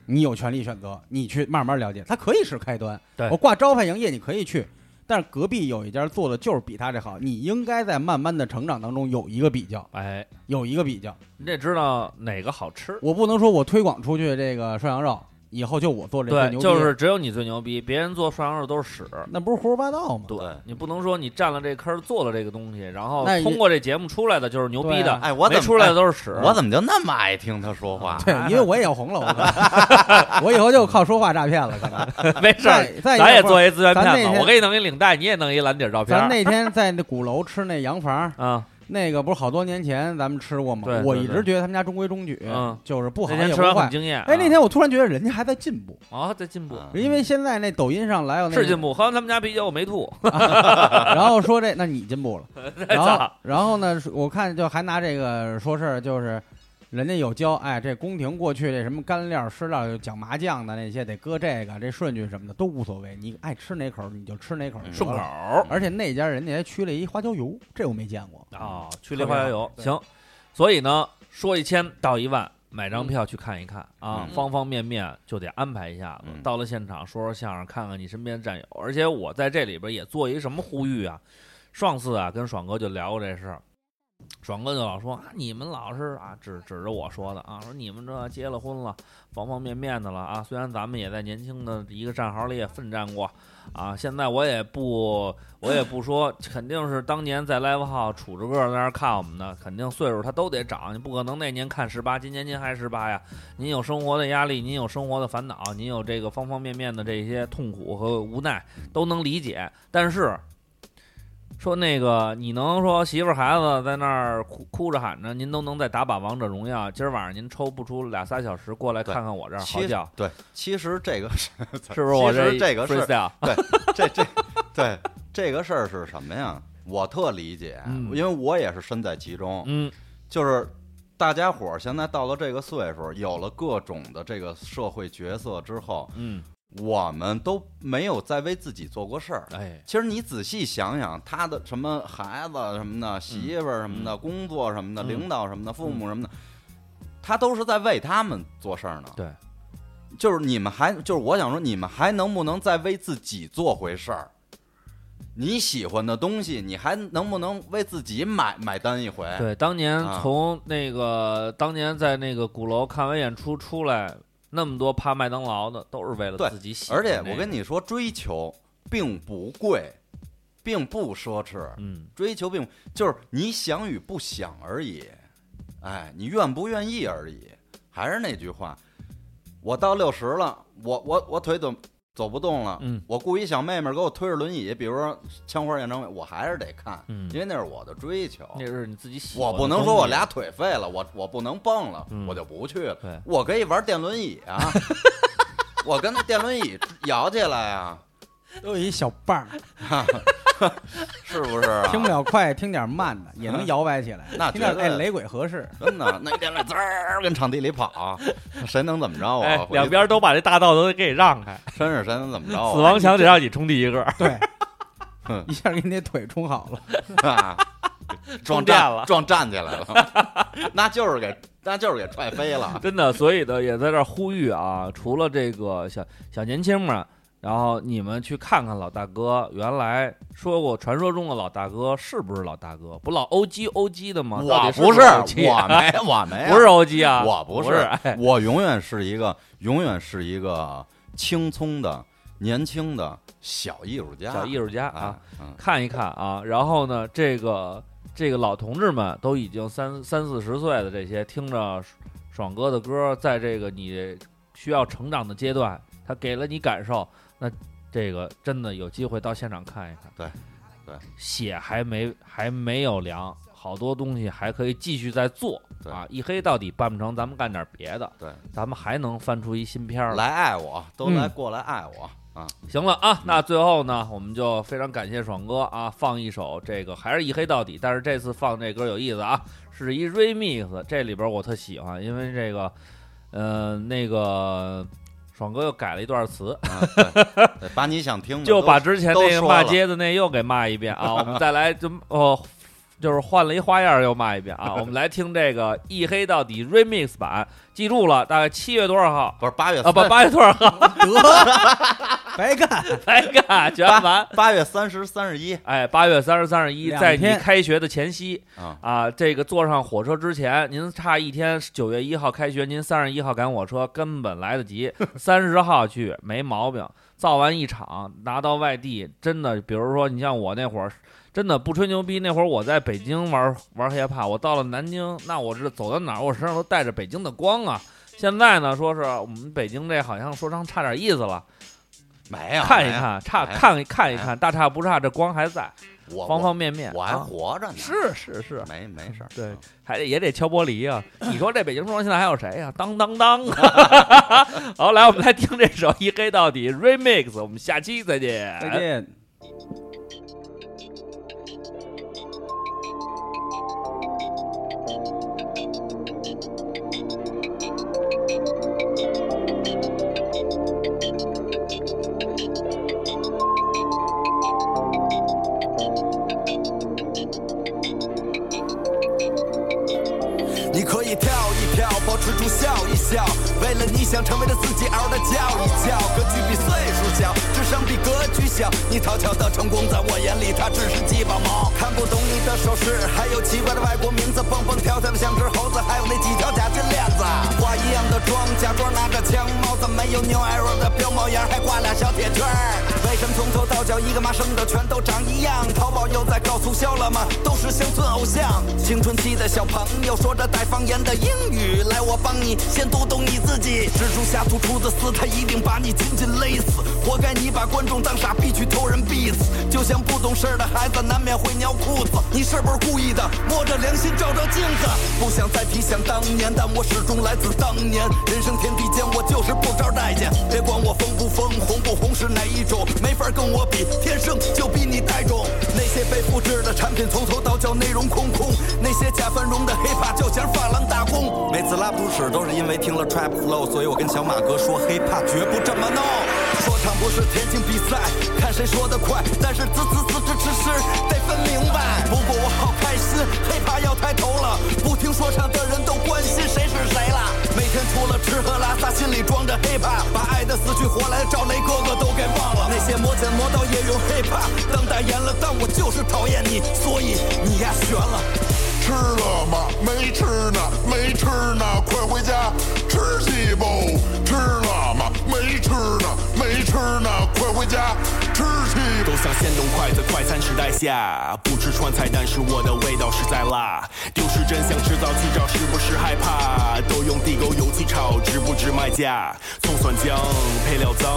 你有权利选择，你去慢慢了解。它可以是开端，
对
我挂招牌营业，你可以去。但是隔壁有一家做的就是比他这好，你应该在慢慢的成长当中有一个比较，
哎，
有一个比较。
你得知道哪个好吃。
我不能说我推广出去这个涮羊肉，以后就我做这最
对，
牛逼哦
就是只有你最牛逼，别人做涮羊肉都是屎。
那不是胡说八道吗？
对
对
你不能说你占了这坑儿做了这个东西，然后
那
通
也
过这节目出来的就是牛逼
对
的，
啊
哎，我怎
没
么
出来的啊
哎
都是屎。
我怎么就那么爱听他说话？
对，因为我也要红了，我 我以后就靠说话诈骗了，可能。
没事儿，
再
咱
再
也
一个
作为资源
咱那
骗子，
天
我给你弄一领带，你也弄一蓝底儿照片
咱
儿。
那天在那鼓楼吃那洋房，
啊，
那个不是好多年前咱们吃过吗
对？对
我一直觉得他们家中规中矩
嗯，
就是不好
那
也
天吃
不
完很
坏。
惊艳。
哎，那
啊
天我突然觉得人家还在进步，
啊，在进步，
啊
因为现在那抖音上来有那
是
个
进步。喝完他们家啤酒我没吐，
然后说这，那你进步了。然后，然后呢？是我看就还拿这个说事儿，就是人家有教，哎，这宫廷过去这什么干料、湿料，就讲麻将的那些，得搁这个，这顺序什么的都无所谓，你爱吃哪口儿你就吃哪口儿，
嗯
得
顺口
了。
儿
而且那家人家还去了一花椒
啊
啊
油，这我没见过。
啊，去了花椒油行。所以呢，说一千道一万，买张票去看一看啊，
嗯
方方面面就得安排一下子。
嗯
到了现场说说相声，看看你身边的战友。而且我在这里边也做一什么呼吁啊？上次啊跟爽哥就聊过这事儿，爽哥就老说啊，你们老是啊指指着我说的啊，说你们这结了婚了，方方面面的了啊。虽然咱们也在年轻的一个战壕里也奋战过啊，现在我也不我也不说，肯定是当年在 live house 杵着个儿在那儿看我们的，肯定岁数他都得长，你不可能那年看十八，今年您还十八呀。您有生活的压力，您有生活的烦恼，您有这个方方面面的这些痛苦和无奈，都能理解。但是，说那个你能说媳妇儿孩子在那儿哭哭着喊着，您都能再打把王者荣耀，今儿晚上您抽不出俩仨小时过来
对
看看我这儿好
其
觉，
对，其实这个 是
是不是？我
其实
这
这个是
freestyle，
这这对这个事儿是什么呀？我特理解，
嗯
因为我也是身在其中。
嗯
就是大家伙儿现在到了这个岁数，有了各种的这个社会角色之后，
嗯，
我们都没有再为自己做过事儿。
哎，
其实你仔细想想，他的什么孩子什么的、媳妇儿什么的、工作什么的、
嗯
领导什么的、父母什么的，他都是在为他们做事儿呢。
对，
就是你们还就是我想说，你们还能不能再为自己做回事儿？你喜欢的东西，你还能不能为自己买买单一回？
对，当年
啊
从那个、当年在那个鼓楼看完演出出来，那么多趴麦当劳的都是为了
对
自己喜欢
而
那个、
且我跟你说，追求并不贵，并不奢侈，
嗯。
追求并就是你想与不想而已。哎，你愿不愿意而已。还是那句话，我到六十了，我我我腿走走不动了，
嗯
我雇一小妹妹给我推着轮椅，比如说枪花演唱会，我还是得看，
嗯
因为那是我的追求。
那是你自己喜欢
我
的
不能说我
东西
俩腿废了，我我不能蹦了，
嗯
我就不去了。
对
我可以玩电轮椅 啊，我跟那电轮椅摇起来啊，
都有一小棒儿，
是不是、啊？
听不了快，听点慢的也能摇摆起来。
那
听点
绝对
哎雷鬼合适，
真的，那电轮滋儿跟场地里跑，谁能怎么着
哎
啊？，
两边都把这大道都给让开，
真是谁能怎么着啊？
死亡墙得让你冲第一 个。
对
嗯，
一下给你那腿冲好了。
啊， 撞
充电
站
了
撞站起来了，那就是给那就是给踹飞了。
真的，所以呢，也在这儿呼吁啊，除了这个小小年轻们，然后你们去看看老大哥，原来说过传说中的老大哥是不是老大哥？不老 O G O G 的吗？到
我
底
不
是啊
是，
不是 OG
我没， 我没，
不是 OG 啊，
我
不
不
是
是
哎
我永远是一个，永远是一个青葱的、年轻的小艺术家，
小艺术家
啊
啊，，
嗯
看一看啊。然后呢，这个这个老同志们都已经三三四十岁的这些，听着爽哥的歌，在这个你需要成长的阶段，他给了你感受，那这个真的有机会到现场看一看。
对，对，
血还没还没有凉，好多东西还可以继续再做
对
啊！一黑到底办不成，咱们干点别的，
对，
咱们还能翻出一新片儿来。
来爱我，都
嗯
来过来爱我啊！
行了啊，那最后呢，我们就非常感谢爽哥啊，放一首这个还是一黑到底，但是这次放这歌有意思啊，是一 remix，这里边我特喜欢，因为这个，呃，那个爽哥又改了一段词，
啊对对把你想听的
就
都
把之前
嗯都
那个
说
骂
了
街的那又给骂一遍啊，我们再来就哦，就是换了一花样又骂一遍啊，我们来听这个一黑到底 remix 版，记住了，大概七月多少号
不是八月
啊？不，
三
八呃月多少号？
白干，
哎呀，全完。
八月三十、三十一
哎，八月三十、三十一，
两
在你
天
开学的前夕
啊
啊，这个坐上火车之前，您差一天，九月一号开学，您三十一号赶火车，根本来 得及。三十号去没毛病，造完一场拿到外地，真的，比如说你像我那会儿，真的不吹牛逼，那会儿我在北京玩玩 hiphop，我到了南京，那我是走到哪儿，我身上都带着北京的光啊。现在呢，说是我们北京这好像说唱差点意思了，
没有
看一
没有
看，差
哎呀
看一看一
哎呀
看，大差不差，这光还在。
我
方方面面。
我我还
啊
活着呢，
是是是，
没没事儿，
对
啊，
还得也得敲玻璃啊！你说这北京说唱现在还有谁呀、当当当！ 好，来我们来听这首《一黑到底》remix，我们下期再见，
再见。
你可以跳
一票，保持住笑一笑，为了你想成为的自己嗷嗷的叫一叫。格局比岁数小，智商比格局小，你讨巧的成功在我眼里它只是鸡巴毛。看不懂你的手势，还有奇怪的外国名字，蹦蹦跳跳的像只猴子，还有那几条假金链子，花一样的妆，假装拿着枪，帽子没有牛 arrow 的标帽檐，还挂俩小铁圈儿。为什么从头到脚一个麻生的全都长一样？淘宝又在搞促销了吗？都是乡村偶像，青春期的小朋友说着带方言的英语，来我帮你先读懂你自己。蜘蛛侠吐出的丝，他一定把你紧紧勒死，活该你把观众当傻逼去偷人币子。就像不懂事儿的孩子，难免会尿裤子。你是不是故意的？摸着良心照照镜子，不想再提想当年，但我始终来自当年。人生天地间，我就是不招待见。别管我疯不疯，红不红是哪一种，没法跟我比，天生就比你带种。那些被复制的产品，从头到脚内容空空；那些假繁荣的 hiphop，就像发廊打工。每次拉不出屎，都是因为听了 trap flow，所以我跟小马哥说，hiphop 绝不这么弄。说唱不是田径比赛，看谁说得快，但是滋滋滋滋吃吃得分明白。不过我好开心，hiphop 要抬头了，不听说唱的人都关心谁是谁了。每天除了吃喝拉撒，心里装着 hiphop，把爱的死去活来的赵雷哥哥都给忘了。那些磨剪磨刀也用 hiphop 当代言了，但我就是讨厌你，所以你呀悬了。
吃了吗？没吃呢，没吃呢，快回家吃去不？吃了吗？没吃呢，没吃呢，快回家吃去
都想先动筷子，快餐时代下不吃川菜，但是我的味道实在辣。丢失真相，迟早去找，是不是害怕？都用地沟油去炒，值不值卖价？葱蒜姜配料脏，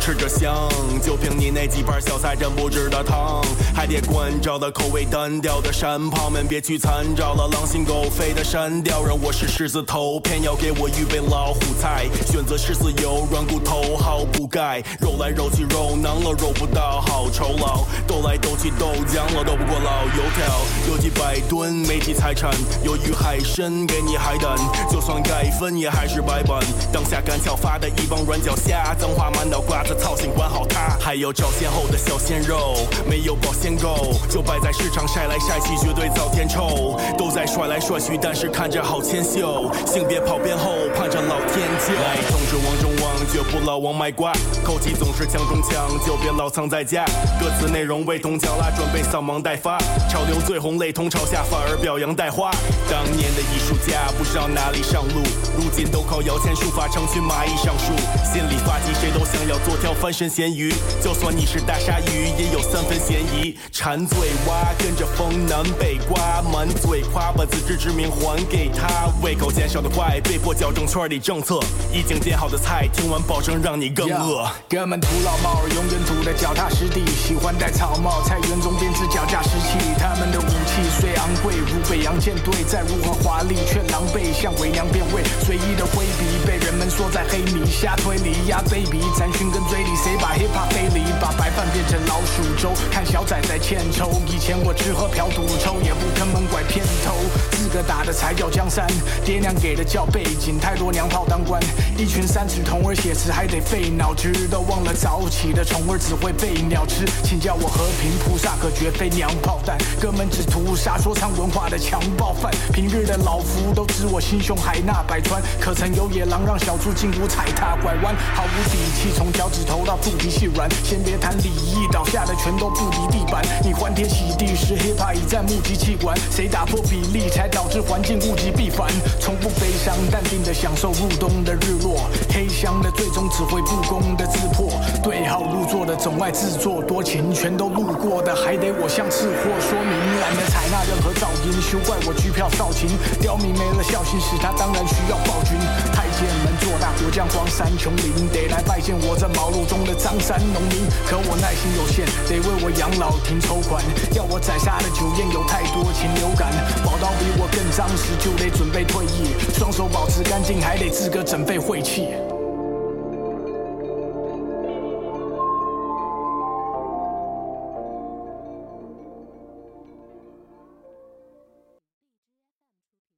吃着香。就凭你那几盘小菜，真不值得汤。还得关照的口味，单调的山炮们别去参照了狼心狗肺的山调，让我是狮子头，偏要给我预备老虎菜。选择狮子油，软骨头好补钙，揉来揉去揉囊了，揉不到好酬劳。斗来斗去斗僵了，斗不过老油条。有几百吨没几财产，由于海参给你海胆，就算盖分也还是白板。当下赶巧发的一帮软脚虾，脏话满脑瓜子，操心管好它。还有找鲜后的小鲜肉，没有保鲜够，就摆在市场晒来晒去，绝对遭天臭。都在帅来帅去，但是看着好纤秀。性别跑偏后，盼着老天救。来，政治王中王，绝不老王卖瓜。口气总是强中强，就别老藏在家。歌词内容味同强拉，准备扫盲待发。潮流最红，类同朝下，反而表扬带花。当年的艺术家不知道哪里上路，如今都靠摇钱树法成群蚂蚁上树。心里发急，谁都想要做条翻身咸鱼。就算你是大鲨鱼，也有三分嫌疑。馋嘴蛙跟着风南北刮，满嘴夸把自知之明还给他。胃口减少的快，被迫矫正圈里政策。已经点好的菜，听完保证让你更饿。
哥们土老帽儿永远拄着脚踏实地，喜欢戴草帽。菜园中编织脚架石器，他们的武器虽昂贵，如北洋舰队，再如何华丽却狼狈，像伪娘变味，随意的挥笔被人们说在黑你，瞎推理压 baby，咱寻根追里，谁把 hiphop 非礼，把白饭变成老鼠粥，看小仔仔欠抽。以前我吃喝嫖赌抽，也不坑蒙拐骗头，自个打的才叫江山，爹娘给的叫背景，太多娘炮当官，一群三尺童儿写词还得费脑汁，都忘了早起的虫儿只会被鸟吃。请叫我和平菩萨，可绝非娘炮弹，哥们只屠杀说唱文化的强暴犯。平日的老夫都知我心胸海纳百川，可曾有野狼让小猪进屋踩踏拐弯？毫无底气，从脚趾头到肚皮细软，先别谈礼仪，倒下的全都不离地板。你欢天喜地时，hiphop 已在目击器官，谁打破比例才导致环境物极必反？从不悲伤，淡定的享受入冬的日落，黑箱的最终只会不公的自破。对号入座的总爱自作多情，全都路过的还得我向吃货说明，懒得采纳任何噪音，休怪我机票少情，刁民没了孝心时，他当然需要暴君。太监们做大国将光山琼林，得来拜见我这茅庐中的张三农民。可我耐心有限，得为我养老停筹款。要我宰杀的酒宴有太多禽流感，宝刀比我更张实，就得准备退役。双手保持干净，还得自个整备晦气。